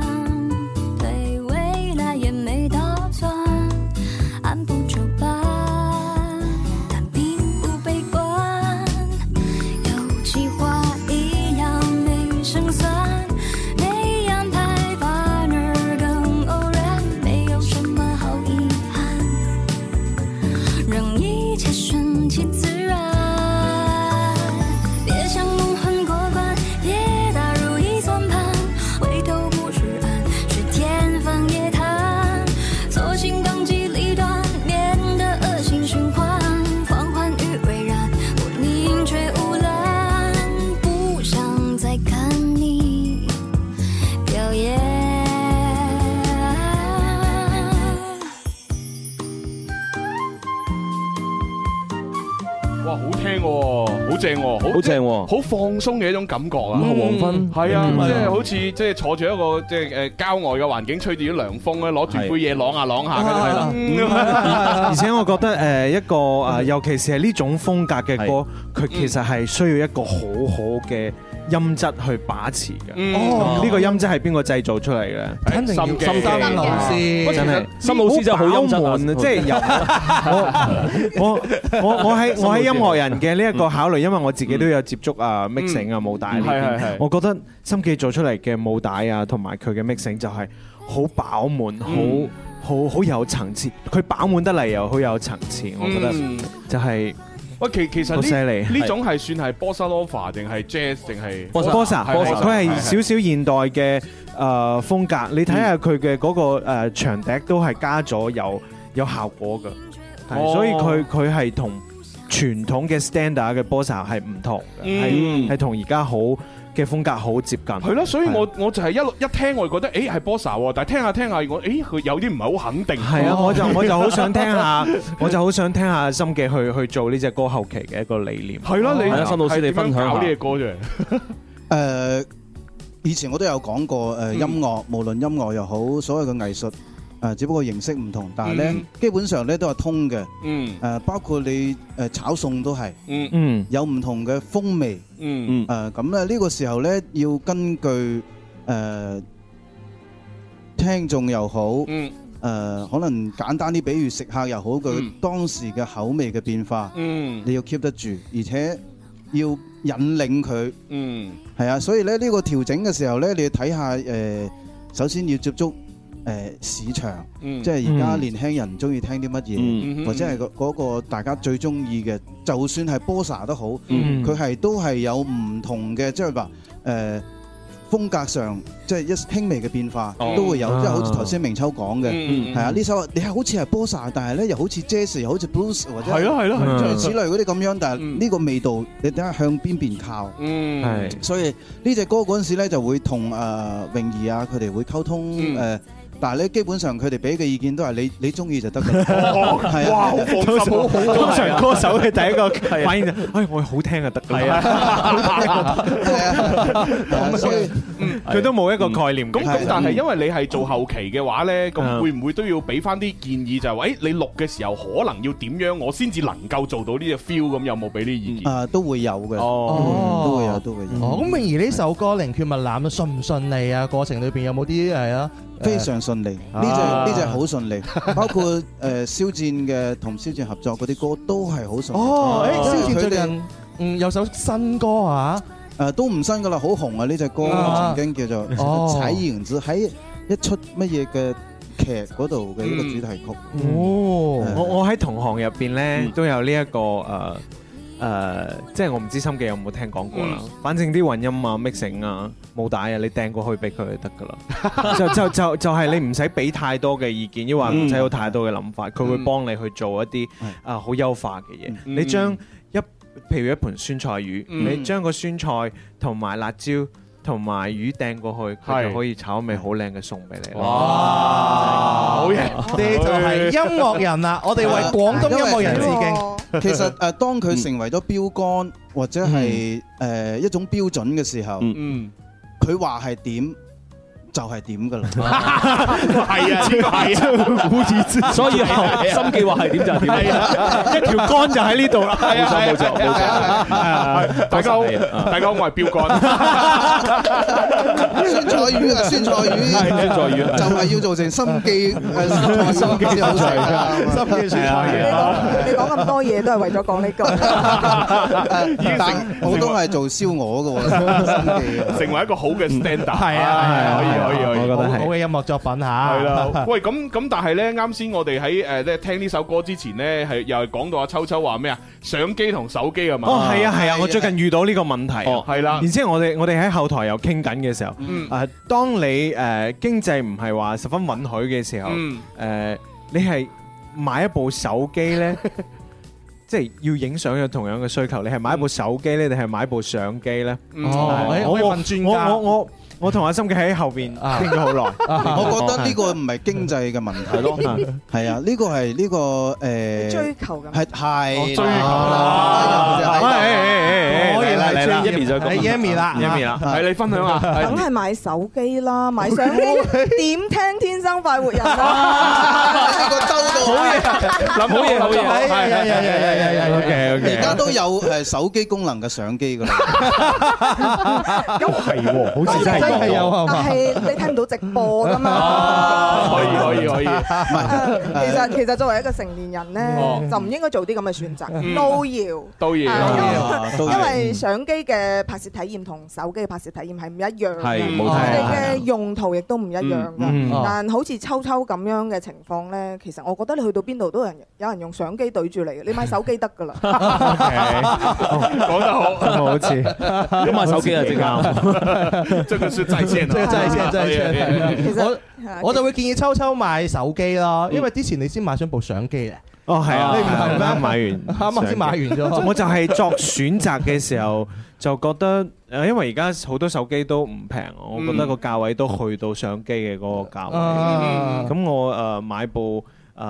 [SPEAKER 16] 对未来也没打算，按部就班，但并不悲观。有计划一样没胜算，没安排反而更偶然，没有什么好遗憾，让一切顺其自然。别想蒙混过关，别打如意算盘，回头不是岸，是天方夜谭。索性当机立断，免得恶性循环。放缓与微然，我宁缺毋滥，不想再看你表演。
[SPEAKER 1] 哇，好聽喎，好正喎，好
[SPEAKER 11] 正喎，
[SPEAKER 1] 好放鬆嘅一種感覺
[SPEAKER 11] 五
[SPEAKER 1] 啊！
[SPEAKER 11] 黃昏
[SPEAKER 1] 係啊，
[SPEAKER 11] 嗯
[SPEAKER 1] 即係好似即係坐住一個即係誒郊外嘅環境，吹住啲涼風咧，攞住杯嘢啷下啷下，跟住係啦。
[SPEAKER 11] <laughs>
[SPEAKER 15] 而而且我覺得誒一個誒，尤其是係呢種風格嘅歌，佢其實係需要一個好好嘅音質去把持嘅。
[SPEAKER 1] 嗯
[SPEAKER 15] 哦呢個音質係邊個製造出嚟嘅？
[SPEAKER 2] 肯定要
[SPEAKER 15] 心機
[SPEAKER 2] 心機老師
[SPEAKER 15] 真係
[SPEAKER 2] 心老師真係好音質啊
[SPEAKER 15] 飽滿啊即係
[SPEAKER 7] <laughs>
[SPEAKER 15] 由我我我我喺我喺音樂人嘅呢一個考慮，因為我自己都有接觸啊 mixing 啊舞帶呢
[SPEAKER 1] 嗯係係係
[SPEAKER 15] 邊，我覺得心記做出嚟嘅舞帶啊，同埋佢嘅 mixing 就係好飽滿，
[SPEAKER 1] 嗯
[SPEAKER 15] 好。好好有層次，佢飽滿得嚟又好有層次，我覺得
[SPEAKER 1] 嗯
[SPEAKER 15] 就係
[SPEAKER 1] 喂，其其實
[SPEAKER 15] 好犀
[SPEAKER 1] 呢
[SPEAKER 15] 利
[SPEAKER 1] 呢種係算係 bossa nova 定係 jazz 定係
[SPEAKER 15] 波
[SPEAKER 1] bossa？
[SPEAKER 15] 薩，
[SPEAKER 1] 係
[SPEAKER 15] 佢係
[SPEAKER 1] 係
[SPEAKER 15] 少少現代嘅誒風格，你睇下佢嘅嗰個誒長笛都係加咗有有效果嘅，係
[SPEAKER 1] 哦
[SPEAKER 15] 所以佢佢係同傳統嘅 standard 嘅波薩係唔同嘅，
[SPEAKER 1] 嗯
[SPEAKER 15] 係係同而家好嘅風格好接近。
[SPEAKER 1] 係咯，所以我我就係一路一聽我就覺得，誒係 bossa 喎，但係聽下聽下我，誒佢有啲唔係好肯定。
[SPEAKER 15] 係啊，我就我就好想聽下，我就好想聽下心記去去做呢只歌後期嘅一個理念。
[SPEAKER 1] 係啊咯，你係點樣搞呢隻 <laughs> 歌啫？
[SPEAKER 14] <laughs> 誒，以前我都有講過誒，音樂無論音樂又好，所有嘅藝術誒，只不過形式唔同，但係咧
[SPEAKER 1] 嗯
[SPEAKER 14] 基本上咧都係通嘅。
[SPEAKER 1] 嗯
[SPEAKER 14] 誒，包括你誒炒餸都係，
[SPEAKER 1] 嗯
[SPEAKER 15] 嗯，
[SPEAKER 14] 有唔同嘅風味。
[SPEAKER 1] 嗯
[SPEAKER 14] 誒咁咧呢個時候咧要根據誒聽眾又好。
[SPEAKER 2] <laughs>
[SPEAKER 1] 嗯
[SPEAKER 14] 誒，呃可能簡單啲，比如食客又好，佢當時嘅口味嘅變化，
[SPEAKER 1] 嗯
[SPEAKER 14] 你要 keep 得住，而且要引領佢。
[SPEAKER 1] 嗯
[SPEAKER 14] 係啊，所以咧呢個調整嘅時候咧，你要睇下誒，首先要接觸誒市場，
[SPEAKER 1] 嗯
[SPEAKER 14] 即係而家
[SPEAKER 1] 嗯
[SPEAKER 14] 年輕人中意聽啲乜
[SPEAKER 1] 嗯嗯
[SPEAKER 14] 嘢，或者係個嗰個大家最中意嘅，就算係 Bossa 都好，
[SPEAKER 1] 嗯
[SPEAKER 14] 佢係都係有唔同嘅，即係話誒。風格上即係一輕微嘅變化
[SPEAKER 1] 哦
[SPEAKER 14] 都會有，即係好似
[SPEAKER 1] 啊
[SPEAKER 14] 頭先明秋講嘅，
[SPEAKER 1] 嗯嗯
[SPEAKER 14] 係啊呢首你係好似係 Bossa，但係咧又好似 Jazz，又好似 Blues 或者
[SPEAKER 1] 係咯係咯係咯
[SPEAKER 14] 諸如此類嗰啲咁樣，但
[SPEAKER 15] 嗯
[SPEAKER 14] 係呢個味道你睇下向邊邊靠，
[SPEAKER 1] 嗯係
[SPEAKER 14] 所以呢只歌嗰陣時咧就會同誒泳兒啊佢哋會溝通
[SPEAKER 15] 嗯
[SPEAKER 14] 誒。但係咧，基本上佢哋俾嘅意見都係你你中意就得㗎，
[SPEAKER 15] <laughs> 哦
[SPEAKER 14] 係啊
[SPEAKER 15] 哇好放心好好啊通常歌手嘅第一個
[SPEAKER 14] 係啊
[SPEAKER 15] 反應就哎唉我好聽就得㗎啦
[SPEAKER 2] <laughs> 哦
[SPEAKER 14] 係啊，係啊所以
[SPEAKER 15] 佢都冇一個概念嘅。
[SPEAKER 1] 咁咁，但係因為你係做後期嘅話呢，咁會唔會都要俾翻啲建議，就係話，誒你錄嘅時候可能要點樣，我先至能夠做到呢隻 feel 咁，有冇俾啲意見？
[SPEAKER 14] 啊，都會有嘅，
[SPEAKER 15] 哦
[SPEAKER 14] 嗯都會有，都會有。
[SPEAKER 2] 哦，咁泳兒呢首歌《零缺物覽》順唔順利啊？過程裏邊有冇啲係啊？
[SPEAKER 14] 非常順利，呢隻
[SPEAKER 2] 啊
[SPEAKER 14] 呢隻好順利，包括誒肖戰嘅同肖戰合作嗰啲歌都係好順利。啊
[SPEAKER 2] 哦誒肖戰
[SPEAKER 14] 佢
[SPEAKER 2] 最
[SPEAKER 14] 哋
[SPEAKER 2] 近嗯有首新歌啊，
[SPEAKER 14] 誒都唔新噶啦，好紅啊呢隻歌
[SPEAKER 2] 啊，
[SPEAKER 14] 曾經叫
[SPEAKER 2] 哦
[SPEAKER 14] 做《踩影子》，喺一出乜嘢嘅劇嗰度嘅一個主題曲。
[SPEAKER 15] 哦，我我喺同行入邊咧都有呢、一個誒誒、呃即係我唔知心記有冇聽講過啦。
[SPEAKER 14] 嗯
[SPEAKER 15] 反正啲混音啊、mixing 啊、冇帶啊，你掟過去俾佢就得噶啦。 <laughs> 就就就就係你唔使俾太多嘅意見，抑或唔使有太多嘅諗法，佢會幫你去做一啲啊好優化嘅嘢。
[SPEAKER 14] 嗯
[SPEAKER 15] 你將一譬如一盤酸菜魚，
[SPEAKER 14] 嗯
[SPEAKER 15] 你將個酸菜同埋辣椒。同埋魚掟過去，佢就可以炒味好靚嘅餸俾你啦。哇！
[SPEAKER 1] 好嘢
[SPEAKER 2] 你就
[SPEAKER 14] 哎
[SPEAKER 2] 係音樂
[SPEAKER 14] <laughs>
[SPEAKER 2] 人啦，我哋為廣東音樂人致敬。
[SPEAKER 14] 啊其實誒，當佢成為咗標杆或者係
[SPEAKER 2] 嗯
[SPEAKER 14] 誒一種標準嘅時候，
[SPEAKER 1] 嗯，
[SPEAKER 14] 佢話係點就係點噶啦。
[SPEAKER 1] 係啊，
[SPEAKER 15] 係啊，好意
[SPEAKER 14] 所以
[SPEAKER 11] 心記話係點就係點
[SPEAKER 1] 啊
[SPEAKER 15] 一條杆就喺
[SPEAKER 1] <laughs>
[SPEAKER 15] 呢度啦。
[SPEAKER 1] 係啊
[SPEAKER 11] 冇
[SPEAKER 1] 係啊
[SPEAKER 11] 錯冇錯冇錯係啊，
[SPEAKER 1] 大家好，大家好，我係標杆。
[SPEAKER 14] 酸菜魚啊，酸菜魚，
[SPEAKER 11] 酸菜魚
[SPEAKER 14] 就係要做成心記誒，心記酸菜魚，心記酸菜啊
[SPEAKER 17] 你講咁多嘢都係為咗講呢句。
[SPEAKER 14] 但我都係做燒鵝嘅喎，心記啊。
[SPEAKER 1] 成為一個好嘅 standard，係
[SPEAKER 2] 啊係啊
[SPEAKER 1] 可以可以可以，
[SPEAKER 2] 我覺得係好嘅音樂作品嚇。
[SPEAKER 1] 系啦，喂，咁咁，但係呢，啱先我哋喺诶咧聽呢首歌之前呢，係又係講到阿秋秋話咩啊？相機同手機啊嘛。
[SPEAKER 15] 哦，係啊，係啊，我最近遇到呢個問題。啊
[SPEAKER 1] 哦係啦
[SPEAKER 15] 然之後我哋我哋喺後台又傾緊嘅時候，誒，當你誒經濟唔係話十分允許嘅時候，
[SPEAKER 1] 嗯
[SPEAKER 15] 誒，你係買一部手機咧， <laughs> 即係要影相有同樣嘅需求，你係買一部手機咧，定係買一部相機咧？
[SPEAKER 14] 嗯哦
[SPEAKER 15] 係
[SPEAKER 14] 誒
[SPEAKER 15] 我
[SPEAKER 14] 可以
[SPEAKER 15] 我
[SPEAKER 14] 問專家啊
[SPEAKER 15] 我我我我同阿心嘅喺後邊傾咗好耐。
[SPEAKER 14] <laughs> 我覺得
[SPEAKER 15] <laughs>
[SPEAKER 14] 呢個唔係經濟嘅問題，
[SPEAKER 15] 係咯
[SPEAKER 14] 係啊，呢個係呢個誒
[SPEAKER 17] 追求咁
[SPEAKER 14] 係係
[SPEAKER 15] 追求啦喂可以啦嚟啦嚟啦 Yami 再講 Yami 啦 Yami 啦係你分享下係
[SPEAKER 17] 梗係買手機啦，買相機點聽天生快活人啊？
[SPEAKER 14] 呢個兜到好
[SPEAKER 1] 嘢，好嘢，好嘢，係係係係係係
[SPEAKER 15] OK，OK
[SPEAKER 14] 而家都有誒手機功能嘅相機㗎啦，
[SPEAKER 15] 係喎，好似真係
[SPEAKER 14] 真係有啊
[SPEAKER 17] 但係你睇唔到直播㗎嘛？
[SPEAKER 1] 可以可以可以，
[SPEAKER 17] <laughs> 其實其實作為一個成年人
[SPEAKER 1] 哦
[SPEAKER 17] 咧，就唔應該做啲咁嘅選擇，
[SPEAKER 1] 嗯
[SPEAKER 17] 都要。
[SPEAKER 1] 都要，
[SPEAKER 17] 因為相機嘅拍攝體驗同手機嘅拍攝體驗係唔一樣嘅，
[SPEAKER 1] 係冇錯
[SPEAKER 17] 佢哋嘅用途亦都唔一樣
[SPEAKER 1] 嗯嗯
[SPEAKER 17] 嘅。但好似秋秋咁樣嘅情況呢，其實我覺得你去到邊度都有人有人用相機對住你嘅，你買手機得
[SPEAKER 1] <laughs>
[SPEAKER 17] 㗎啦。
[SPEAKER 1] 講得好，
[SPEAKER 15] <laughs> 好似咁買手機啊，正
[SPEAKER 2] <laughs>
[SPEAKER 1] 啱。這個是在線啊，
[SPEAKER 2] 即係真係真係真係。
[SPEAKER 17] 我
[SPEAKER 2] 我就會建議秋秋買手機咯，
[SPEAKER 1] 嗯
[SPEAKER 2] 因為之前你先買咗部相機
[SPEAKER 1] <laughs>
[SPEAKER 2] 咧。
[SPEAKER 15] 哦，係啊，
[SPEAKER 2] 你唔係
[SPEAKER 15] 啱啱買
[SPEAKER 2] 咩？
[SPEAKER 15] 完，
[SPEAKER 2] <laughs> 啱啱先買完啫
[SPEAKER 15] 我就係作選擇嘅時候就覺得，誒，因為而家好多手機都唔平，我
[SPEAKER 2] 嗯
[SPEAKER 15] 覺得個價位都去到相機嘅嗰個價
[SPEAKER 2] 啊
[SPEAKER 15] 位。咁我誒買部。誒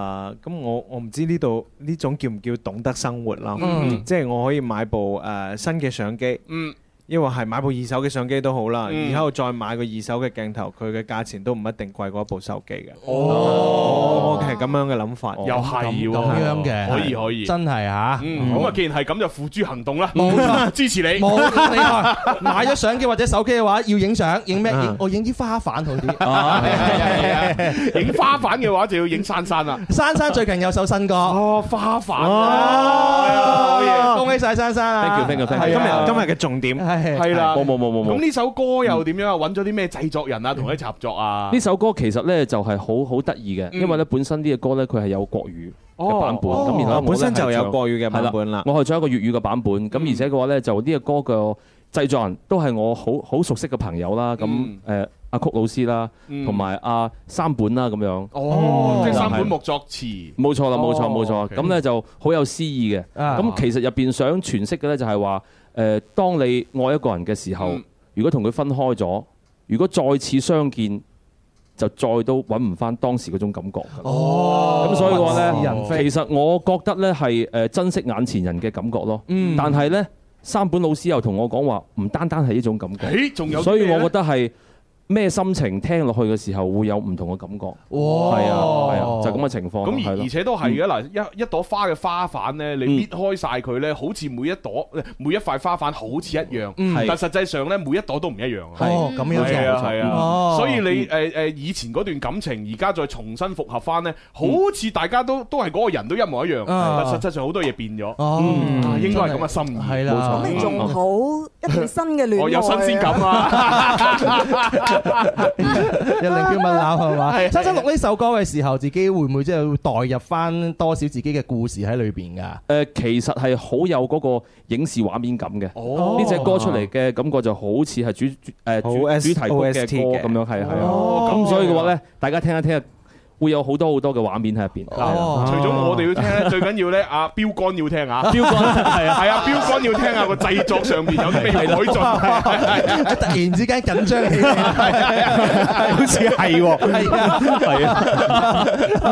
[SPEAKER 15] 咁我我唔知呢度呢種叫唔叫懂得生活啦，
[SPEAKER 11] 嗯
[SPEAKER 15] 即係我可以買部誒新嘅相機，
[SPEAKER 1] 嗯，
[SPEAKER 15] 抑或係買部二手嘅相機都好啦，
[SPEAKER 11] 嗯
[SPEAKER 15] 然後再買個二手嘅鏡頭，佢嘅價錢都唔一定貴過一部手機嘅。
[SPEAKER 1] 哦
[SPEAKER 15] 我係咁樣嘅諗法，
[SPEAKER 1] 又係喎
[SPEAKER 2] 咁樣嘅，
[SPEAKER 1] 可以可以
[SPEAKER 2] 真係嚇。
[SPEAKER 1] 嗯，咁啊，既然係咁，就付諸行動啦。
[SPEAKER 2] 冇錯
[SPEAKER 1] <laughs> 支持你。
[SPEAKER 2] 冇咁厲害，買咗相機或者手機嘅話，要影相，影咩？影我影啲花瓣好
[SPEAKER 1] 啊係啊係
[SPEAKER 2] 啲。
[SPEAKER 1] 啊係啊影花瓣嘅話就要影珊珊啦。
[SPEAKER 2] 珊珊最近有首新歌，哦，
[SPEAKER 1] 花瓣哎
[SPEAKER 2] 啊，係啊可以恭喜晒珊珊啊
[SPEAKER 11] Thank you，thank you，thank
[SPEAKER 2] 係啊
[SPEAKER 11] you。
[SPEAKER 15] 今日嘅重點
[SPEAKER 11] 係
[SPEAKER 1] 係啦，
[SPEAKER 11] 冇冇冇冇冇。
[SPEAKER 1] 咁呢首歌又點樣啊？揾咗啲咩製作人啊？同佢一齊合作啊？
[SPEAKER 11] 呢首歌其實咧就係好好得意嘅，
[SPEAKER 1] 嗯
[SPEAKER 11] 因為咧本身呢個歌咧佢係有國語嘅版本，
[SPEAKER 1] 哦
[SPEAKER 11] 咁然後我
[SPEAKER 1] 哦
[SPEAKER 11] 呢
[SPEAKER 1] 本身就有
[SPEAKER 11] 係唱
[SPEAKER 15] 國語嘅版本啦
[SPEAKER 11] 係我係唱一個粵語嘅版本，
[SPEAKER 1] 嗯
[SPEAKER 11] 咁而且嘅話咧就呢個歌嘅製作人都係我好好熟悉嘅朋友啦，咁誒阿曲老師啦，
[SPEAKER 1] 嗯
[SPEAKER 11] 同埋阿三本啦咁樣。
[SPEAKER 1] 哦，即
[SPEAKER 11] 係
[SPEAKER 1] 係三本
[SPEAKER 11] 係
[SPEAKER 1] 木作詞。
[SPEAKER 11] 冇錯啦，冇錯
[SPEAKER 1] 哦
[SPEAKER 11] 冇錯，
[SPEAKER 1] OK
[SPEAKER 11] 咁咧就好有詩意嘅。
[SPEAKER 1] 啊
[SPEAKER 11] 咁其實入邊想詮釋嘅咧就係話，誒，當你愛一個人嘅時
[SPEAKER 1] 嗯
[SPEAKER 11] 候，如果同佢分開咗，如果再次相見，就再都揾唔翻當時嗰種感覺。
[SPEAKER 2] 哦
[SPEAKER 11] 咁所以嘅
[SPEAKER 2] 物是人
[SPEAKER 11] 話
[SPEAKER 2] 非
[SPEAKER 11] 咧，其實我覺得咧係誒珍惜眼前人嘅感覺咯。
[SPEAKER 2] 嗯
[SPEAKER 11] 但係咧，三本老師又同我講話，唔單單係呢種感覺，
[SPEAKER 1] 咦仲有啲
[SPEAKER 11] 所以
[SPEAKER 1] 咩
[SPEAKER 11] 我
[SPEAKER 1] 呢
[SPEAKER 11] 覺得係咩心情聽落去嘅時候會有唔同嘅感覺。
[SPEAKER 1] 哇
[SPEAKER 11] 係啊，係啊，就咁嘅情況。
[SPEAKER 1] 咁
[SPEAKER 11] 係
[SPEAKER 1] 而
[SPEAKER 11] 咯
[SPEAKER 1] 而且都係嘅
[SPEAKER 11] 嗯
[SPEAKER 1] 嗱，一一朵花嘅花瓣咧，你搣開晒佢咧，好似每一朵每一塊花瓣好似一樣，
[SPEAKER 2] 嗯
[SPEAKER 1] 但實際上咧每一朵都唔一樣啊。
[SPEAKER 2] 哦咁樣
[SPEAKER 1] 係啊
[SPEAKER 2] 就
[SPEAKER 1] 係啊，
[SPEAKER 2] 哦
[SPEAKER 1] 所以你誒誒以前嗰段感情，而家再重新復合翻咧，好似大家都都係嗰個人都一模一樣，
[SPEAKER 2] 啊
[SPEAKER 1] 但實際上好多嘢變咗。
[SPEAKER 2] 哦
[SPEAKER 1] 嗯啊應該係咁嘅心意。
[SPEAKER 2] 係啦冇錯
[SPEAKER 17] 咁你仲好一段新嘅戀愛啊
[SPEAKER 1] 我哦有新鮮感
[SPEAKER 17] <laughs>
[SPEAKER 1] 啊！
[SPEAKER 2] 一零叫乜鬧係嘛？
[SPEAKER 1] 係
[SPEAKER 2] 真真錄呢首歌嘅時候，自己會唔會即係會代入翻多少自己嘅故事喺裏邊㗎？
[SPEAKER 11] 誒、呃其實係好有嗰個影視畫面感嘅，
[SPEAKER 1] 哦
[SPEAKER 11] 呢隻歌出嚟嘅感覺就好似係主主誒主
[SPEAKER 15] 好
[SPEAKER 11] 主題曲
[SPEAKER 15] SOST
[SPEAKER 11] 嘅
[SPEAKER 15] 嘅
[SPEAKER 11] 歌咁樣，係係啊，
[SPEAKER 1] 哦
[SPEAKER 11] 咁所以嘅話咧，大家聽一聽，會有好多好多嘅畫面喺入邊。
[SPEAKER 1] 嗱，哦除咗我哋要聽咧，最緊要咧，阿標杆要聽啊，
[SPEAKER 11] 啊標杆
[SPEAKER 1] 係
[SPEAKER 11] 係
[SPEAKER 1] 啊，
[SPEAKER 11] 啊
[SPEAKER 1] <laughs> 係啊，標杆要聽下個製作上邊有啲咩改進 <laughs> 係啊。
[SPEAKER 2] 突然之間緊張起嚟，好
[SPEAKER 15] 似係喎，
[SPEAKER 2] 係啊，
[SPEAKER 11] 係啊，
[SPEAKER 1] 好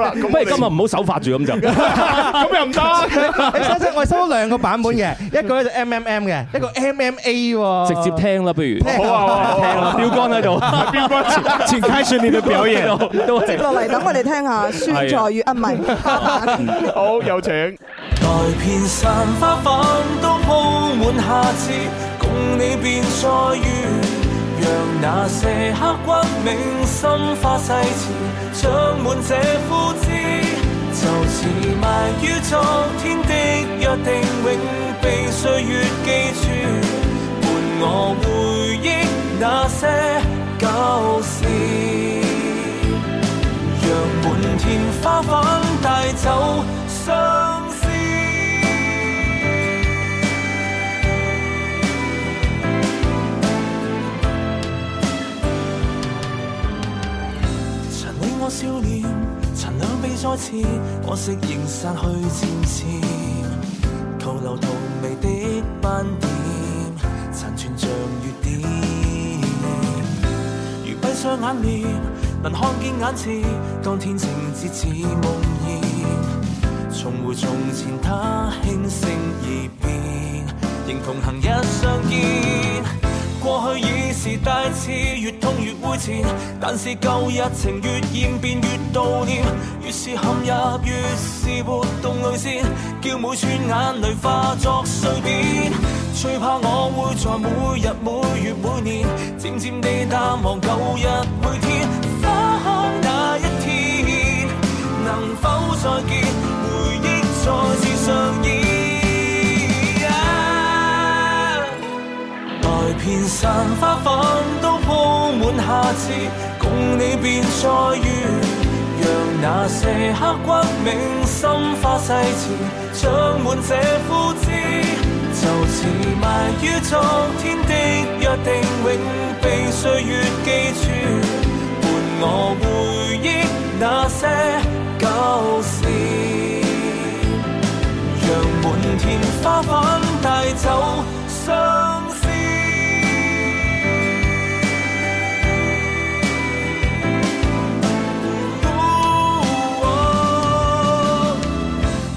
[SPEAKER 1] 啦，咁
[SPEAKER 11] 不如今日唔好手法住咁就，
[SPEAKER 1] 咁又唔
[SPEAKER 2] <laughs>
[SPEAKER 1] 得
[SPEAKER 2] 你收收，我收咗兩個版本嘅，一個咧就 M M M 嘅，一個 M M A 喎。
[SPEAKER 11] 直接聽啦，不如
[SPEAKER 2] 聽啊好啊好啊
[SPEAKER 11] 聽啦，標杆喺度，
[SPEAKER 1] 標
[SPEAKER 11] 杆前開始你嘅表演 <laughs> 都
[SPEAKER 17] 接落嚟等我哋聽
[SPEAKER 1] <laughs>
[SPEAKER 17] 下酸菜魚啊，唔係。
[SPEAKER 1] 好，有請。
[SPEAKER 7] 待遍散花瓣都鋪滿下次，共你便再遇。讓那些刻骨銘心化細詞，長滿這枯枝。就似埋於昨天的約定，永被歲月記住，伴我回憶那些舊事。讓滿天花瓣帶走相思。曾你我少年，曾兩臂再次，可惜仍散去漸漸，徒留荼蘼的斑點，殘存像雨點。如閉上眼簾，能看見眼前，當天情節似夢魇，重回從前，他輕聲而變，仍同行一相見。過去已是大刺，越痛越會纏，但是舊日情越厭變越悼念，越是陷入越是活動淚腺，叫每串眼淚化作碎片。最怕我會在每日每月每年，漸漸地淡忘舊日每天。花開那一天，能否再見？回憶再次上演。啊待遍散花瓣都鋪滿下次，共你便再遇。讓那些刻骨銘心化細詞，長滿這枯枝。就似埋於昨天的約定，永被歲月記住，伴我回憶那些舊事。讓滿天花瓣帶走相思。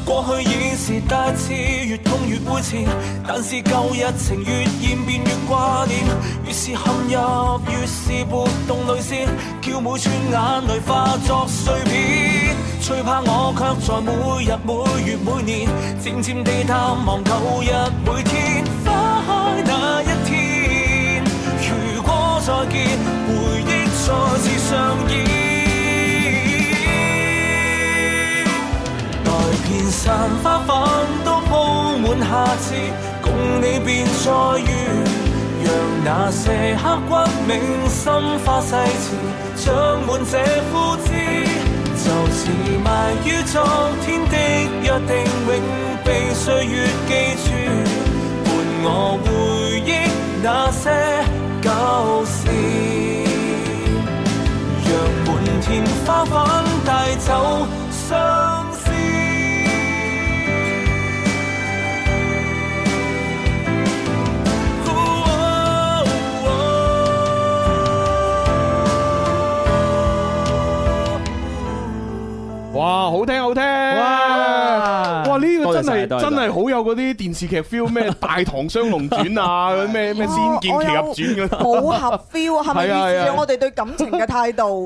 [SPEAKER 7] 過去已是大刺，越痛越會纏，但是舊日情越厭變越掛念，越是陷入越是活動淚腺，叫每串眼淚化作碎片。最怕我卻在每日每月每年，漸漸地淡忘舊日每天。花開那一天，如果再見，回憶再次上演。待遍散花瓣都鋪滿下次，共你便再遇。讓那些刻骨銘心化細詞，長滿這枯枝。就似埋於昨天的約定，永被歲月記住，伴我回憶那些舊事。
[SPEAKER 11] 哦
[SPEAKER 7] 讓滿天花瓣帶走相思。
[SPEAKER 1] 哇，好聽好聽，哇，哇呢個真真係
[SPEAKER 11] 多謝
[SPEAKER 1] 真係好有嗰啲電視劇 feel，咩大唐雙龍傳啊，咩咩仙劍奇俠傳嗰啲
[SPEAKER 17] 武俠 feel 係咪預
[SPEAKER 1] 係啊係啊
[SPEAKER 17] 示咗我哋對感情嘅態
[SPEAKER 1] <laughs>
[SPEAKER 17] 度？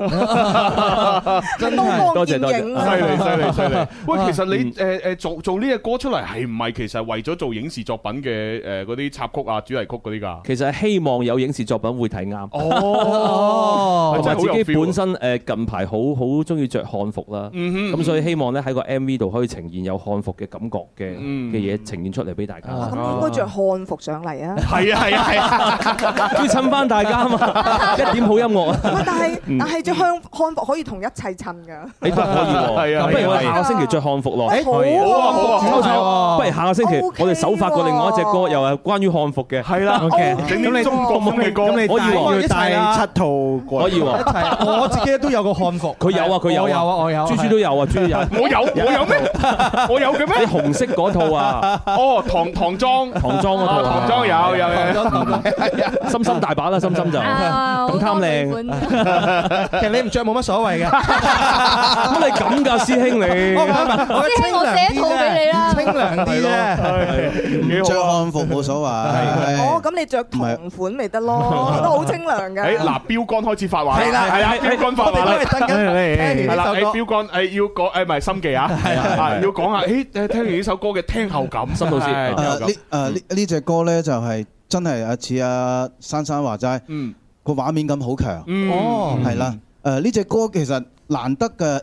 [SPEAKER 1] 真
[SPEAKER 17] 係多謝多謝
[SPEAKER 1] 犀利犀利犀利！喂，其實你誒誒做做呢只歌出嚟係唔係其實係為咗做影視作品嘅誒嗰啲插曲啊、主題曲嗰啲㗎？
[SPEAKER 11] 其實係希望有影視作品會睇啱。
[SPEAKER 1] 哦
[SPEAKER 11] 同埋自己
[SPEAKER 1] 真係好有 feel 啊
[SPEAKER 11] 本身誒近排好好中意着漢服啦，
[SPEAKER 1] 嗯哼
[SPEAKER 11] 咁所以希望咧喺個 MV 度可以呈現有漢服嘅感覺嘅
[SPEAKER 17] 嗯
[SPEAKER 11] 嘅嘢呈現出嚟俾大家。
[SPEAKER 17] 啊咁應該着漢服上嚟啊！
[SPEAKER 1] 係啊係啊係
[SPEAKER 11] 啊， <laughs> 要襯翻大家
[SPEAKER 17] <laughs>
[SPEAKER 11] 啊嘛，一點好音樂啊！
[SPEAKER 17] 但
[SPEAKER 2] <laughs>
[SPEAKER 17] 係
[SPEAKER 11] 嗯
[SPEAKER 17] 但係着漢漢服可以同一切襯㗎。
[SPEAKER 11] 你都可以
[SPEAKER 1] 係
[SPEAKER 11] 喎，
[SPEAKER 1] 啊
[SPEAKER 11] 咁不如我哋
[SPEAKER 1] 係啊哎
[SPEAKER 11] 下個星期着漢服咯。
[SPEAKER 17] 好啊
[SPEAKER 11] 係
[SPEAKER 17] 好啊好啊
[SPEAKER 11] 好
[SPEAKER 17] 好啊
[SPEAKER 11] 不如下個星期我哋首發過另外一隻歌，又係關於漢服嘅。係
[SPEAKER 1] 啦
[SPEAKER 11] <laughs>
[SPEAKER 1] 嗯
[SPEAKER 11] OK
[SPEAKER 1] 整啲中國風嘅歌
[SPEAKER 11] 咁你
[SPEAKER 1] 可以喎
[SPEAKER 11] 要帶
[SPEAKER 1] 一齊啊
[SPEAKER 11] 七套過嚟
[SPEAKER 2] 可以喎一齊我自己都有個漢服
[SPEAKER 11] 佢有啊，佢有
[SPEAKER 2] 我有啊我有啊
[SPEAKER 11] 豬豬都有啊，豬豬有。
[SPEAKER 1] <laughs> 我有我
[SPEAKER 11] <laughs>
[SPEAKER 1] 有咩？我有嘅咩？
[SPEAKER 11] 你紅色嗰套
[SPEAKER 1] <laughs>
[SPEAKER 11] 啊，
[SPEAKER 1] 哦，唐唐裝，
[SPEAKER 11] 唐裝嗰套啊
[SPEAKER 1] 啊唐裝有有有
[SPEAKER 11] <laughs>
[SPEAKER 1] 有。
[SPEAKER 11] 心心大把啦，心
[SPEAKER 1] <laughs>
[SPEAKER 11] 心就
[SPEAKER 2] 啊
[SPEAKER 11] 咁貪靚。
[SPEAKER 2] <laughs> 其實你唔着冇乜所謂嘅。
[SPEAKER 11] 乜你咁㗎，師兄你？
[SPEAKER 2] 我唔係唔係我清涼啲啫，清涼啲
[SPEAKER 14] 啫，唔着漢服冇所謂。
[SPEAKER 17] 哦，咁你着
[SPEAKER 2] <laughs>
[SPEAKER 17] 同款咪得咯，都好清涼
[SPEAKER 1] 誒
[SPEAKER 17] 㗎。
[SPEAKER 1] 嗱，標杆開始發話啦，
[SPEAKER 17] 係啦
[SPEAKER 1] 係啦，
[SPEAKER 17] 係
[SPEAKER 1] 標杆發話啦
[SPEAKER 17] 我哋都係等緊聽
[SPEAKER 1] 係
[SPEAKER 17] 完呢
[SPEAKER 1] 啦，
[SPEAKER 17] 首歌
[SPEAKER 1] 誒標杆誒要講誒唔係心記啊，啊要講下，誒誒聽完呢首歌嘅聽後感，心
[SPEAKER 14] 誒呢誒呢呢隻歌咧就係真係啊似阿珊珊話齋，個畫面感好強，
[SPEAKER 1] 嗯哦
[SPEAKER 14] 係啦。誒呢隻歌其實難得嘅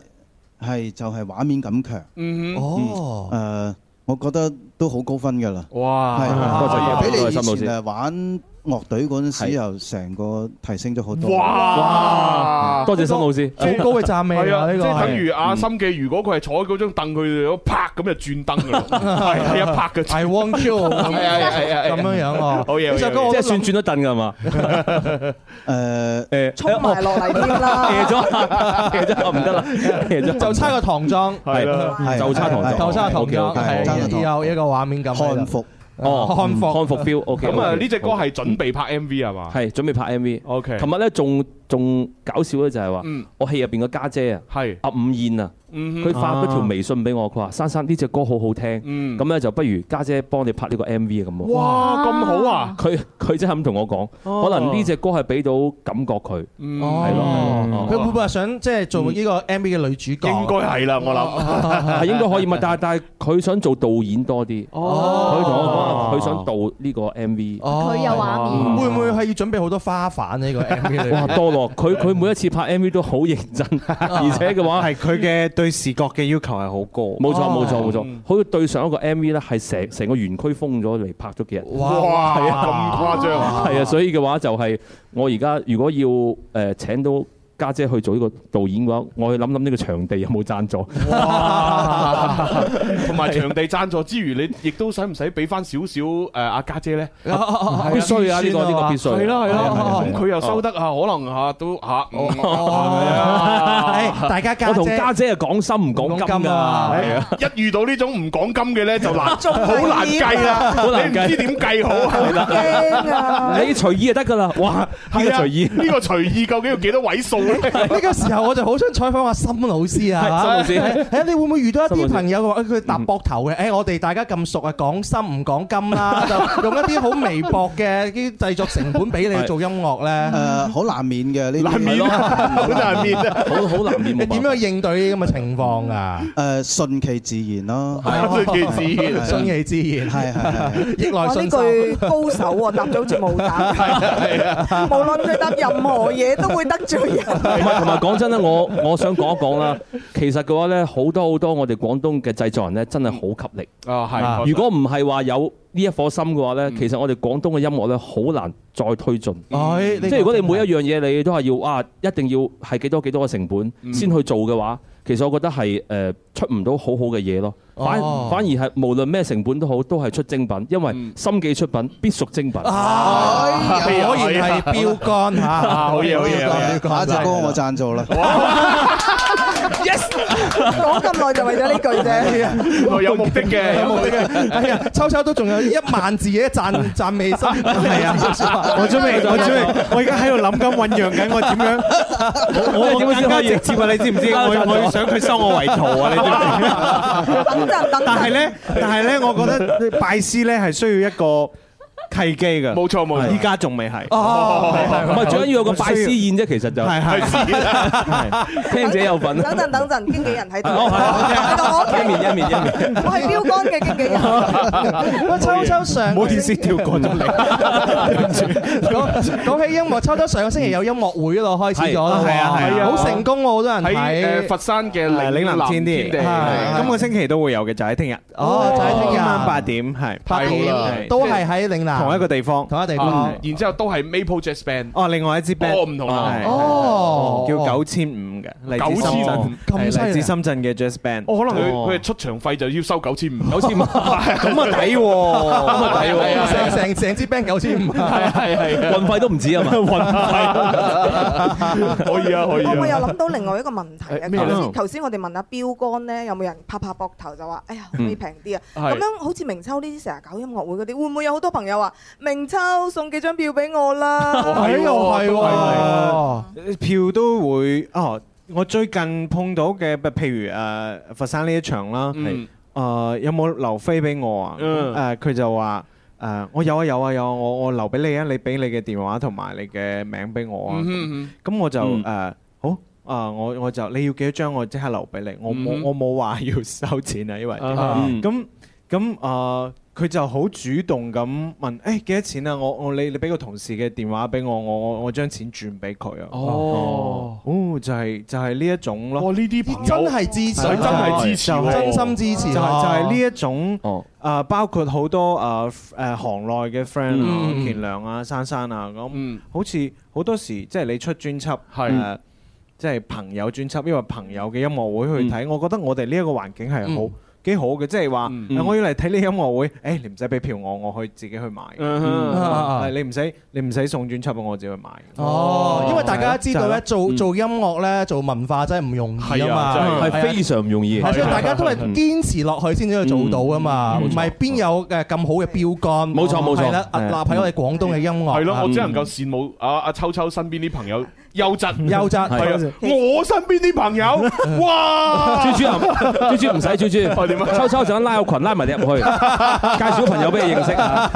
[SPEAKER 14] 係就係畫面感強，
[SPEAKER 1] 嗯
[SPEAKER 2] 哦
[SPEAKER 14] 誒我覺得都好高分㗎啦。
[SPEAKER 1] 哇
[SPEAKER 11] 多謝多謝
[SPEAKER 14] 係比你
[SPEAKER 11] 多謝
[SPEAKER 14] 以
[SPEAKER 11] 心
[SPEAKER 14] 前
[SPEAKER 11] 老
[SPEAKER 14] 誒玩樂隊嗰陣時又成個提升咗好多。
[SPEAKER 1] 哇！
[SPEAKER 11] 多謝森老師
[SPEAKER 2] 好高嘅讚美啊
[SPEAKER 1] 係
[SPEAKER 2] 呢個
[SPEAKER 1] 即係
[SPEAKER 2] 係
[SPEAKER 1] 等於阿心記，如果佢係坐喺嗰張凳，佢就啪咁就轉燈噶啦，係係一拍嘅。
[SPEAKER 2] I want you 咁
[SPEAKER 1] 係啊係啊係啊係啊
[SPEAKER 2] 咁樣樣
[SPEAKER 11] <laughs>
[SPEAKER 2] 喎
[SPEAKER 1] 好嘢，
[SPEAKER 2] 呢首歌
[SPEAKER 1] 好嘢
[SPEAKER 2] 我
[SPEAKER 11] 即
[SPEAKER 2] 都
[SPEAKER 11] 係算轉咗凳㗎 <laughs> 嘛？
[SPEAKER 14] 誒
[SPEAKER 11] 誒，
[SPEAKER 17] 衝埋落嚟添啦
[SPEAKER 11] 贏咗啊，贏咗啊唔得啦，贏咗
[SPEAKER 2] <laughs> 就差個唐裝，
[SPEAKER 11] 係啦係就差唐裝
[SPEAKER 2] 就差唐裝，
[SPEAKER 11] OK，OK，好
[SPEAKER 2] 係有一個畫面感喺度。
[SPEAKER 14] 漢服
[SPEAKER 11] 哦，
[SPEAKER 2] 漢服
[SPEAKER 11] 漢服 feel，OK。
[SPEAKER 1] 咁啊，呢隻歌係準備拍 M V 啊係嘛？
[SPEAKER 11] 係準備拍 MV。
[SPEAKER 1] OK
[SPEAKER 11] 琴日咧仲仲搞笑咧就係話
[SPEAKER 1] 嗯，
[SPEAKER 11] 我戲入邊個家姐啊，
[SPEAKER 1] 係
[SPEAKER 11] 阿五燕啊，
[SPEAKER 1] 嗯啊
[SPEAKER 11] 佢發咗條微信俾我，佢話：珊珊呢只歌好好
[SPEAKER 1] 聽，
[SPEAKER 11] 咁咧就不如家姐幫你拍呢個 MV 啊咁喎。
[SPEAKER 1] 嗯哇咁好啊！
[SPEAKER 11] 佢佢真係咁同我
[SPEAKER 1] 哦嗯
[SPEAKER 11] 講，可能呢只歌係俾到感覺佢，係咯，，
[SPEAKER 2] 哦佢會唔會話想即係做呢個 MV 嘅女主角？哦
[SPEAKER 11] 應該
[SPEAKER 1] 係啦，我
[SPEAKER 11] 諗 <laughs> 係應該可以嘛？但係但係佢想做導演多啲，
[SPEAKER 1] 哦
[SPEAKER 11] 佢同我講話佢想導呢個嗯 MV，
[SPEAKER 2] 哦
[SPEAKER 11] 佢有畫面
[SPEAKER 2] 會唔會係要準備好多花瓣呢個 MV 裏
[SPEAKER 11] 哇
[SPEAKER 2] 面？
[SPEAKER 11] 多咯！佢佢每一次拍 MV 都好認
[SPEAKER 15] <laughs>
[SPEAKER 11] 真，而且嘅話
[SPEAKER 15] 啊係佢嘅對視覺嘅要求係好高。啊嗯
[SPEAKER 11] 冇錯冇錯冇錯，好似對上一個 MV 咧係成成個園區封咗嚟拍咗幾日。
[SPEAKER 1] 哇
[SPEAKER 11] 係啊
[SPEAKER 1] 咁誇張啊
[SPEAKER 11] 係啊，所以嘅話就係我而家如果要誒請到。家姐去做呢個導演嘅話，我去諗諗呢個場地有冇贊助。
[SPEAKER 1] <laughs> 同埋場地
[SPEAKER 11] <laughs>
[SPEAKER 1] 贊助之餘，你亦都使唔使俾翻少少誒阿家姐咧？必
[SPEAKER 11] 必須啊！呢個呢個必須。
[SPEAKER 1] 係啦
[SPEAKER 11] 係
[SPEAKER 1] 係
[SPEAKER 11] 啊係
[SPEAKER 1] 啦
[SPEAKER 11] 啊，
[SPEAKER 1] 咁佢又收得啊，可能嚇都嚇。
[SPEAKER 11] 哦
[SPEAKER 2] 大家家姐
[SPEAKER 11] 我同家姐係講心唔講金㗎，係啊。
[SPEAKER 1] 一遇到呢種唔講金嘅咧，就難
[SPEAKER 11] 仲
[SPEAKER 1] 好難計啦，
[SPEAKER 11] 好難計
[SPEAKER 1] 你唔知點計好
[SPEAKER 11] 係啦
[SPEAKER 2] 驚啊
[SPEAKER 11] 你隨意就得㗎啦，哇！呢個
[SPEAKER 1] 係啊
[SPEAKER 11] 隨意，
[SPEAKER 1] 呢個隨意究竟要幾多位數咧？
[SPEAKER 2] <laughs> 呢個時候我就好想採訪阿森老師啊，
[SPEAKER 1] 係森老師
[SPEAKER 2] 係係啊，你會唔會遇到一啲朋友話哎佢搭膊頭
[SPEAKER 11] 嗯
[SPEAKER 2] 嘅？誒，我哋大家咁熟啊，講心唔講金啦，就用一啲好微薄嘅啲製作成本俾你做音樂咧，
[SPEAKER 14] 誒好難免嘅呢啲
[SPEAKER 2] 難
[SPEAKER 11] <laughs>
[SPEAKER 2] 免啊好難免啊好
[SPEAKER 11] 好難免
[SPEAKER 2] 你點樣應對呢啲咁嘅情況啊？
[SPEAKER 14] 誒順其自然咯，啊
[SPEAKER 2] 順其自然順其自然
[SPEAKER 14] 係係係。
[SPEAKER 2] <laughs> 逆來
[SPEAKER 17] 哇！呢
[SPEAKER 2] 順受。
[SPEAKER 17] 句高手喎，答咗好似冇
[SPEAKER 2] <laughs>
[SPEAKER 17] 答。
[SPEAKER 11] 啊
[SPEAKER 1] <laughs>
[SPEAKER 17] 無論佢答任何嘢，都會得罪人。
[SPEAKER 11] 唔係同埋講真咧，我我想講一講啦。其實嘅話咧，好多好多我哋廣東嘅製作人咧，真係好吸力。
[SPEAKER 1] 啊係確實
[SPEAKER 11] 如果唔係嗯話有呢一顆心嘅話咧，其實我哋廣東嘅音樂咧，好難再推進。
[SPEAKER 2] 哎呢個
[SPEAKER 11] 即係如果嗯你每一樣嘢你都係要啊，一定要係幾多幾多嘅成
[SPEAKER 1] 嗯
[SPEAKER 11] 本先去做嘅話，其實我覺得係誒出唔到好好嘅嘢咯。反
[SPEAKER 1] 哦
[SPEAKER 11] 反而係無論咩成本都好，都係出精品，因為心機出品必屬精品。
[SPEAKER 15] 啊
[SPEAKER 2] 哎呀果然係標杆嚇
[SPEAKER 11] 啊好嘢好嘢好嘢
[SPEAKER 14] 下一隻歌我贊助啦。
[SPEAKER 11] 一
[SPEAKER 17] 講咁耐就為咗呢句
[SPEAKER 15] 啊
[SPEAKER 17] 啫。
[SPEAKER 1] 我有目的嘅，
[SPEAKER 2] 有目的嘅。哎呀，秋秋都仲有一萬字
[SPEAKER 15] <laughs>
[SPEAKER 2] 嘅讚讚美心， <laughs> 係
[SPEAKER 15] 啊我準備我準備我而家喺度諗緊醖釀緊我點樣我我更加直接啊！你知唔知？我我要想佢收我為徒啊！你知唔
[SPEAKER 1] <laughs>
[SPEAKER 15] 知？但係咧，但係咧，我覺得拜師咧係需要一個契機嘅。
[SPEAKER 1] 冇錯冇錯，
[SPEAKER 15] 依家仲未係。
[SPEAKER 11] 哦唔係最緊要有個拜師
[SPEAKER 15] 宴
[SPEAKER 11] 啫，其實就
[SPEAKER 15] 係係
[SPEAKER 11] 聽者有份。
[SPEAKER 17] 等陣等陣，經紀人喺度，
[SPEAKER 15] 哦啊
[SPEAKER 11] 一面一面一面。
[SPEAKER 17] 我係標杆
[SPEAKER 2] <laughs>
[SPEAKER 17] 嘅經紀人。
[SPEAKER 2] 我秋秋上
[SPEAKER 15] 冇意思跳過咗嚟。
[SPEAKER 2] 講講起音樂，秋秋上個星期有音樂會咯，開始咗啦，
[SPEAKER 15] 係啊係啊
[SPEAKER 2] 好成功喎，好多人
[SPEAKER 1] 喺誒
[SPEAKER 2] 睇。
[SPEAKER 1] 佛山嘅
[SPEAKER 15] 係
[SPEAKER 1] 嶺
[SPEAKER 15] 嶺南天地，
[SPEAKER 1] 地，
[SPEAKER 15] 係
[SPEAKER 1] 咁
[SPEAKER 15] 今個星期都會有嘅，就喺哎聽日。
[SPEAKER 2] 哦就喺聽日
[SPEAKER 15] 今晚八點係
[SPEAKER 2] 八點都係喺嶺南
[SPEAKER 15] 同一個地方，
[SPEAKER 2] 同一地
[SPEAKER 1] 啊然之後都係 Maple Jazz Band。
[SPEAKER 15] 哦，另外一支 band
[SPEAKER 1] 哦唔同啦
[SPEAKER 15] 係
[SPEAKER 1] 哦
[SPEAKER 15] 叫九千五嘅，嚟自深
[SPEAKER 1] 9500
[SPEAKER 15] 圳，係
[SPEAKER 1] 咁犀利
[SPEAKER 15] 嚟自深圳嘅 jazz band。
[SPEAKER 1] 哦，可能佢
[SPEAKER 15] 哦
[SPEAKER 1] 佢係出場費就要收九千五，
[SPEAKER 11] 九
[SPEAKER 1] <laughs>
[SPEAKER 2] <laughs>
[SPEAKER 11] 千五，
[SPEAKER 1] 咁
[SPEAKER 15] 啊抵喎咁啊抵喎
[SPEAKER 2] 成成成支 band 九千五，
[SPEAKER 1] 係啊係啊係啊
[SPEAKER 11] 運費都唔
[SPEAKER 2] <laughs>
[SPEAKER 11] 止啊嘛，
[SPEAKER 1] 運費可以啊可以
[SPEAKER 17] 我又
[SPEAKER 1] 啊。
[SPEAKER 17] 諗到另外一個問題啊！
[SPEAKER 1] 誒咩
[SPEAKER 17] 頭
[SPEAKER 1] 咧
[SPEAKER 17] 先頭先我哋問阿標杆咧，有冇人拍拍膊頭就話：哎呀，可唔可以平啲啊？
[SPEAKER 1] 嗯係
[SPEAKER 17] 咁樣好似明秋呢啲成日搞音樂會嗰啲，會唔會有好多朋友話：明秋送幾張票俾我
[SPEAKER 1] <laughs>
[SPEAKER 17] 啦？
[SPEAKER 1] 啊
[SPEAKER 15] 係喎
[SPEAKER 2] 係喎
[SPEAKER 15] 係喎票都會哦。我最近碰到嘅，譬如誒佛山呢一場啦，
[SPEAKER 1] 嗯
[SPEAKER 15] 誒有冇留飛俾我啊？
[SPEAKER 1] 嗯
[SPEAKER 15] 誒佢就話誒我有啊有啊有啊，我我留俾你啊，你俾你嘅電話同埋你嘅名俾我啊。
[SPEAKER 1] 嗯哼
[SPEAKER 15] 咁咁我就誒好。啊！我我就你要幾多張，我即刻留俾你。我冇
[SPEAKER 1] 嗯
[SPEAKER 15] 我冇話要收錢啊，因為
[SPEAKER 1] 啊哈
[SPEAKER 15] 咁咁啊，佢就好主動咁問，誒幾多錢啊？我我你你俾個同事嘅電話俾我，我我我將錢轉俾佢啊。
[SPEAKER 1] 哦，
[SPEAKER 15] 哦，就係就係呢一種咯。
[SPEAKER 1] 呢啲朋
[SPEAKER 2] 真係支持，
[SPEAKER 15] 係真係支持
[SPEAKER 2] 就係
[SPEAKER 15] 喎
[SPEAKER 2] 真心支持，啊
[SPEAKER 15] 就係就係呢一種誒，包括好多誒誒行內嘅 friend 啊，
[SPEAKER 2] 嗯
[SPEAKER 15] 健良啊、珊珊啊咁，好似好多時即係你出專輯
[SPEAKER 1] 係
[SPEAKER 15] 誒，即係朋友專輯，因為朋友嘅音樂會去睇，我覺得我哋呢一個環境係好。幾好嘅，即係話誒我要嚟睇你音樂會，誒你唔使俾票我，我去自己去買。
[SPEAKER 1] 嗯哼
[SPEAKER 2] 啊
[SPEAKER 15] 係你唔使你唔使送專輯，我自己去買。
[SPEAKER 2] 哦，因為大家知道咧，
[SPEAKER 15] 就係
[SPEAKER 2] 做
[SPEAKER 15] 咯
[SPEAKER 2] 做音樂咧，做文化真係唔容易啊嘛，
[SPEAKER 11] 係非常唔容易。
[SPEAKER 2] 係所以大家都係堅持落去先至可以做到啊嘛，
[SPEAKER 11] 嗯
[SPEAKER 2] 唔係邊有誒咁好嘅標杆？
[SPEAKER 11] 冇錯冇錯嗯
[SPEAKER 2] 係啦，屹立喺我哋廣東嘅音樂。
[SPEAKER 1] 係咯，我只能夠羨慕阿阿秋秋身邊啲朋友優質
[SPEAKER 2] 優質
[SPEAKER 1] 係啊，我身邊啲朋友，
[SPEAKER 2] <laughs>
[SPEAKER 1] 哇！
[SPEAKER 11] 豬豬啊，豬豬唔使豬豬，點啊？秋秋想拉個群拉埋你入去，介紹朋友俾你認識啊！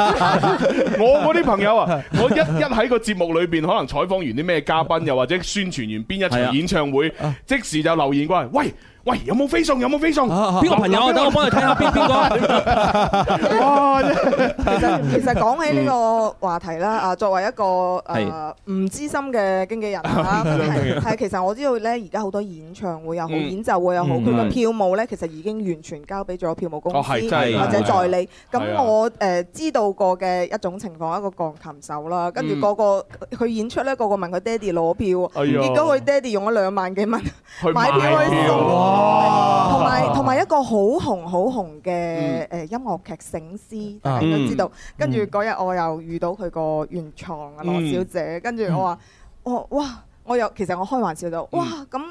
[SPEAKER 1] 我我啲朋友啊，我一一喺個節目裏邊，可能採訪完啲咩嘉賓，又或者宣傳完邊一
[SPEAKER 11] 係啊
[SPEAKER 1] 場演唱會，即時就留言過嚟，喂喂，有冇飛送？有冇飛送？
[SPEAKER 11] 邊個朋友啊？等我幫你
[SPEAKER 1] <laughs>
[SPEAKER 11] 睇下邊邊個。
[SPEAKER 1] 哇！真係
[SPEAKER 17] 其實講起呢個話題啦，啊，作為一個誒
[SPEAKER 1] 嗯係
[SPEAKER 17] 唔資深嘅經紀人
[SPEAKER 1] <laughs>
[SPEAKER 17] 啦，係係其實我知道咧，而家好多演唱會又好，
[SPEAKER 1] 嗯
[SPEAKER 17] 演奏會又好，
[SPEAKER 1] 嗯
[SPEAKER 17] 佢嘅
[SPEAKER 1] 係
[SPEAKER 17] 票務咧其實已經完全交俾咗票務公
[SPEAKER 1] 哦
[SPEAKER 17] 司或
[SPEAKER 1] 係真係
[SPEAKER 17] 者代理。
[SPEAKER 1] 係
[SPEAKER 17] 咁
[SPEAKER 1] 啊
[SPEAKER 17] 我誒知道過嘅一種情況，一個鋼琴手啦，跟住
[SPEAKER 1] 嗯
[SPEAKER 17] 個個佢演出咧，個個問佢爹哋攞票，
[SPEAKER 1] 哎呀
[SPEAKER 17] 結果佢爹哋用咗兩萬幾蚊
[SPEAKER 1] 去
[SPEAKER 17] 買票
[SPEAKER 1] 買
[SPEAKER 17] 去
[SPEAKER 1] 票
[SPEAKER 17] 送，
[SPEAKER 1] 哇
[SPEAKER 17] 同
[SPEAKER 11] 啊
[SPEAKER 17] 埋同埋一個好紅好紅嘅
[SPEAKER 11] 嗯
[SPEAKER 17] 誒音樂劇《醒獅》，
[SPEAKER 11] 啊
[SPEAKER 17] 大家都知道。跟住嗰日我又遇到佢個原創啊羅
[SPEAKER 11] 嗯
[SPEAKER 17] 小姐，跟住我話：我哇！我又其實我開玩笑就哇
[SPEAKER 11] 嗯
[SPEAKER 17] 咁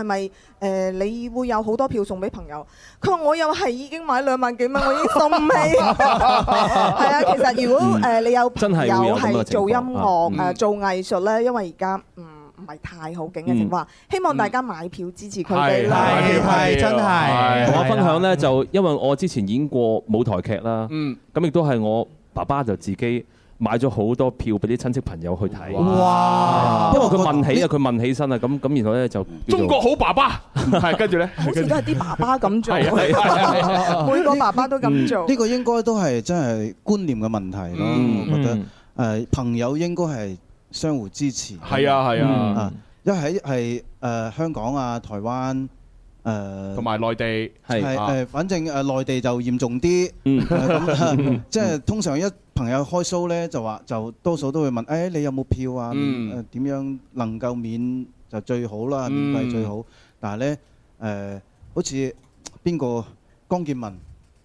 [SPEAKER 17] 係咪誒你會有好多票送俾朋友？佢話我又係已經買兩萬幾蚊，我
[SPEAKER 11] <laughs>
[SPEAKER 17] 已經送唔起。
[SPEAKER 3] <laughs>
[SPEAKER 17] 係啊，其實如果
[SPEAKER 11] 嗯
[SPEAKER 17] 誒你有
[SPEAKER 11] 真係
[SPEAKER 17] 朋友
[SPEAKER 11] 會有咁
[SPEAKER 17] 係
[SPEAKER 11] 嘅情況
[SPEAKER 17] 做音樂
[SPEAKER 11] 啊
[SPEAKER 17] 誒
[SPEAKER 11] 嗯
[SPEAKER 17] 做藝術咧，因為而家唔唔係太好景嘅情況下，希望大家
[SPEAKER 11] 嗯
[SPEAKER 17] 買票支持佢哋啦。
[SPEAKER 2] 係係真係，
[SPEAKER 11] 同我分享呢，就因為我之前演過舞台劇啦，
[SPEAKER 1] 嗯
[SPEAKER 11] 咁亦都係我爸爸就自己買咗好多票俾啲親戚朋友去睇。
[SPEAKER 2] 哇！
[SPEAKER 11] 因為佢問起啊，佢問起身啊，咁咁然後呢，就
[SPEAKER 1] 中國
[SPEAKER 11] <laughs>
[SPEAKER 1] 好爸爸，係跟住咧，
[SPEAKER 17] 好似都係啲爸爸咁做，
[SPEAKER 1] 係啊係啊係啊係
[SPEAKER 17] 每個爸爸都咁做。
[SPEAKER 14] 嗯呢個應該都係真係觀念嘅問題咯，
[SPEAKER 1] 嗯
[SPEAKER 14] 我覺得
[SPEAKER 1] 嗯
[SPEAKER 14] 誒朋友應該係相互支持。
[SPEAKER 1] 係啊係啊
[SPEAKER 14] 因為喺係誒香港啊、台灣
[SPEAKER 11] 嗯
[SPEAKER 14] 誒
[SPEAKER 1] 同埋內地係
[SPEAKER 14] 係
[SPEAKER 1] 啊
[SPEAKER 14] 誒，反正誒內地就嚴重啲。
[SPEAKER 11] 嗯
[SPEAKER 15] <laughs>
[SPEAKER 14] 咁啊即係通常一朋友開 show 咧，就話就多數都會問誒你有冇票啊？
[SPEAKER 1] 嗯
[SPEAKER 14] 誒點樣能夠免就最好啦，免
[SPEAKER 1] 嗯
[SPEAKER 14] 費最好。但係咧誒，好似邊個江建文，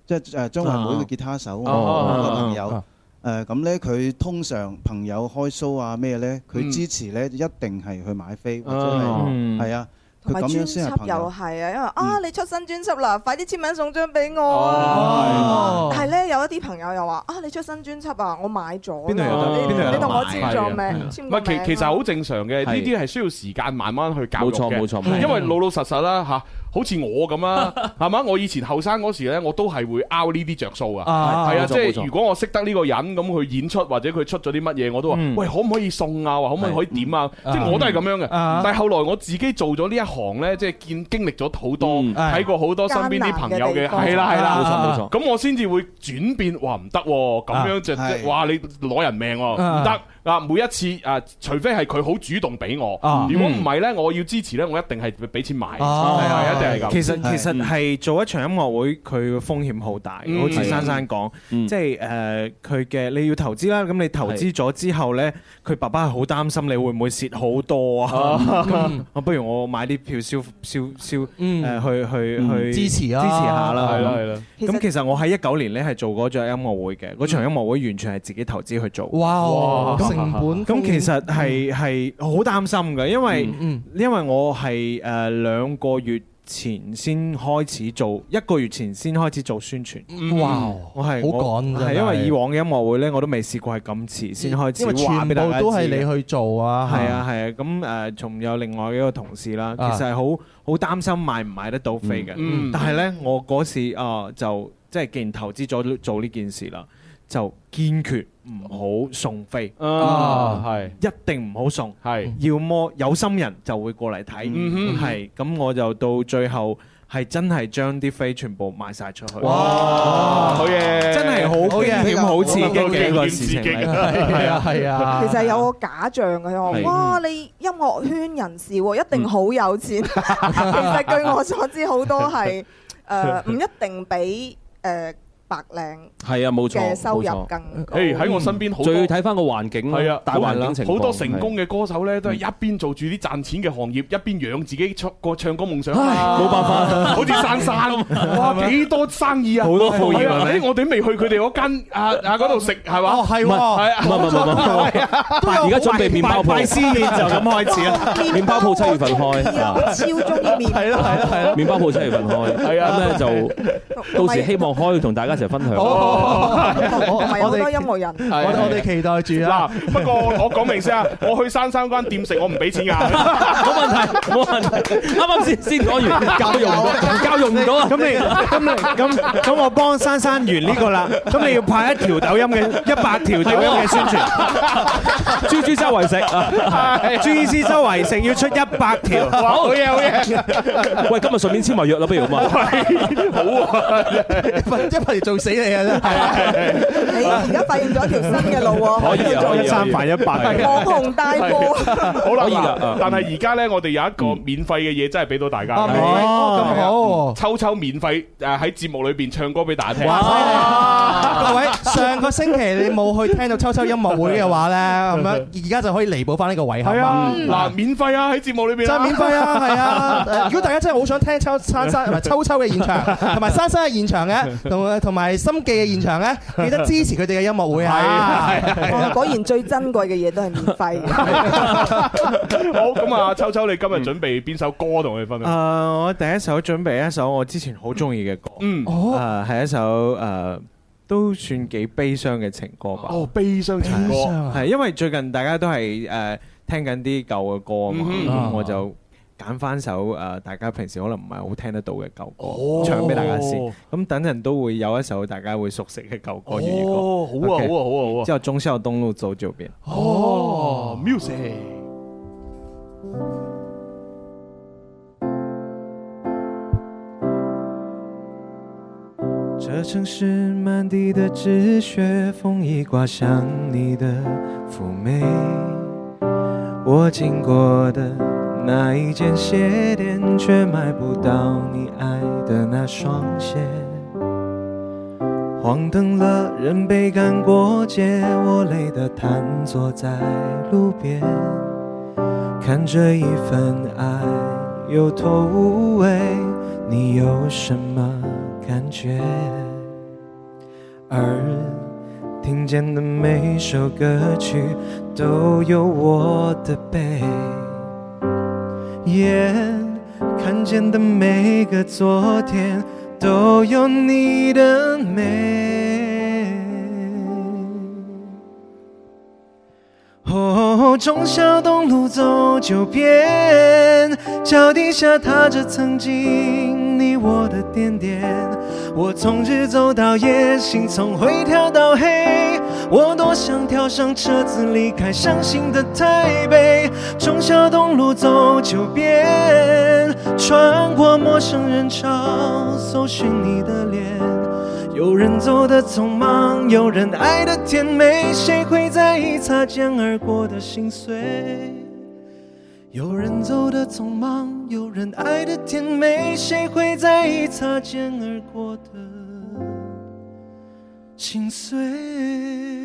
[SPEAKER 14] 即係誒張惠妹嘅吉他手，
[SPEAKER 15] 啊啊
[SPEAKER 14] 我個朋
[SPEAKER 15] 啊啊
[SPEAKER 14] 友
[SPEAKER 15] 啊。
[SPEAKER 14] 誒咁咧，佢通常朋友開 show 啊咩咧，佢
[SPEAKER 15] 嗯
[SPEAKER 14] 支持咧一定係去買飛，或者
[SPEAKER 15] 啊
[SPEAKER 14] 係
[SPEAKER 15] 嗯
[SPEAKER 14] 係啊。佢
[SPEAKER 17] 同埋
[SPEAKER 14] 咁
[SPEAKER 17] 專
[SPEAKER 14] 樣先係
[SPEAKER 17] 輯
[SPEAKER 14] 朋
[SPEAKER 17] 又
[SPEAKER 14] 友。嗯
[SPEAKER 17] 係啊，因為啊你出新專輯啦，快啲簽名送張俾我
[SPEAKER 14] 哦
[SPEAKER 17] 啊！係咧，有一啲朋友又話啊，你出新專輯啊，我買咗啦，
[SPEAKER 1] 邊度有得？
[SPEAKER 17] 你
[SPEAKER 1] 邊度有得
[SPEAKER 17] 你同我
[SPEAKER 1] 買
[SPEAKER 17] 簽咗
[SPEAKER 1] 係啊
[SPEAKER 17] 名，簽
[SPEAKER 1] 唔
[SPEAKER 17] 個
[SPEAKER 1] 係
[SPEAKER 17] 名
[SPEAKER 1] 其其實
[SPEAKER 17] 啊
[SPEAKER 1] 好正常嘅，呢啲係需要時間慢慢去教育
[SPEAKER 11] 冇錯
[SPEAKER 1] 嘅
[SPEAKER 11] 冇錯
[SPEAKER 1] 因為
[SPEAKER 11] 嗯
[SPEAKER 1] 老老實實啦嚇。好似我咁
[SPEAKER 11] <laughs>
[SPEAKER 1] 啊，係嘛？我以前後生嗰時咧，我都係會 out 呢啲着數啊，
[SPEAKER 11] 啊
[SPEAKER 1] 係啊，
[SPEAKER 11] 冇錯
[SPEAKER 1] 即
[SPEAKER 11] 冇
[SPEAKER 1] 係
[SPEAKER 11] 錯
[SPEAKER 1] 如果我識得呢個人，咁佢演出或者佢出咗啲乜嘢，我都話：
[SPEAKER 11] 嗯
[SPEAKER 1] 喂，可唔可以送啊？或可唔可以可以點啊？即
[SPEAKER 11] 嗯
[SPEAKER 1] 係我都係咁樣嘅。
[SPEAKER 11] 啊
[SPEAKER 1] 但係後來我自己做咗呢一行咧，即係見經歷咗好多，睇過好多身邊啲朋友嘅，
[SPEAKER 11] 艱難嘅地方
[SPEAKER 1] 係啦係啦，
[SPEAKER 11] 冇錯冇錯
[SPEAKER 1] 咁我先至會轉變，哇唔得喎，咁樣就
[SPEAKER 11] 啊係
[SPEAKER 1] 即哇你攞人命喎，唔
[SPEAKER 11] 啊
[SPEAKER 1] 得。啊！每一次啊，除非係佢好主動俾我，
[SPEAKER 15] 啊
[SPEAKER 1] 如果唔係呢，我要支持呢，我一定係俾錢買，係啊，一定係咁。
[SPEAKER 15] 其實其實係做一場音樂會，佢嘅風險好大，
[SPEAKER 1] 嗯
[SPEAKER 15] 好似珊珊講，即係誒佢嘅你要投資啦，咁你投資咗之後呢，佢爸爸係好擔心你會唔會蝕好多啊
[SPEAKER 11] 啊？
[SPEAKER 15] 咁啊不如我買啲票消消消誒去去去
[SPEAKER 11] 支持啊
[SPEAKER 15] 支持下啦，
[SPEAKER 11] 係啦
[SPEAKER 15] 咁
[SPEAKER 11] 係啦
[SPEAKER 15] 咁其實我喺一九年呢係做嗰場音樂會嘅，嗰場音樂會完全係自己投資去做。
[SPEAKER 2] 哇
[SPEAKER 15] 咁
[SPEAKER 2] 成本
[SPEAKER 15] 咁其實
[SPEAKER 2] 嗯
[SPEAKER 15] 係係好擔心嘅，因為因為我係誒兩個月前先開始做，一個月前先開始做宣傳。
[SPEAKER 2] 嗯
[SPEAKER 15] 嗯
[SPEAKER 2] 哇
[SPEAKER 15] 我係
[SPEAKER 2] 好趕
[SPEAKER 15] 我
[SPEAKER 2] 真係
[SPEAKER 15] 係因為以往嘅音樂會呢，我都未試過係咁遲先開
[SPEAKER 2] 因為
[SPEAKER 15] 始話
[SPEAKER 2] 全
[SPEAKER 15] 俾大家
[SPEAKER 2] 部
[SPEAKER 15] 知
[SPEAKER 2] 都係
[SPEAKER 15] 嘅
[SPEAKER 2] 你去做啊，
[SPEAKER 15] 係啊係啊，咁誒仲有另外一個同事啦，其
[SPEAKER 2] 啊
[SPEAKER 15] 實係好好擔心買唔買得到飛嘅
[SPEAKER 2] 嗯嗯，
[SPEAKER 15] 但係呢，我嗰時啊就即係既然投資咗做呢件事啦，就堅決唔好送飛，
[SPEAKER 1] 啊係
[SPEAKER 15] 一定唔好送，
[SPEAKER 1] 係
[SPEAKER 15] 要麼有心人就會過嚟
[SPEAKER 1] 嗯
[SPEAKER 15] 睇，
[SPEAKER 1] 哼
[SPEAKER 15] 係咁我就到最後。係真係將啲飛全部賣晒出去，
[SPEAKER 1] 哇好嘢
[SPEAKER 15] 真係好驚險、好刺激嘅一個事
[SPEAKER 1] 好
[SPEAKER 15] 情
[SPEAKER 1] 驚險
[SPEAKER 15] 嚟，
[SPEAKER 1] 係啊係啊
[SPEAKER 17] 其實有個假象嘅，我話
[SPEAKER 15] 係
[SPEAKER 17] 哇你音樂圈人士喎，一定好有
[SPEAKER 1] <laughs>
[SPEAKER 17] 錢。其實據我所知，好多係誒唔一定比誒白領
[SPEAKER 11] 係啊，冇錯，
[SPEAKER 17] 嘅收入
[SPEAKER 11] 冇錯
[SPEAKER 17] 更
[SPEAKER 1] 高誒喺我身邊好多
[SPEAKER 11] 最要睇翻個環境啦
[SPEAKER 1] 係啊，
[SPEAKER 11] 大環境情況
[SPEAKER 1] 好多成功嘅歌手呢，都係一邊做住啲賺錢嘅行業，一邊養自己出個唱歌夢想。
[SPEAKER 11] 冇辦法
[SPEAKER 1] 好似
[SPEAKER 11] <laughs>
[SPEAKER 1] 珊珊，哇幾多生意啊！
[SPEAKER 11] 好多副業
[SPEAKER 1] 係啊
[SPEAKER 11] 係咪
[SPEAKER 1] 誒我哋未去佢哋嗰間啊啊嗰度食係嘛？
[SPEAKER 11] 哦係喎
[SPEAKER 1] 係
[SPEAKER 11] 唔
[SPEAKER 1] 啊
[SPEAKER 11] 係唔係唔係唔係
[SPEAKER 1] <laughs> 係啊
[SPEAKER 11] 但而家準備麵包鋪，
[SPEAKER 1] 拜師宴就咁開始啦
[SPEAKER 11] 麵包鋪七月份開，啊
[SPEAKER 17] 超中意面，係
[SPEAKER 2] 啦係啦係啦，
[SPEAKER 11] 麵包鋪七月份開，
[SPEAKER 1] 係啊
[SPEAKER 11] 咁咧就到時希望開同大家一齊分享。
[SPEAKER 17] 同埋有好多音樂人。
[SPEAKER 2] 我我哋期待住啊！
[SPEAKER 1] 嗱，不過我講明先 <laughs> 啊，我去珊珊間店食，我唔俾錢㗎。冇
[SPEAKER 11] 問題，冇問題。啱啱先先講
[SPEAKER 1] <laughs>
[SPEAKER 11] 完，教育
[SPEAKER 1] 哦
[SPEAKER 11] 唔到，教育唔到啊！
[SPEAKER 15] 哦咁你咁你咁咁我幫珊珊完呢個啦，咁你要派一條抖音嘅一百條抖音嘅宣傳，
[SPEAKER 11] 豬豬周圍食，
[SPEAKER 15] 豬醫師周圍食要出一百條，
[SPEAKER 1] 哇好嘢好嘢！
[SPEAKER 11] 喂，今日順便簽埋約啦，不如咁啊！
[SPEAKER 1] 好啊，
[SPEAKER 2] 一不如做死你啊！真係。
[SPEAKER 17] 你而家發現咗一條新嘅路喎，
[SPEAKER 1] 可以啊可以啊係啊
[SPEAKER 17] 網紅帶貨。
[SPEAKER 11] 啊
[SPEAKER 1] 好啦，
[SPEAKER 17] 可以㗎
[SPEAKER 1] 嗱但係而家咧，我哋有一個免費嘅嘢，真係俾到大家。
[SPEAKER 2] 啊免費哦咁好
[SPEAKER 1] 好，秋秋免費誒喺節目裏邊唱歌俾大家聽。
[SPEAKER 2] 各位，上個星期你冇去聽到秋秋音樂會嘅話咧，咁樣而家就可以彌補翻呢個遺憾
[SPEAKER 1] 係啊，嗱，
[SPEAKER 2] 嗱，
[SPEAKER 1] 免費啊喺節目裏邊。
[SPEAKER 2] 真係免費啊，係啊！
[SPEAKER 1] <laughs>
[SPEAKER 2] 誒如果大家真係好想聽秋珊珊唔係秋秋嘅現場，
[SPEAKER 1] <laughs>
[SPEAKER 2] 同埋珊珊嘅現場嘅，同同埋心記嘅現場咧，記得支持佢哋嘅音樂會啊！
[SPEAKER 17] 哇果然最珍貴嘅嘢都係免費
[SPEAKER 11] <laughs>
[SPEAKER 17] 嘅。
[SPEAKER 1] 好，咁啊，秋秋，你今日準備邊首歌同我哋分
[SPEAKER 15] 誒，
[SPEAKER 1] 享？
[SPEAKER 15] 呃我第一首準備一首我之前好中意嘅歌，
[SPEAKER 1] 嗯，
[SPEAKER 15] 誒係一首誒都算幾悲傷嘅情歌吧。
[SPEAKER 1] 哦，悲傷情歌。
[SPEAKER 2] 啊
[SPEAKER 15] 係因為最近大家都係誒聽緊啲舊嘅歌啊
[SPEAKER 1] 嗯
[SPEAKER 15] 嘛，咁我就揀翻首誒大家平時可能唔係好聽得到嘅舊
[SPEAKER 1] 哦
[SPEAKER 15] 歌，唱俾大家先。咁等陣都會有一首大家會熟悉嘅舊歌粵語歌。
[SPEAKER 1] 哦好啊
[SPEAKER 15] OK
[SPEAKER 1] 好啊好啊好啊
[SPEAKER 15] 之後忠孝東路
[SPEAKER 1] <laughs>
[SPEAKER 15] 走九遍。
[SPEAKER 1] 哦，music。
[SPEAKER 18] 这城市满地的纸屑，风一刮像你的妩媚。我经过的那一间鞋店，却买不到你爱的那双鞋。黄灯了，人被赶过街，我累得瘫坐在路边，看着一份爱有头无尾，你有什么感觉？而听见的每首歌曲都有我的悲。眼间的每个昨天，都有你的美。哦，忠孝东路走九遍，脚底下踏着曾经你我的点点。我从日走到夜，心从灰跳到黑。我多想跳上车子离开伤心的台北，忠孝东路走九遍，穿过陌生人潮，搜寻你的脸。有人走得匆忙，有人爱得甜美，谁会在意擦肩而过的心碎？有人走得匆忙，有人爱得甜美，谁会在意擦肩而过的心碎？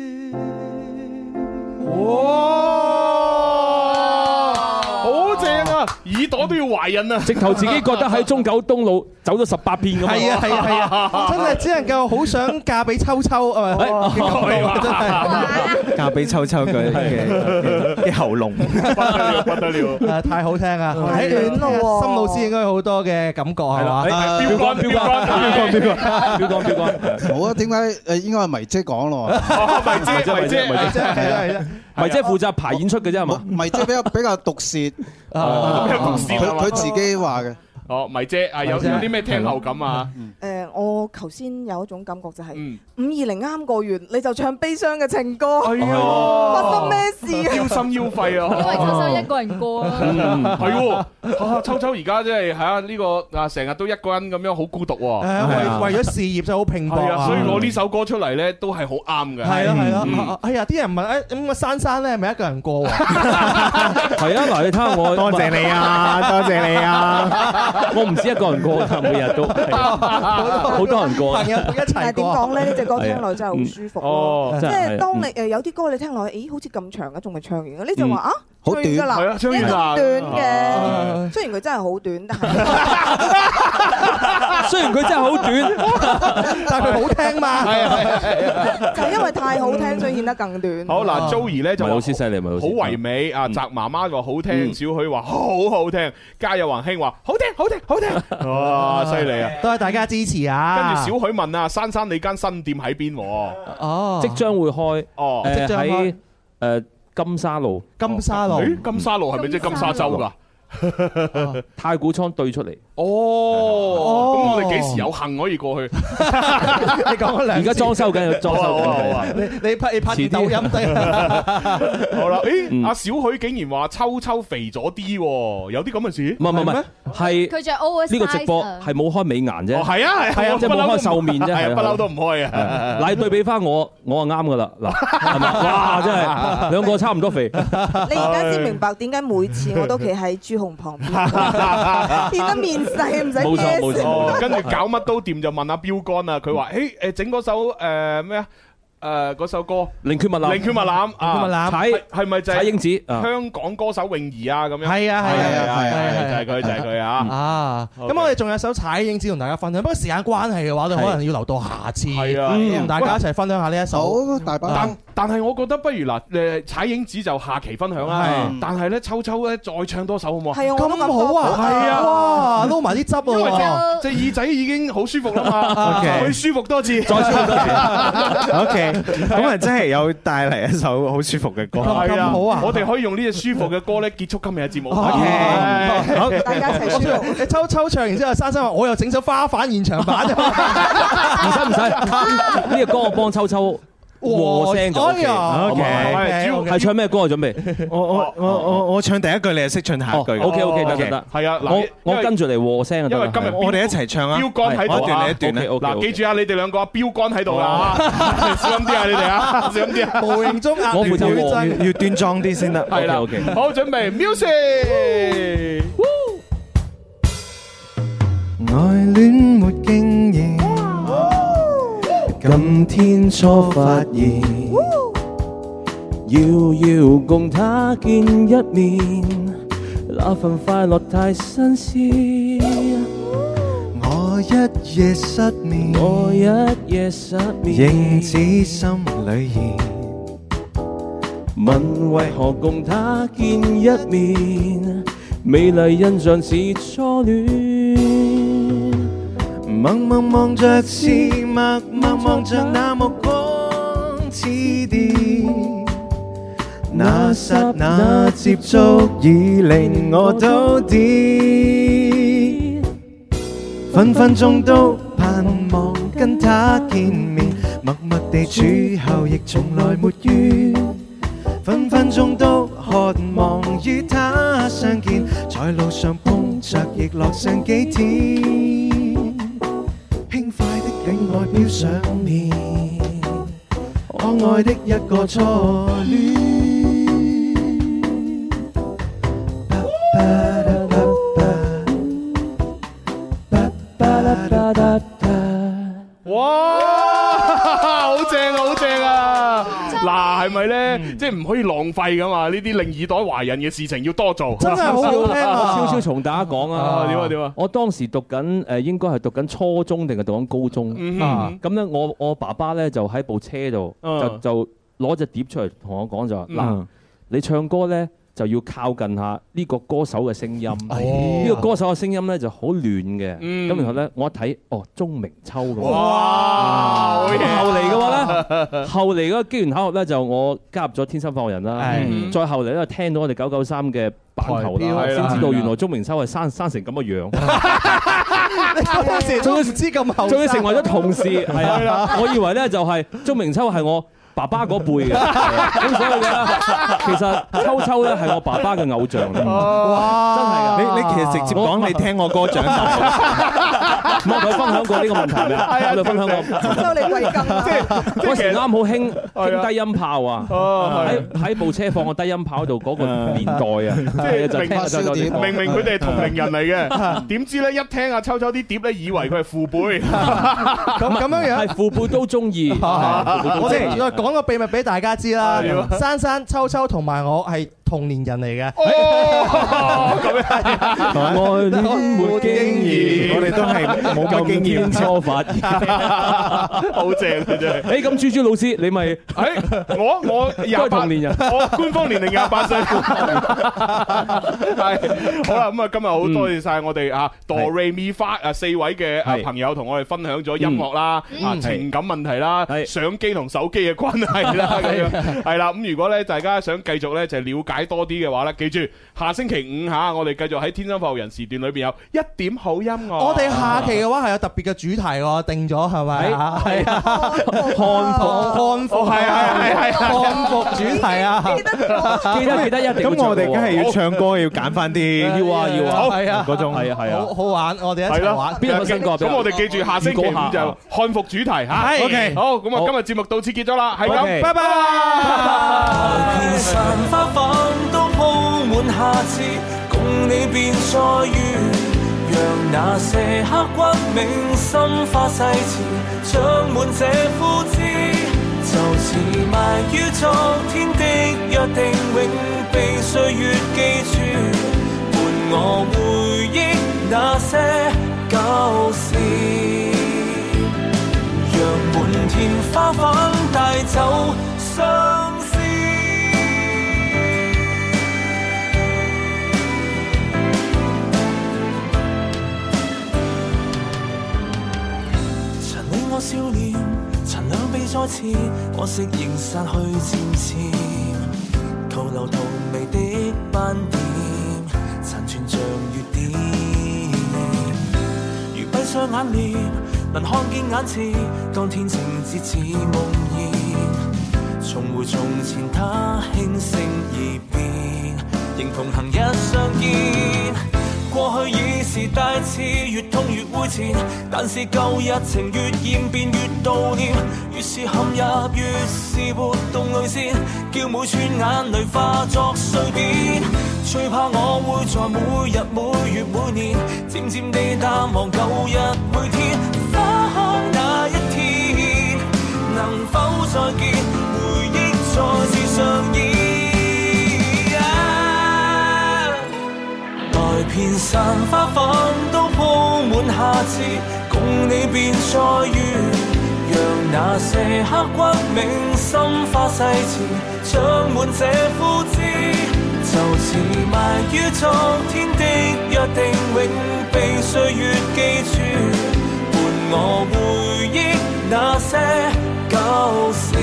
[SPEAKER 1] 好正啊！耳朵都要懷孕啊！
[SPEAKER 11] 直頭自己覺得喺中九東路走咗十八遍咁。
[SPEAKER 2] 係啊係啊係啊，真係只能夠好想嫁俾秋秋啊！
[SPEAKER 1] 哎
[SPEAKER 2] 哇嘅感覺真係
[SPEAKER 15] 嫁俾秋秋嘅嘅嘅喉嚨，
[SPEAKER 1] 哎不得了，
[SPEAKER 2] 誒太好聽啊！喺
[SPEAKER 17] 戀咯喎
[SPEAKER 2] 心老師應該有好多嘅感覺係嘛？啊
[SPEAKER 14] 係
[SPEAKER 1] 哎
[SPEAKER 14] 啦誒標杆標杆
[SPEAKER 2] 標
[SPEAKER 14] 標杆
[SPEAKER 11] 標杆標杆。
[SPEAKER 14] 冇啊，點解？誒應該係迷姐講咯。
[SPEAKER 11] <laughs> 迷姐迷姐迷姐係啊係啊，迷姐負責排演出嘅啫係嘛？
[SPEAKER 14] 迷姐比較比較毒舌，
[SPEAKER 11] <laughs>
[SPEAKER 1] 啊比較毒舌
[SPEAKER 14] 佢
[SPEAKER 1] 係嘛
[SPEAKER 14] 佢自己話嘅。
[SPEAKER 1] <laughs> 哦，迷姐啊，有有
[SPEAKER 14] 迷姐
[SPEAKER 1] 啲咩聽後感啊？
[SPEAKER 17] 誒，我頭先有一種感覺就係
[SPEAKER 1] 嗯
[SPEAKER 17] 五二零啱過完，你就唱悲傷嘅情歌，
[SPEAKER 1] 哎呀
[SPEAKER 17] 發生咩事啊？
[SPEAKER 1] 腰心腰肺啊！
[SPEAKER 17] <laughs>
[SPEAKER 3] 因為秋秋一個人過啊。
[SPEAKER 1] 嗯 <laughs> 係喎，啊秋秋而家真係嚇呢個啊，成日都一個人咁樣好孤獨喎。係
[SPEAKER 2] 誒
[SPEAKER 1] 啊
[SPEAKER 2] 為為咗事業就好拼搏
[SPEAKER 1] 係啊，
[SPEAKER 2] 啊！
[SPEAKER 1] 所以攞呢首歌出嚟咧，都係好啱嘅。
[SPEAKER 2] 係咯係
[SPEAKER 1] 嗯
[SPEAKER 2] 咯，哎呀！啲人問誒咁個珊珊咧係咪一個人過喎？
[SPEAKER 11] 係啊，嗱你睇下我，
[SPEAKER 15] 多謝你啊多謝你啊！
[SPEAKER 11] 我唔止一個人過㗎，每日都
[SPEAKER 2] <laughs>
[SPEAKER 11] 好多人過啊。
[SPEAKER 2] 朋友一齊
[SPEAKER 17] 但係點講咧？呢只歌聽落真係好舒服咯
[SPEAKER 11] 係啊嗯哦
[SPEAKER 17] 即
[SPEAKER 11] 真係
[SPEAKER 17] 係當你
[SPEAKER 11] 嗯
[SPEAKER 17] 誒有啲歌你聽落去，咦好似咁長嘅，仲未唱完嘅，你就話
[SPEAKER 11] 嗯
[SPEAKER 17] 啊
[SPEAKER 11] 好
[SPEAKER 17] 完㗎啦，
[SPEAKER 11] 短係啊唱完啦
[SPEAKER 17] 短嘅。
[SPEAKER 11] 啊
[SPEAKER 17] 雖然佢真係好短，但係
[SPEAKER 11] 雖然佢真係好短，
[SPEAKER 2] <laughs> 但係佢好聽嘛。
[SPEAKER 1] 係啊係啊係啊！
[SPEAKER 17] 就係因為太好聽，所以顯得更短。
[SPEAKER 1] 好嗱，Joey 咧就
[SPEAKER 11] 迷老師犀利，迷老師
[SPEAKER 1] 好唯美
[SPEAKER 11] 嗯
[SPEAKER 1] 啊！澤媽媽個好聽，小許話好好聽，家有橫興話好聽好聽
[SPEAKER 11] <laughs>
[SPEAKER 1] 好聽，哇犀利啊！
[SPEAKER 2] 都係大家支持啊！
[SPEAKER 1] 跟住小許問啊，珊珊你間新店喺邊喎？
[SPEAKER 2] 哦
[SPEAKER 11] 即將會開
[SPEAKER 1] 哦
[SPEAKER 11] <laughs> 誒
[SPEAKER 1] 即將開
[SPEAKER 11] 喺誒金沙
[SPEAKER 1] <laughs>
[SPEAKER 11] 路。
[SPEAKER 2] 金沙路
[SPEAKER 1] 咦金沙路係咪即係金沙洲㗎？
[SPEAKER 11] 太古倉對出嚟，
[SPEAKER 1] 哦，咁我哋幾時有幸可以
[SPEAKER 2] <laughs>
[SPEAKER 1] 過去？
[SPEAKER 2] 你講咗兩
[SPEAKER 11] 而
[SPEAKER 2] 次
[SPEAKER 11] 家裝修緊，裝修
[SPEAKER 1] 好啊好啊好啊
[SPEAKER 11] 緊。
[SPEAKER 2] 你你拍你拍
[SPEAKER 11] 遲啲
[SPEAKER 2] 抖音低。
[SPEAKER 1] <laughs> 好
[SPEAKER 2] <laughs>
[SPEAKER 1] 啦，誒阿小許竟然話秋秋肥咗啲喎，有啲咁嘅事？
[SPEAKER 11] 唔係唔係唔係，係
[SPEAKER 3] 佢着 oversize
[SPEAKER 11] 呢個直播
[SPEAKER 3] 啊
[SPEAKER 11] 係冇開美顏啫。
[SPEAKER 1] 哦係啊係啊我
[SPEAKER 11] 即係
[SPEAKER 1] 不嬲
[SPEAKER 11] 冇
[SPEAKER 1] 都
[SPEAKER 11] 開
[SPEAKER 1] 唔
[SPEAKER 11] 瘦面啫。
[SPEAKER 1] 係啊
[SPEAKER 11] 係啊
[SPEAKER 1] 不嬲都唔開啊
[SPEAKER 11] 係啊嗱，你對比翻我，我係啱噶啦。嗱，係
[SPEAKER 1] <laughs>
[SPEAKER 11] 咪？哇，真係兩個差唔多肥。
[SPEAKER 17] <laughs> 你而家先明白點解每次我都企喺朱紅旁邊， <laughs> 變得面細唔使
[SPEAKER 1] 冇錯冇
[SPEAKER 17] gas
[SPEAKER 1] 錯，跟住搞乜都掂就問阿標杆啊，佢話：，誒誒，整嗰首誒咩啊？誒嗰首歌
[SPEAKER 11] 寧缺勿濫
[SPEAKER 1] 寧缺勿濫
[SPEAKER 11] 寧缺勿
[SPEAKER 1] 啊！
[SPEAKER 11] 濫
[SPEAKER 1] 係係咪就係
[SPEAKER 11] 踩英子啊
[SPEAKER 1] 香港歌手泳兒啊咁樣？
[SPEAKER 2] 係啊係啊
[SPEAKER 1] 係啊
[SPEAKER 2] 係啊
[SPEAKER 1] 係啊
[SPEAKER 2] 係啊
[SPEAKER 1] 就係佢就係佢
[SPEAKER 2] 啊
[SPEAKER 1] 啊！
[SPEAKER 2] 啊！
[SPEAKER 1] OK
[SPEAKER 2] 咁我哋仲有首踩影子同大家分享，不過時間關係嘅話，就可能要留到下次，
[SPEAKER 1] 係啊
[SPEAKER 2] 嗯同大家一齊啊分享下呢一首。
[SPEAKER 14] 大
[SPEAKER 1] 但但係我覺得不如嗱誒踩影子就下期分享啦
[SPEAKER 2] 係，
[SPEAKER 1] 但係咧秋秋咧再唱多首好唔好啊？
[SPEAKER 17] 係啊我都
[SPEAKER 2] 咁好啊，
[SPEAKER 1] 係啊
[SPEAKER 2] 哇，撈埋啲汁
[SPEAKER 1] 因為
[SPEAKER 2] 喎。
[SPEAKER 1] 隻隻耳仔已經好舒服啦嘛，
[SPEAKER 15] OK
[SPEAKER 1] 佢啊舒服多次，再
[SPEAKER 11] 舒服多次
[SPEAKER 1] <laughs>
[SPEAKER 15] OK，咁啊真係有帶嚟一首好舒服嘅歌。
[SPEAKER 1] 係啊，
[SPEAKER 15] 好啊
[SPEAKER 1] 我哋可以用呢隻舒服嘅歌咧結束今日嘅節
[SPEAKER 2] <laughs>
[SPEAKER 1] 目。
[SPEAKER 2] 啊
[SPEAKER 1] <laughs>
[SPEAKER 15] OK，好
[SPEAKER 17] 大家一齊舒
[SPEAKER 2] 我
[SPEAKER 17] 服。
[SPEAKER 2] 想你抽抽唱完之後，珊珊話我又整首花瓣現場版。
[SPEAKER 11] 唔使唔使，呢個歌我幫秋秋和聲就 O K。
[SPEAKER 2] 哎呀
[SPEAKER 11] 好嘛
[SPEAKER 2] OK，OK，
[SPEAKER 11] 係係唱咩歌啊？準備
[SPEAKER 15] 我我我我我唱第一句，你就識唱下一句。
[SPEAKER 11] O K O K 得得得，
[SPEAKER 1] 係啊嗱因為
[SPEAKER 11] 我我跟住嚟和聲啊。
[SPEAKER 1] 因為今日
[SPEAKER 15] 我哋一齊唱啊！
[SPEAKER 1] 標杆喺
[SPEAKER 15] 我
[SPEAKER 1] 度
[SPEAKER 15] 一段
[SPEAKER 1] 啊
[SPEAKER 15] 你一段咧。
[SPEAKER 1] 嗱，記住啊，你哋兩個啊標杆喺度啦， <laughs> 小心啲啊，你哋啊，小心啲啊。
[SPEAKER 2] 無形中壓力會增。
[SPEAKER 15] 要端莊啲先得。
[SPEAKER 1] 係啦
[SPEAKER 11] OK，OK
[SPEAKER 1] 好準備 music。
[SPEAKER 18] 愛戀沒經驗，今天初發現，
[SPEAKER 7] 遥遥共他见一面，那份快乐太新鲜。
[SPEAKER 18] 我一夜失眠，
[SPEAKER 7] 我一夜失
[SPEAKER 18] 影
[SPEAKER 7] 眠，
[SPEAKER 18] 子心裏現。
[SPEAKER 7] 問為何共他見一面，
[SPEAKER 18] 美丽印象似初戀。
[SPEAKER 7] 默默望着似默默望着那目
[SPEAKER 18] 光似電，
[SPEAKER 7] 那剎那接觸已令我都癲，分分鐘都盼望跟他見面，默默地處後亦從來沒怨，分分鐘都渴望與他相見，在路上碰着亦樂上幾天。輕快的戀愛飄上面，可愛的一個初戀。
[SPEAKER 1] 哇，好正啊，好正啊！嗱，係咪咧？即係唔可以浪費噶嘛？呢啲令二代華人嘅事情要多做。
[SPEAKER 11] 我少少同大家講啊
[SPEAKER 1] 啊，點啊點啊！
[SPEAKER 11] 我當時讀緊誒，應該係讀緊初中定係讀緊高
[SPEAKER 1] 嗯
[SPEAKER 11] 中
[SPEAKER 1] 哼
[SPEAKER 11] 啊。咁咧，我我爸爸咧就喺部車度
[SPEAKER 1] 嗯
[SPEAKER 11] 就就攞隻碟出嚟同我講就話：嗱
[SPEAKER 1] 嗯，
[SPEAKER 11] 你唱歌咧。就要靠近下呢個歌手嘅聲音，呢個歌手嘅聲音咧就好暖嘅，
[SPEAKER 1] 哎嗯
[SPEAKER 11] 咁然後咧我一睇，哦，鐘明秋咁。啊
[SPEAKER 1] 哇！好嘢
[SPEAKER 11] 後嚟嘅話咧，後嚟嗰個機緣巧合咧，就我加入咗天生放人啦
[SPEAKER 1] 係，
[SPEAKER 11] 再後嚟咧聽到我哋九九三嘅版頭
[SPEAKER 1] 台標
[SPEAKER 11] 啦，
[SPEAKER 1] 係
[SPEAKER 11] 先
[SPEAKER 1] 啦
[SPEAKER 11] 知道原來鐘明秋係生生成咁嘅樣。
[SPEAKER 1] <laughs>
[SPEAKER 2] 嗰陣時仲要唔知咁後生，
[SPEAKER 11] 仲要成為咗同事，係
[SPEAKER 2] 係
[SPEAKER 11] 啊
[SPEAKER 2] 啦！
[SPEAKER 11] 我以為咧就係鐘明秋係我爸爸嗰輩嘅，
[SPEAKER 1] <laughs>
[SPEAKER 11] 咁所以咧，其實秋秋咧係我爸爸嘅偶像嚟。
[SPEAKER 1] 哦
[SPEAKER 15] 哇！真係你你其實直接講你聽我歌長大，
[SPEAKER 11] 唔係佢分享過呢個問題咩？我哋分享過。
[SPEAKER 17] 收你貴庚啊！
[SPEAKER 11] <laughs> 嗰時啱好興興低音炮啊！
[SPEAKER 1] 哦
[SPEAKER 11] 喺喺部車放個低音炮度嗰個年代啊，係啊就聽就就
[SPEAKER 1] 明明明佢哋係同齡人嚟
[SPEAKER 11] <laughs>
[SPEAKER 1] 嘅， <laughs> 點知咧一聽阿秋秋啲碟咧，以為佢係父輩。啊
[SPEAKER 2] 咁咁樣樣
[SPEAKER 11] 係父輩都中意。
[SPEAKER 2] <laughs>
[SPEAKER 11] 啊
[SPEAKER 2] 我
[SPEAKER 11] <laughs>
[SPEAKER 2] 哋再講個秘密俾大家知啦
[SPEAKER 11] 係啊，
[SPEAKER 2] 珊珊、秋秋同埋我係同年人嚟嘅。 <laughs>
[SPEAKER 11] 愛戀
[SPEAKER 2] 啊
[SPEAKER 11] <laughs> 沒經驗，
[SPEAKER 15] 我哋都係冇乜經驗
[SPEAKER 11] 初發現，
[SPEAKER 1] <laughs> 好正啊真係。
[SPEAKER 11] <laughs> 誒咁，豬豬老師你咪
[SPEAKER 1] 誒，我我廿八
[SPEAKER 11] 同年人
[SPEAKER 1] 我官方年齡廿八歲。係好啦，咁啊，今日好多謝晒我哋啊 Do Re Mi Fa 啊四位嘅啊
[SPEAKER 11] 係
[SPEAKER 1] 朋友同我哋分享咗音樂啦、
[SPEAKER 11] 嗯
[SPEAKER 1] 啊
[SPEAKER 11] 嗯
[SPEAKER 1] 情感問題啦、相機同手機嘅關係
[SPEAKER 11] <laughs>
[SPEAKER 1] 啦，咁樣係啦。咁如果咧大家想繼續咧就係了解多啲嘅話咧，記住下星期五嚇我哋繼續喺天生發育人時段裏邊有一點好音樂。
[SPEAKER 2] 我哋下期嘅話係有特別嘅主題喎，定咗係咪啊？係啊，漢服漢服係
[SPEAKER 15] 啊
[SPEAKER 2] 係係漢服主題啊！
[SPEAKER 11] 記得記得一定要
[SPEAKER 15] 咁我哋
[SPEAKER 11] 唱嘅
[SPEAKER 15] 梗係
[SPEAKER 11] 喎
[SPEAKER 15] 要唱歌，要揀翻啲
[SPEAKER 11] 要啊要啊好
[SPEAKER 15] 係啊嗰種
[SPEAKER 11] 係啊係啊
[SPEAKER 2] 好好玩，我哋一
[SPEAKER 1] 係
[SPEAKER 2] 齊
[SPEAKER 1] 啦
[SPEAKER 2] 玩。，
[SPEAKER 11] 邊個新歌
[SPEAKER 1] 咁我哋記住下星期五
[SPEAKER 11] 預告下
[SPEAKER 1] 就漢服主題嚇。
[SPEAKER 2] 係
[SPEAKER 1] OK，好，咁啊，今日節目到此結束啦，係
[SPEAKER 7] OK
[SPEAKER 1] 咁，拜拜。
[SPEAKER 7] 連散花瓣都鋪滿下次，共你便再遇。讓那些刻骨銘心化細詞，長滿這枯枝。就似埋於昨天的約定，永被歲月記住，伴我回憶那些舊事。讓滿天花瓣帶走相思。曾你我少年，曾兩臂再次，可惜仍散去漸漸，徒留荼蘼的斑點，殘存像雨點。如閉上眼簾，能看見眼前，當天情節似夢魇，重回從前，他輕聲而變，仍同行一相見。過去已是大刺，越痛越會纏，但是舊日情越厭變越悼念，越是陷入越是活動淚腺，叫每串眼淚化作碎片。最怕我會在每日每月每年，漸漸地淡忘舊日每天。花開那一天，能否再見？回憶再次上演。啊待遍散花瓣都鋪滿下次，共你便再遇。讓那些刻骨銘心化細詞，長滿這枯枝。就就是埋於昨天的約定，永被歲月記住，伴我回憶那些舊事。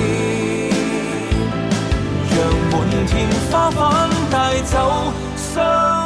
[SPEAKER 7] 讓滿天花瓣帶走傷。